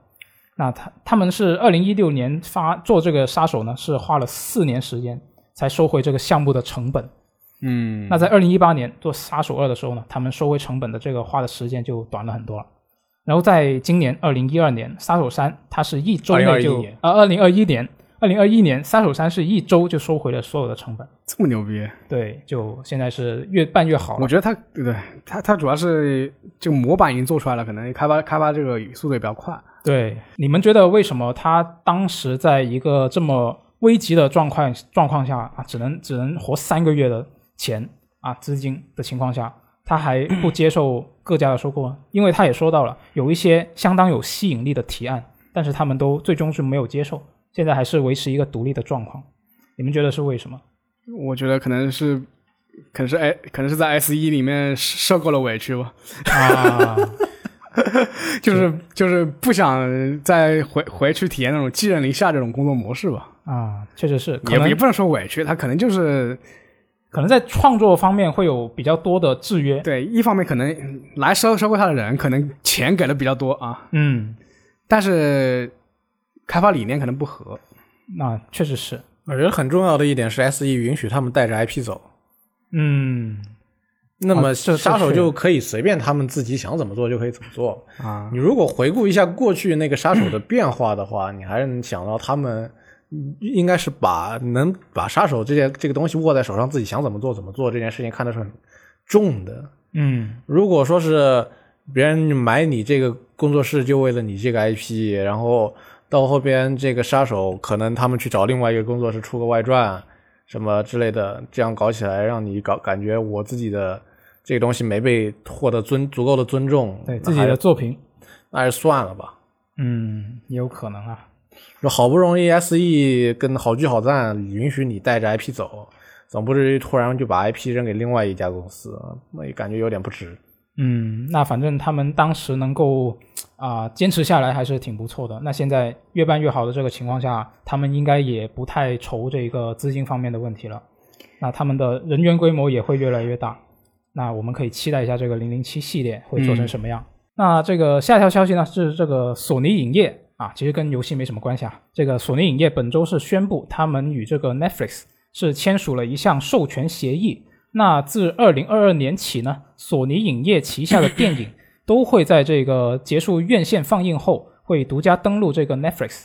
Speaker 1: 那他他们是二零一六年发做这个杀手呢，是花了四年时间才收回这个项目的成本。
Speaker 2: 嗯，
Speaker 1: 那在二零一八年做杀手二的时候呢，他们收回成本的这个花的时间就短了很多了。然后在今年二零一二年，杀手三它是一周内
Speaker 3: 2021
Speaker 1: 就
Speaker 3: 年
Speaker 1: 啊二零二一年二零二一年杀手三是一周就收回了所有的成本。
Speaker 2: 这么牛逼，
Speaker 1: 对，就现在是越办越好
Speaker 2: 我
Speaker 1: 了。
Speaker 2: 觉得他对对，他他主要是这个模板已经做出来了，可能开发开发这个速度也比较快。
Speaker 1: 对，你们觉得为什么他当时在一个这么危急的状况状况下啊，只能只能活三个月的钱啊资金的情况下，他还不接受各家的收购呢？因为他也说到了，有一些相当有吸引力的提案，但是他们都最终是没有接受，现在还是维持一个独立的状况。你们觉得是为什么？
Speaker 2: 我觉得可能是，可能是哎，可能是在 S 一里面受够了委屈吧，
Speaker 1: *laughs* 啊，
Speaker 2: 就是就是不想再回回去体验那种寄人篱下这种工作模式吧。
Speaker 1: 啊，确实是，可
Speaker 2: 也
Speaker 1: 能
Speaker 2: 也不能说委屈，他可能就是
Speaker 1: 可能在创作方面会有比较多的制约。
Speaker 2: 对，一方面可能来收收购他的人可能钱给的比较多啊，
Speaker 1: 嗯，
Speaker 2: 但是开发理念可能不合。
Speaker 1: 那确实是，
Speaker 3: 我觉得很重要的一点是 S E 允许他们带着 IP 走，
Speaker 1: 嗯，
Speaker 3: 那么
Speaker 1: 啊这这
Speaker 3: 杀手
Speaker 1: 是
Speaker 3: 就可以随便他们自己想怎么做就可以怎么做
Speaker 2: 啊。
Speaker 3: 你如果回顾一下过去那个杀手的变化的话，你还能想到他们嗯应该是把能把杀手这件这个东西握在手上，自己想怎么做怎么做这件事情看得是很重的。
Speaker 1: 嗯，
Speaker 3: 如果说是别人买你这个工作室就为了你这个 IP，然后到后边这个杀手可能他们去找另外一个工作室出个外传什么之类的，这样搞起来让你搞感觉我自己的这个东西没被获得尊足够的尊重，
Speaker 1: 对
Speaker 3: 那
Speaker 1: 自己
Speaker 3: 还
Speaker 1: 的作品，
Speaker 3: 那还是算了吧。
Speaker 1: 嗯，也有可能啊，
Speaker 3: 说好不容易 SE 跟好聚好散允许你带着 IP 走，总不至于突然就把 IP 扔给另外一家公司，那也感觉有点不值。
Speaker 1: 嗯，那反正他们当时能够啊、坚持下来还是挺不错的。那现在越办越好的这个情况下，他们应该也不太愁这个资金方面的问题了。那他们的人员规模也会越来越大。那我们可以期待一下这个零零七系列会做成什么样。那这个下一条消息呢是这个索尼影业啊，其实跟游戏没什么关系啊。这个索尼影业本周是宣布，他们与这个 Netflix 是签署了一项授权协议。那自二零二二年起呢，索尼影业旗下的电影都会在这个结束院线放映后，会独家登陆这个 Netflix。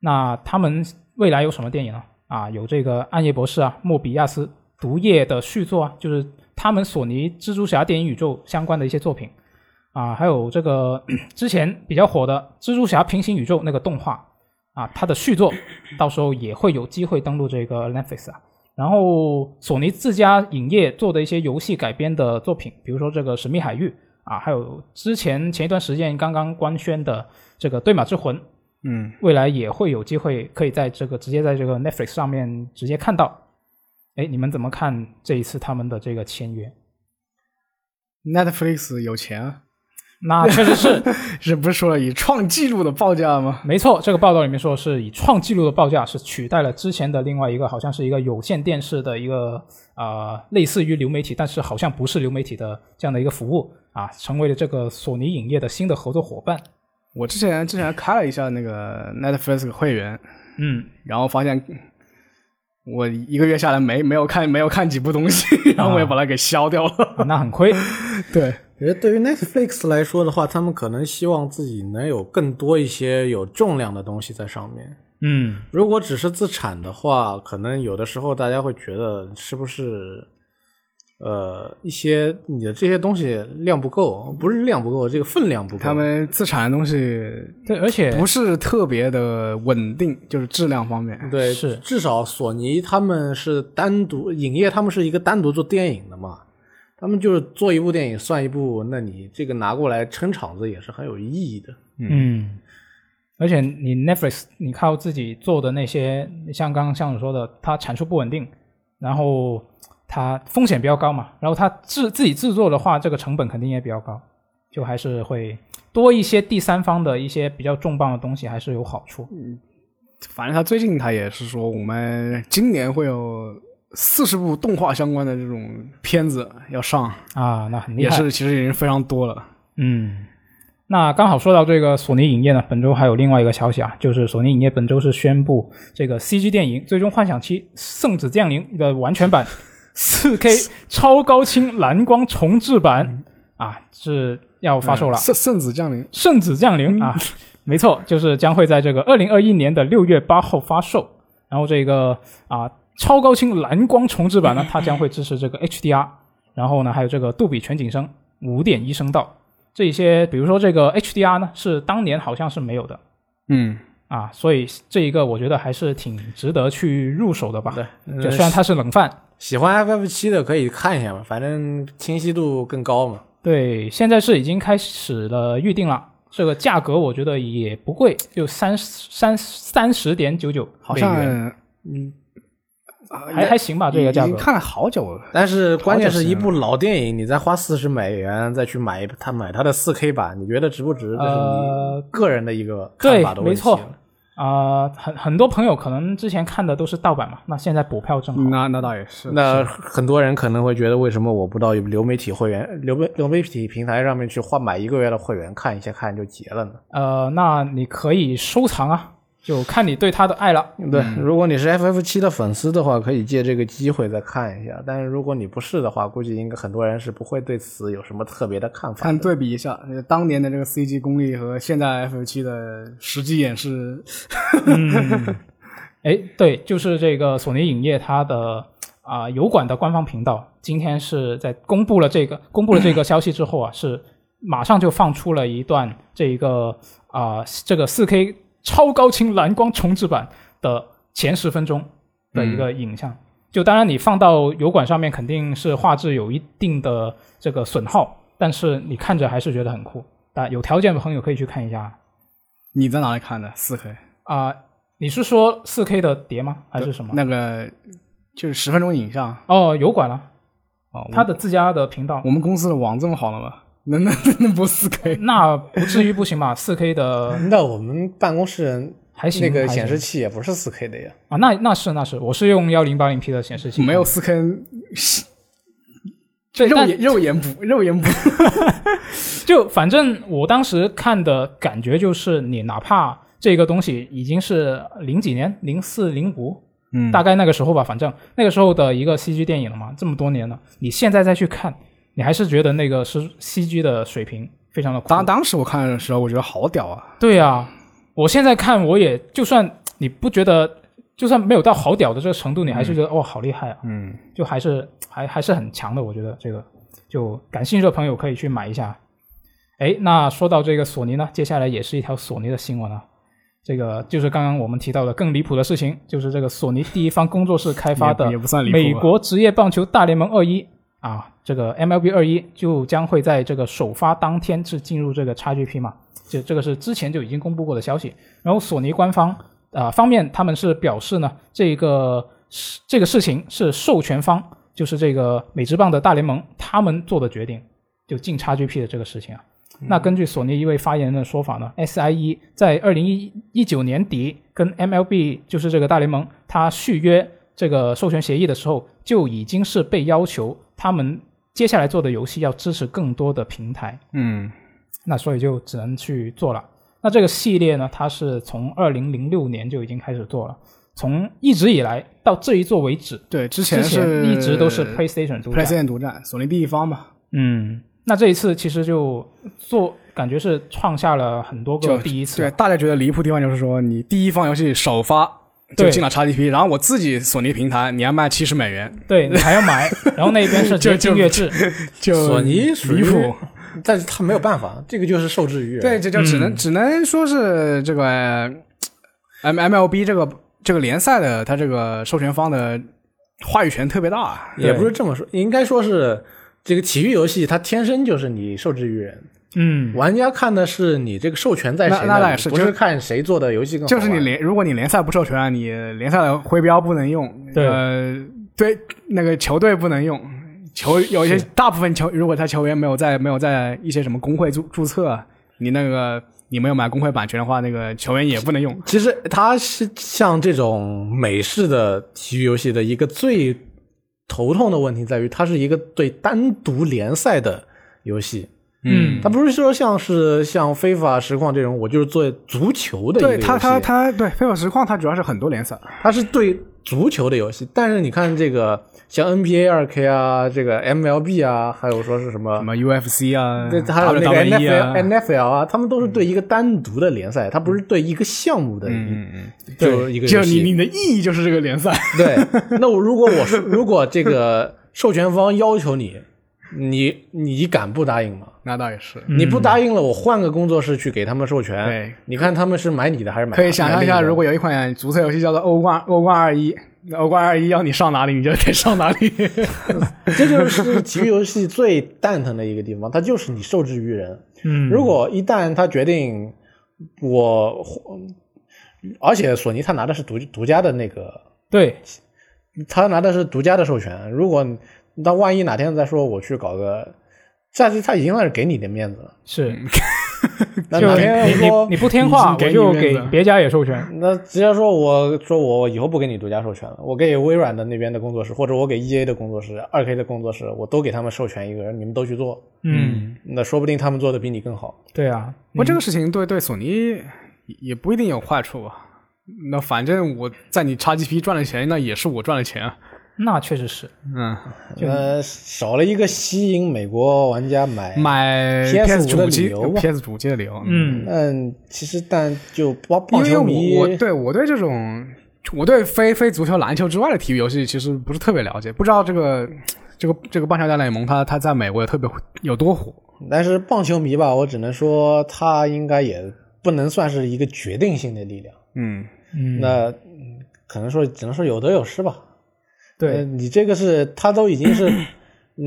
Speaker 1: 那他们未来有什么电影呢？啊，有这个《暗夜博士》啊，《莫比亚斯》《毒液》的续作啊，就是他们索尼蜘蛛侠电影宇宙相关的一些作品啊，还有这个 *clears throat* 之前比较火的《蜘蛛侠平行宇宙》那个动画啊，它的续作到时候也会有机会登陆这个 Netflix 啊。然后索尼自家影业做的一些游戏改编的作品，比如说这个《神秘海域》啊，还有之前前一段时间刚刚官宣的这个《对马之魂》
Speaker 2: 嗯，
Speaker 1: 未来也会有机会可以在这个直接在这个 Netflix 上面直接看到。哎，你们怎么看这一次他们的这个签约？
Speaker 2: Netflix 有钱啊， *laughs*
Speaker 1: 那确实是
Speaker 2: 是不是说了以创纪录的报价吗？
Speaker 1: 没错，这个报道里面说是以创纪录的报价是取代了之前的另外一个，好像是一个有线电视的一个呃类似于流媒体，但是好像不是流媒体的这样的一个服务啊，成为了这个索尼影业的新的合作伙伴。
Speaker 2: 我之前之前开了一下那个 Netflix 会员，
Speaker 1: 嗯，
Speaker 2: 然后发现我一个月下来没没有看没有看几部东西，然后我也把它给消掉
Speaker 1: *laughs*
Speaker 2: 了。
Speaker 1: 啊那很亏。
Speaker 2: 对，
Speaker 3: 我觉得对于 Netflix 来说的话，他们可能希望自己能有更多一些有重量的东西在上面。
Speaker 1: 嗯，
Speaker 3: 如果只是自产的话，可能有的时候大家会觉得是不是，呃，一些你的这些东西量不够，不是量不够，这个分量不够。
Speaker 2: 他们自产的东西
Speaker 1: 对，而且
Speaker 2: 不是特别的稳定，就是质量方
Speaker 1: 嗯
Speaker 2: 面。
Speaker 3: 对，
Speaker 1: 是
Speaker 3: 至少索尼他们是单独影业，他们是一个单独做电影的嘛，他们就是做一部电影算一部，那你这个拿过来撑场子也是很有意义的。
Speaker 1: 嗯，而且你 Netflix 你靠自己做的那些，像刚刚向总说的，它产出不稳定然后它风险比较高嘛，然后它制自己制作的话，这个成本肯定也比较高，就还是会多一些第三方的一些比较重磅的东西，还是有好处。
Speaker 2: 反正他最近他也是说，我们今年会有四十部动画相关的这种片子要上，
Speaker 1: 啊，那很厉
Speaker 2: 也
Speaker 1: 害。
Speaker 2: 是其实已经非常多了。
Speaker 1: 嗯，那刚好说到这个索尼影业呢，本周还有另外一个消息啊，就是索尼影业本周是宣布这个 CG 电影《最终幻想七：圣子降临》的完全版 4K 超高清蓝光重制版啊是要发售了，
Speaker 2: 圣圣子降临，
Speaker 1: 圣子降临》啊，没错，就是将会在这个二零二一年的六月八号发售。然后这个啊超高清蓝光重制版呢，它将会支持这个 HDR，然后呢还有这个杜比全景声五点一声道这些，比如说这个 HDR 呢是当年好像是没有的
Speaker 2: 嗯，
Speaker 1: 啊，所以这一个我觉得还是挺值得去入手的吧。
Speaker 3: 对
Speaker 1: 就虽然它是冷饭，
Speaker 3: 喜欢 FF 七的可以看一下嘛，反正清晰度更高嘛。
Speaker 1: 对，现在是已经开始了预定了。这个价格我觉得也不贵，就三三三十点九九，
Speaker 2: 好像嗯
Speaker 1: 还还行吧，这个
Speaker 2: 已
Speaker 1: 价
Speaker 2: 经
Speaker 1: 格。
Speaker 2: 看了好久了。
Speaker 3: 但是关键是一部老电影，你再花四十美元再去买它买它的四 K 版，你觉得值不值？这是你
Speaker 1: 呃
Speaker 3: 个人的一个看法的问题
Speaker 1: 对
Speaker 3: 了。
Speaker 1: 没错啊、很很多朋友可能之前看的都是盗版嘛，嗯那现在补票正好。
Speaker 2: 那那倒也是，
Speaker 3: 那很多人可能会觉得，为什么我不到流媒体会员、流媒流媒体平台上面去换买一个月的会员看一下看就结了呢？
Speaker 1: 呃，那你可以收藏啊，就看你对它的爱了。
Speaker 3: 对，如果你是 FF 七的粉丝的话，可以借这个机会再看一下。但是如果你不是的话，估计应该很多人是不会对此有什么特别的看法
Speaker 2: 看
Speaker 3: 的。
Speaker 2: 对比一下呃当年的这个 CG 功力和现在 F 七的实际演示，
Speaker 1: *laughs* 哎，对，就是这个索尼影业它的啊、油管的官方频道，今天是在公布了这个公布了这个消息之后啊，是马上就放出了一段这个啊、这个 4K 超高清蓝光重制版的前十分钟的一个影像。就当然你放到油管上面，肯定是画质有一定的这个损耗，但是你看着还是觉得很酷。啊，有条件的朋友可以去看一下
Speaker 2: 你在哪里看的？四 K
Speaker 1: 啊、你是说 4K 的碟吗？还是什么？
Speaker 2: 那个就是十分钟影像
Speaker 1: 哦，油管了，
Speaker 2: 哦。
Speaker 1: 他的自家的频道
Speaker 2: 我，我们公司的网这么好了吗？能 *laughs* 能能播四 K？
Speaker 1: 那不至于不行吧？四 K
Speaker 2: *laughs*
Speaker 1: 的
Speaker 3: 那我们办公室
Speaker 1: 还行，
Speaker 3: 那个
Speaker 1: 还行
Speaker 3: 显示器也不是四 K 的呀。
Speaker 1: 啊，那那是那是，我是用幺零八零 P 的显示器，
Speaker 2: 没有四 K，
Speaker 1: 对，
Speaker 2: 肉
Speaker 1: 但
Speaker 2: 眼肉眼补肉眼补。
Speaker 1: 就反正我当时看的感觉就是，你哪怕这个东西已经是零几年，零四零五。
Speaker 2: 嗯
Speaker 1: 大概那个时候吧，反正那个时候的一个 CG 电影了嘛，这么多年了，你现在再去看，你还是觉得那个是 CG 的水平非常的酷。
Speaker 2: 当当时我看的时候，我觉得好屌啊！
Speaker 1: 对啊，我现在看我也就算你不觉得，就算没有到好屌的这个程度，你还是觉得、哇好厉害啊，
Speaker 2: 嗯，
Speaker 1: 就还是还还是很强的。我觉得这个就感兴趣的朋友可以去买一下。哎，那说到这个索尼呢，接下来也是一条索尼的新闻啊。这个就是刚刚我们提到的更离谱的事情，就是这个索尼第一方工作室开发的
Speaker 2: 也也不算离谱吧
Speaker 1: 美国职业棒球大联盟二一啊，这个 MLB 二一就将会在这个首发当天是进入这个 XGP 嘛，就这个是之前就已经公布过的消息。然后索尼官方啊、呃方面，他们是表示呢，这个是这个事情是授权方，就是这个美职棒的大联盟他们做的决定，就进 XGP 的这个事情啊。那根据索尼一位发言人的说法呢，SIE 在二零一一九年底跟 MLB 就是这个大联盟，它续约这个授权协议的时候，就已经是被要求他们接下来做的游戏要支持更多的平台，
Speaker 2: 嗯，
Speaker 1: 那所以就只能去做了。那这个系列呢，它是从二零零六年就已经开始做了，从一直以来到这一座为止，
Speaker 2: 对，之
Speaker 1: 之
Speaker 2: 前
Speaker 1: 前
Speaker 2: 是
Speaker 1: 一直都是 PlayStation 独占
Speaker 2: PlayStation 独占，索尼第一方嘛，
Speaker 1: 嗯，那这一次其实就做感觉是创下了很多个
Speaker 2: 就
Speaker 1: 第一次
Speaker 2: 对，，大家觉得离谱的地方就是说，你第一方游戏首发就
Speaker 1: 对
Speaker 2: 进了 XGP，然后我自己索尼平台你要卖七十美元，
Speaker 1: 对你还要买，然后那边
Speaker 2: *laughs*
Speaker 1: 是直接
Speaker 2: 就就
Speaker 1: 订阅制，
Speaker 2: 就
Speaker 3: 索尼属于
Speaker 2: 离谱。，
Speaker 3: *laughs* 但是他没有办法，这个就是受制于人。
Speaker 2: 对，，这就只
Speaker 3: 嗯
Speaker 2: 能、只能说是这个呃 M M L B 这个这个联赛的，它这个授权方的话语权特别大。啊
Speaker 3: 也不是这么说，应该说是这个体育游戏它天生就是你受制于人，
Speaker 1: 嗯，
Speaker 3: 玩家看的是你这个授权在谁
Speaker 2: 那那
Speaker 3: 那
Speaker 2: 也
Speaker 3: 里，
Speaker 2: 是
Speaker 3: 不
Speaker 2: 就是
Speaker 3: 看谁做的游戏更好
Speaker 2: 就是你
Speaker 3: 玩
Speaker 2: 啊联，如果你联赛不授权，你联赛的徽标不能用，
Speaker 1: 对
Speaker 2: 呃，对那个球队不能用，球有一些大部分球，如果他球员没有在没有在一些什么工会注注册，啊你那个你没有买工会版权的话，那个球员也不能用。
Speaker 3: 其实它是像这种美式的体育游戏的一个最头痛的问题在于，它是一个对单独联赛的游戏。
Speaker 1: 嗯
Speaker 3: 它不是说像是像非法实况这种，我就是做足球的一个
Speaker 2: 对
Speaker 3: 游戏。
Speaker 2: 他，他他对非法实况，他主要是很多联赛，
Speaker 3: 它是对足球的游戏。但是你看这个像 NBA 二 K 啊，这个 MLB 啊，还有说是什么
Speaker 2: 什么 UFC 啊，
Speaker 3: 对，还有那个
Speaker 2: WWE
Speaker 3: NFL
Speaker 2: 啊，
Speaker 3: NFL 啊，他们都是对一个单独的联赛，它不是对一个项目的一，
Speaker 2: 嗯嗯
Speaker 3: 就一
Speaker 2: 嗯，
Speaker 3: 个游
Speaker 2: 就
Speaker 3: 戏
Speaker 2: 你。你的意义就是这个联赛，
Speaker 3: 对，那我如果我说，如果这个授权方要求你，你你敢不答应吗？
Speaker 2: *laughs* 那倒也是。
Speaker 3: 你不答应了，我换个工作室去给他们授权。
Speaker 2: 对，
Speaker 3: 你看他们是买你的还是买？
Speaker 2: 可以想象一
Speaker 3: 买
Speaker 2: 下，
Speaker 3: 另的
Speaker 2: 如果有一款足球游戏叫做《欧冠欧冠二一》，那欧冠二一要你上哪里，你就得上哪 *laughs* 里。
Speaker 3: *laughs* 这就是体育游戏最蛋疼的一个地方，它就是你受制于人。
Speaker 1: 嗯，
Speaker 3: 如果一旦他决定我，而且索尼他拿的是独独家的那个，
Speaker 1: 对，
Speaker 3: 他拿的是独家的授权。如果那万一哪天再说我去搞个，但是他已经算是给你的面子了。
Speaker 1: 是
Speaker 2: 嗯
Speaker 3: 那
Speaker 1: 就
Speaker 3: 哪
Speaker 1: 你
Speaker 3: 天
Speaker 1: 你
Speaker 3: 说
Speaker 1: 你不听话，
Speaker 2: 已经
Speaker 1: 我
Speaker 2: 给
Speaker 1: 就
Speaker 2: 你面
Speaker 1: 给
Speaker 2: 子
Speaker 1: 别家也授权。
Speaker 3: 那直接说我说我以后不给你独家授权了，我给微软的那边的工作室，或者我给 E A 的工作室、二 K 的工作室，我都给他们授权一个人，你们都去做，
Speaker 1: 嗯，
Speaker 3: 那说不定他们做的比你更好。
Speaker 1: 对啊，
Speaker 2: 不过这个事情对对索尼也不一定有坏处吧。那反正我在你 XGP 赚了钱，那也是我赚了钱啊。
Speaker 1: 那确实是。
Speaker 2: 嗯，
Speaker 3: 呃，少了一个吸引美国玩家
Speaker 2: 哎
Speaker 3: 买
Speaker 2: 买
Speaker 3: PS5
Speaker 2: 主机
Speaker 3: 的理由吧
Speaker 2: ，PS 主机的理由。，
Speaker 1: 嗯，
Speaker 3: 嗯，其实但就棒
Speaker 2: 因
Speaker 3: 棒
Speaker 2: 为
Speaker 3: 球
Speaker 2: 我
Speaker 3: 迷，
Speaker 2: 我对我对这种我对非非足球、篮球之外的体育游戏其实不是特别了解，不知道这个这个这个棒球大联盟它它在美国有特别有多火。
Speaker 3: 但是棒球迷吧，我只能说他应该也不能算是一个决定性的力量。
Speaker 2: 嗯，
Speaker 3: 那嗯可能说只能说有得有失吧。呃
Speaker 1: 对，
Speaker 3: 你这个是他都已经是。嗯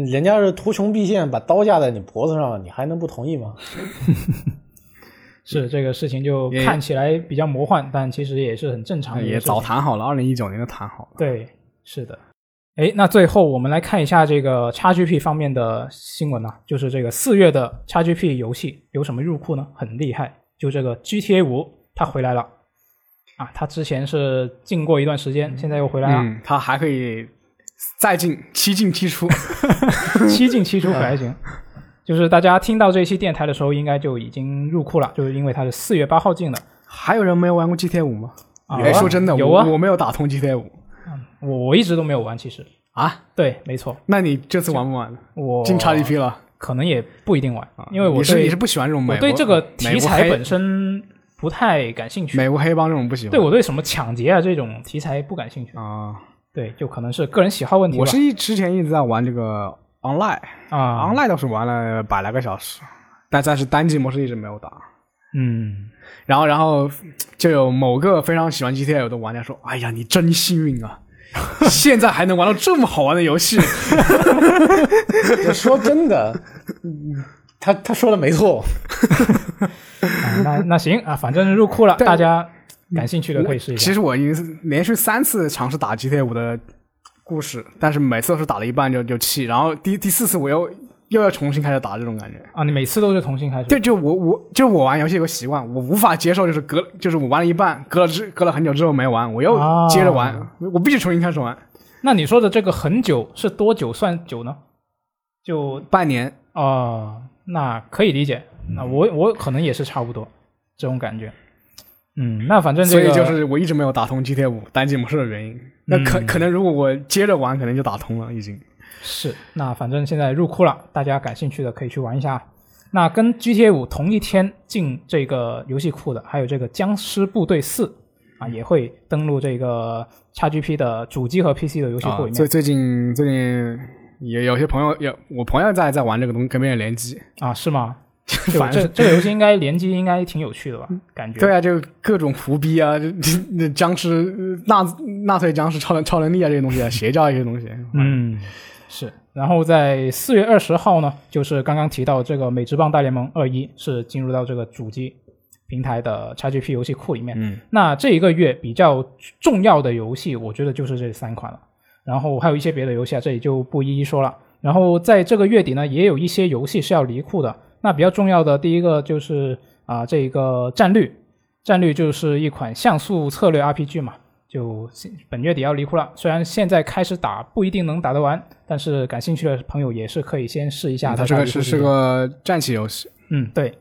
Speaker 3: 人家是图穷匕见，把刀架在你脖子上了，你还能不同意吗？ *laughs*
Speaker 1: 是这个事情就
Speaker 2: 也
Speaker 1: 看起来比较魔幻，但其实也是很正常的一个
Speaker 2: 也
Speaker 1: 事情
Speaker 2: 早谈好了，二零一九年就谈好了。
Speaker 1: 对，是的。哎，那最后我们来看一下这个 XGP 方面的新闻啊，就是这个四月的 XGP 游戏有什么入库呢？很厉害，就这个 GTA 五它回来了啊，它之前是禁过一段时间，现在又回来了，
Speaker 2: 嗯，它还可以再进七进
Speaker 1: *laughs*
Speaker 2: 七出。
Speaker 1: 七进七出可还行。就是大家听到这期电台的时候，应该就已经入库了，就是因为它是四月八号进的。
Speaker 2: 还有人没有玩过 GTA 五吗？
Speaker 1: 啊
Speaker 2: 哎，说真的，
Speaker 1: 有
Speaker 2: 我
Speaker 1: 啊
Speaker 2: 我没有打通 GTA 五
Speaker 1: 我我一直都没有玩，其实
Speaker 2: 啊。
Speaker 1: 对，没错，
Speaker 2: 那你这次玩不玩？
Speaker 1: 我
Speaker 2: 进 XGP 了？
Speaker 1: 可能也不一定玩，因为我
Speaker 2: 啊你是
Speaker 1: 对
Speaker 2: 你是不喜欢这种美
Speaker 1: 我
Speaker 2: 国
Speaker 1: 对这个题材
Speaker 2: 美国
Speaker 1: 本
Speaker 2: 黑
Speaker 1: 身不太感兴趣。
Speaker 2: 美国黑帮这种不喜欢。
Speaker 1: 对我对什么抢劫啊这种题材不感兴趣。
Speaker 2: 啊，
Speaker 1: 对，就可能是个人喜好问题吧。
Speaker 2: 我是一之前一直在玩这个 online
Speaker 1: 啊，
Speaker 2: online 倒是玩了百来个小时，但但是单机模式一直没有打。
Speaker 1: 嗯，
Speaker 2: 然后然后就有某个非常喜欢 GTA 的玩家说：“哎呀，你真幸
Speaker 1: *laughs*
Speaker 2: 运啊！”现在还能玩到这么好玩的游戏，
Speaker 3: 我说真的，嗯他他说的没错，
Speaker 1: 啊那那行啊，反正入库
Speaker 2: *laughs*
Speaker 1: 了，大家感兴趣的可以试一
Speaker 2: 其
Speaker 1: 下。
Speaker 2: 实我已经是连续三次尝试打 GTA 五的故事，但是每次都是打了一半就就弃，然后第第四次我又又要重新开始打这种感觉。
Speaker 1: 啊，你每次都是重新开始。
Speaker 2: 对，就我我就我玩游戏有个习惯，我无法接受就是隔就是我玩了一半，隔了之隔了很久之后没玩，我又
Speaker 1: 啊
Speaker 2: 接着玩，我必须重新开始玩。
Speaker 1: 那你说的这个很久是多久算久呢？就
Speaker 2: 半年，
Speaker 1: 啊、那可以理解。那
Speaker 2: 嗯
Speaker 1: 我我可能也是差不多这种感觉。嗯，那反正这
Speaker 2: 所
Speaker 1: 个
Speaker 2: 以就是我一直没有打通 GTA 五单机模式的原因。那
Speaker 1: 嗯
Speaker 2: 可、可能如果我接着玩，可能就打通了已经。
Speaker 1: 是，那反正现在入库了，大家感兴趣的可以去玩一下。啊那跟 GTA 五同一天进这个游戏库的，还有这个《僵尸部队四》啊，也会登录这个 XGP 的主机和 PC 的游戏库里
Speaker 2: 啊最
Speaker 1: 面
Speaker 2: 最近最近有有些朋友有我朋友在在玩这个东西，跟别人联机，
Speaker 1: 啊是
Speaker 2: *laughs*
Speaker 1: 吗？就
Speaker 2: 反
Speaker 1: 这
Speaker 2: 正
Speaker 1: 这个游戏应该联机应该挺有趣的吧？感觉
Speaker 2: 对啊，就各种胡逼啊， *laughs* 这这这僵尸纳纳粹僵尸超能超能力啊这些东西啊，邪教啊这些东西。
Speaker 1: 嗯是。然后在四月二十号呢，就是刚刚提到这个《美职棒大联盟二一》是进入到这个主机平台的 XGP 游戏库里面。
Speaker 2: 嗯，
Speaker 1: 那这一个月比较重要的游戏，我觉得就是这三款了。然后还有一些别的游戏啊，这里就不一一说了。然后在这个月底呢，也有一些游戏是要离库的。那比较重要的第一个就是啊、这个战略，战略就是一款像素策略 RPG 嘛，就本月底要离库了。虽然现在开始打不一定能打得完，但是感兴趣的朋友也是可以先试一下。
Speaker 2: 嗯它
Speaker 1: 再
Speaker 2: 这
Speaker 1: 打
Speaker 2: 个
Speaker 1: 离库
Speaker 2: 是
Speaker 1: 这
Speaker 2: 是个战棋游戏，
Speaker 1: 嗯，对。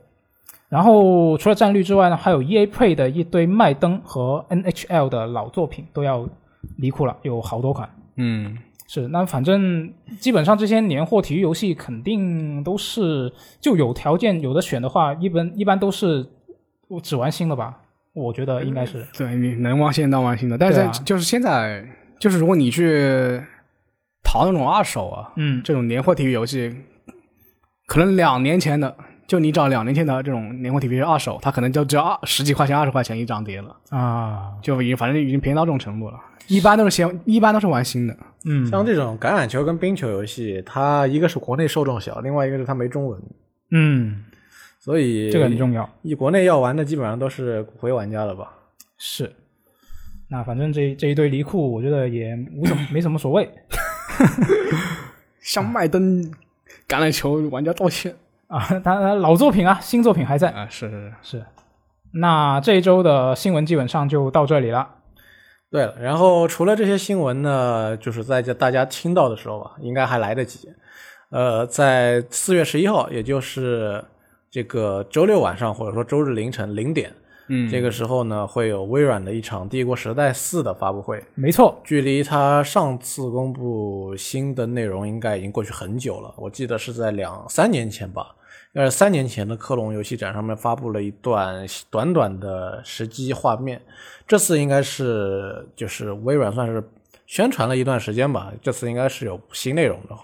Speaker 1: 然后除了战略之外呢，还有 EA Play 的一堆麦登和 NHL 的老作品都要离库了，有好多款。
Speaker 2: 嗯，
Speaker 1: 是，那反正基本上这些年货体育游戏肯定都是就有条件有的选的话，一般一般都是我只玩新的吧，我觉得应该是。
Speaker 2: 对，你能玩新的当玩新的，但是
Speaker 1: 对
Speaker 2: 在
Speaker 1: 啊
Speaker 2: 就是现在就是如果你去淘那种二手啊，
Speaker 1: 嗯，
Speaker 2: 这种年货体育游戏，可能两年前的，就你找两年前的这种年货体育游戏二手，它可能就只要二十几块钱、二十块钱一张碟了，
Speaker 1: 啊，
Speaker 2: 就已经反正已经便宜到这种程度了。一般都是先，一般都是玩新的。
Speaker 1: 嗯
Speaker 3: 像这种橄榄球跟冰球游戏，它一个是国内受众小，另外一个是它没中文，
Speaker 1: 嗯，
Speaker 3: 所以
Speaker 1: 这个很重要。
Speaker 3: 以国内要玩的基本上都是骨灰玩家了吧？
Speaker 1: 是，那反正这这一堆离库，我觉得也无什么没什么所谓 *laughs*
Speaker 2: 像麦登橄榄球玩家道歉
Speaker 1: 啊。他他老作品啊，新作品还在。
Speaker 2: 啊，是是是，
Speaker 1: 是，那这一周的新闻基本上就到这里了。
Speaker 3: 对了，然后除了这些新闻呢，就是在这大家听到的时候吧，应该还来得及。呃，在四月十一号，也就是这个周六晚上，或者说周日凌晨零点，
Speaker 2: 嗯
Speaker 3: 这个时候呢，会有微软的一场《帝国时代四》的发布会。
Speaker 1: 没错，
Speaker 3: 距离它上次公布新的内容，应该已经过去很久了。我记得是在两三年前吧，应该是三年前的科隆游戏展上面发布了一段短短的实机画面。这次应该是就是微软算是宣传了一段时间吧，这次应该是有新内容的，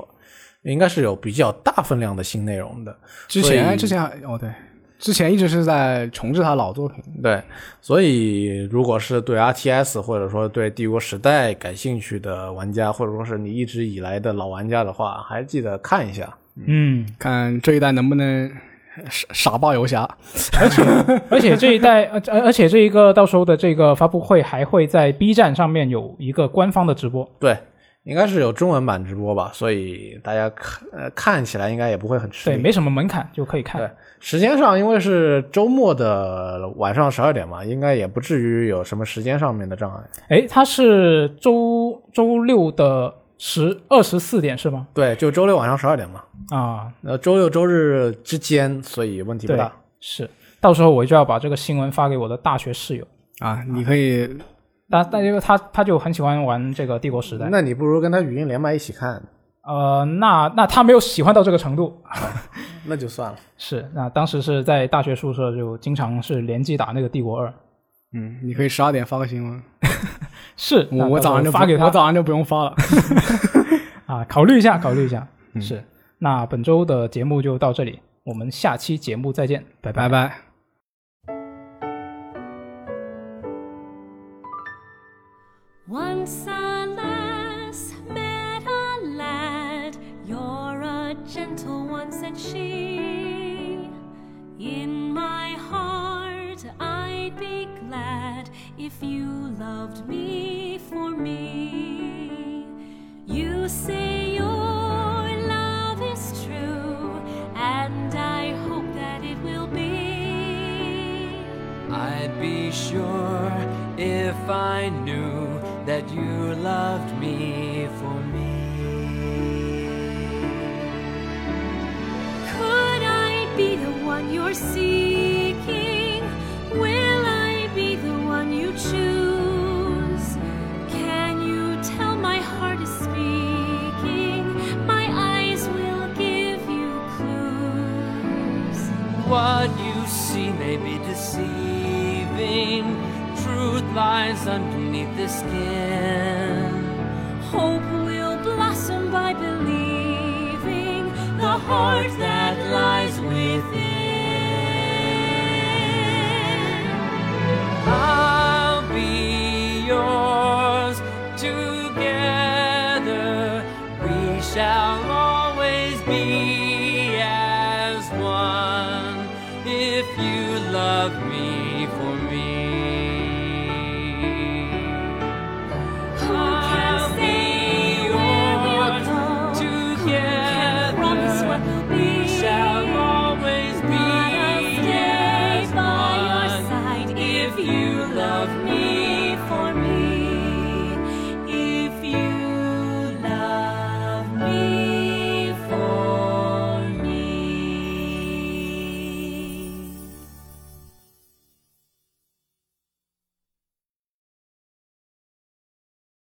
Speaker 3: 应该是有比较大分量的新内容的。
Speaker 2: 之前之前还哦对，之前一直是在重置他老作品。
Speaker 3: 对，所以如果是对 RTS 或者说对帝国时代感兴趣的玩家，或者说是你一直以来的老玩家的话，还记得看一下。
Speaker 1: 嗯，
Speaker 2: 看这一代能不能傻傻爆游侠。
Speaker 3: *laughs*
Speaker 1: 而且这一代，呃而而且这一个到时候的这个发布会还会在 B 站上面有一个官方的直播。
Speaker 3: 对，应该是有中文版直播吧，所以大家看、呃、看起来应该也不会很吃
Speaker 1: 对，
Speaker 3: 力。
Speaker 1: 没什么门槛就可以
Speaker 3: 对
Speaker 1: 看。，
Speaker 3: 时间上因为是周末的晚上十二点嘛，应该也不至于有什么时间上面的障碍。
Speaker 1: 哎，它是周周六的十二十四点是吗？
Speaker 3: 对，就周六晚上十二点嘛，
Speaker 1: 啊，
Speaker 3: 呃，周六周日之间，所以问题不
Speaker 1: 对
Speaker 3: 大。，
Speaker 1: 是。到时候我就要把这个新闻发给我的大学室友，
Speaker 2: 啊，你可以
Speaker 1: 但但因为他他就很喜欢玩这个帝国时代，
Speaker 3: 那你不如跟他语音连麦一起看，
Speaker 1: 呃，那那他没有喜欢到这个程度，
Speaker 3: 那就算了。
Speaker 1: 是，那当时是在大学宿舍就经常是联机打那个《帝国二》，
Speaker 2: 嗯，你可以十二点发个新闻，
Speaker 1: 是，
Speaker 2: 我
Speaker 1: 那到
Speaker 2: 我
Speaker 1: 时
Speaker 2: 早
Speaker 1: 候
Speaker 2: 上就不
Speaker 1: 发给他
Speaker 2: 我早上就不用发了。
Speaker 1: *laughs* 啊，考虑一下，考虑一下，
Speaker 2: 嗯
Speaker 1: 是。那本周的节目就到这里，我们下期节目再见，拜拜。
Speaker 2: 拜拜。
Speaker 4: Once a lass met a lad, you're a gentle one, said she. In my heart I'd be glad if you loved me for me. You say your love is true, and I hope that it will be.
Speaker 5: I'd be sure if I knew that you loved me for me.
Speaker 4: Could I be the one you're seeking? Will I be the one you choose? Can you tell my heart is speaking? My eyes will give you clues.
Speaker 5: What you see may be deceiving, truth lies underneath the skin.
Speaker 4: Hope will blossom by believing the heart that lies within.
Speaker 5: I'll be yours. Together we shall always be as one. If you love me for me,
Speaker 4: Who can
Speaker 5: I'll
Speaker 4: say
Speaker 5: be of me.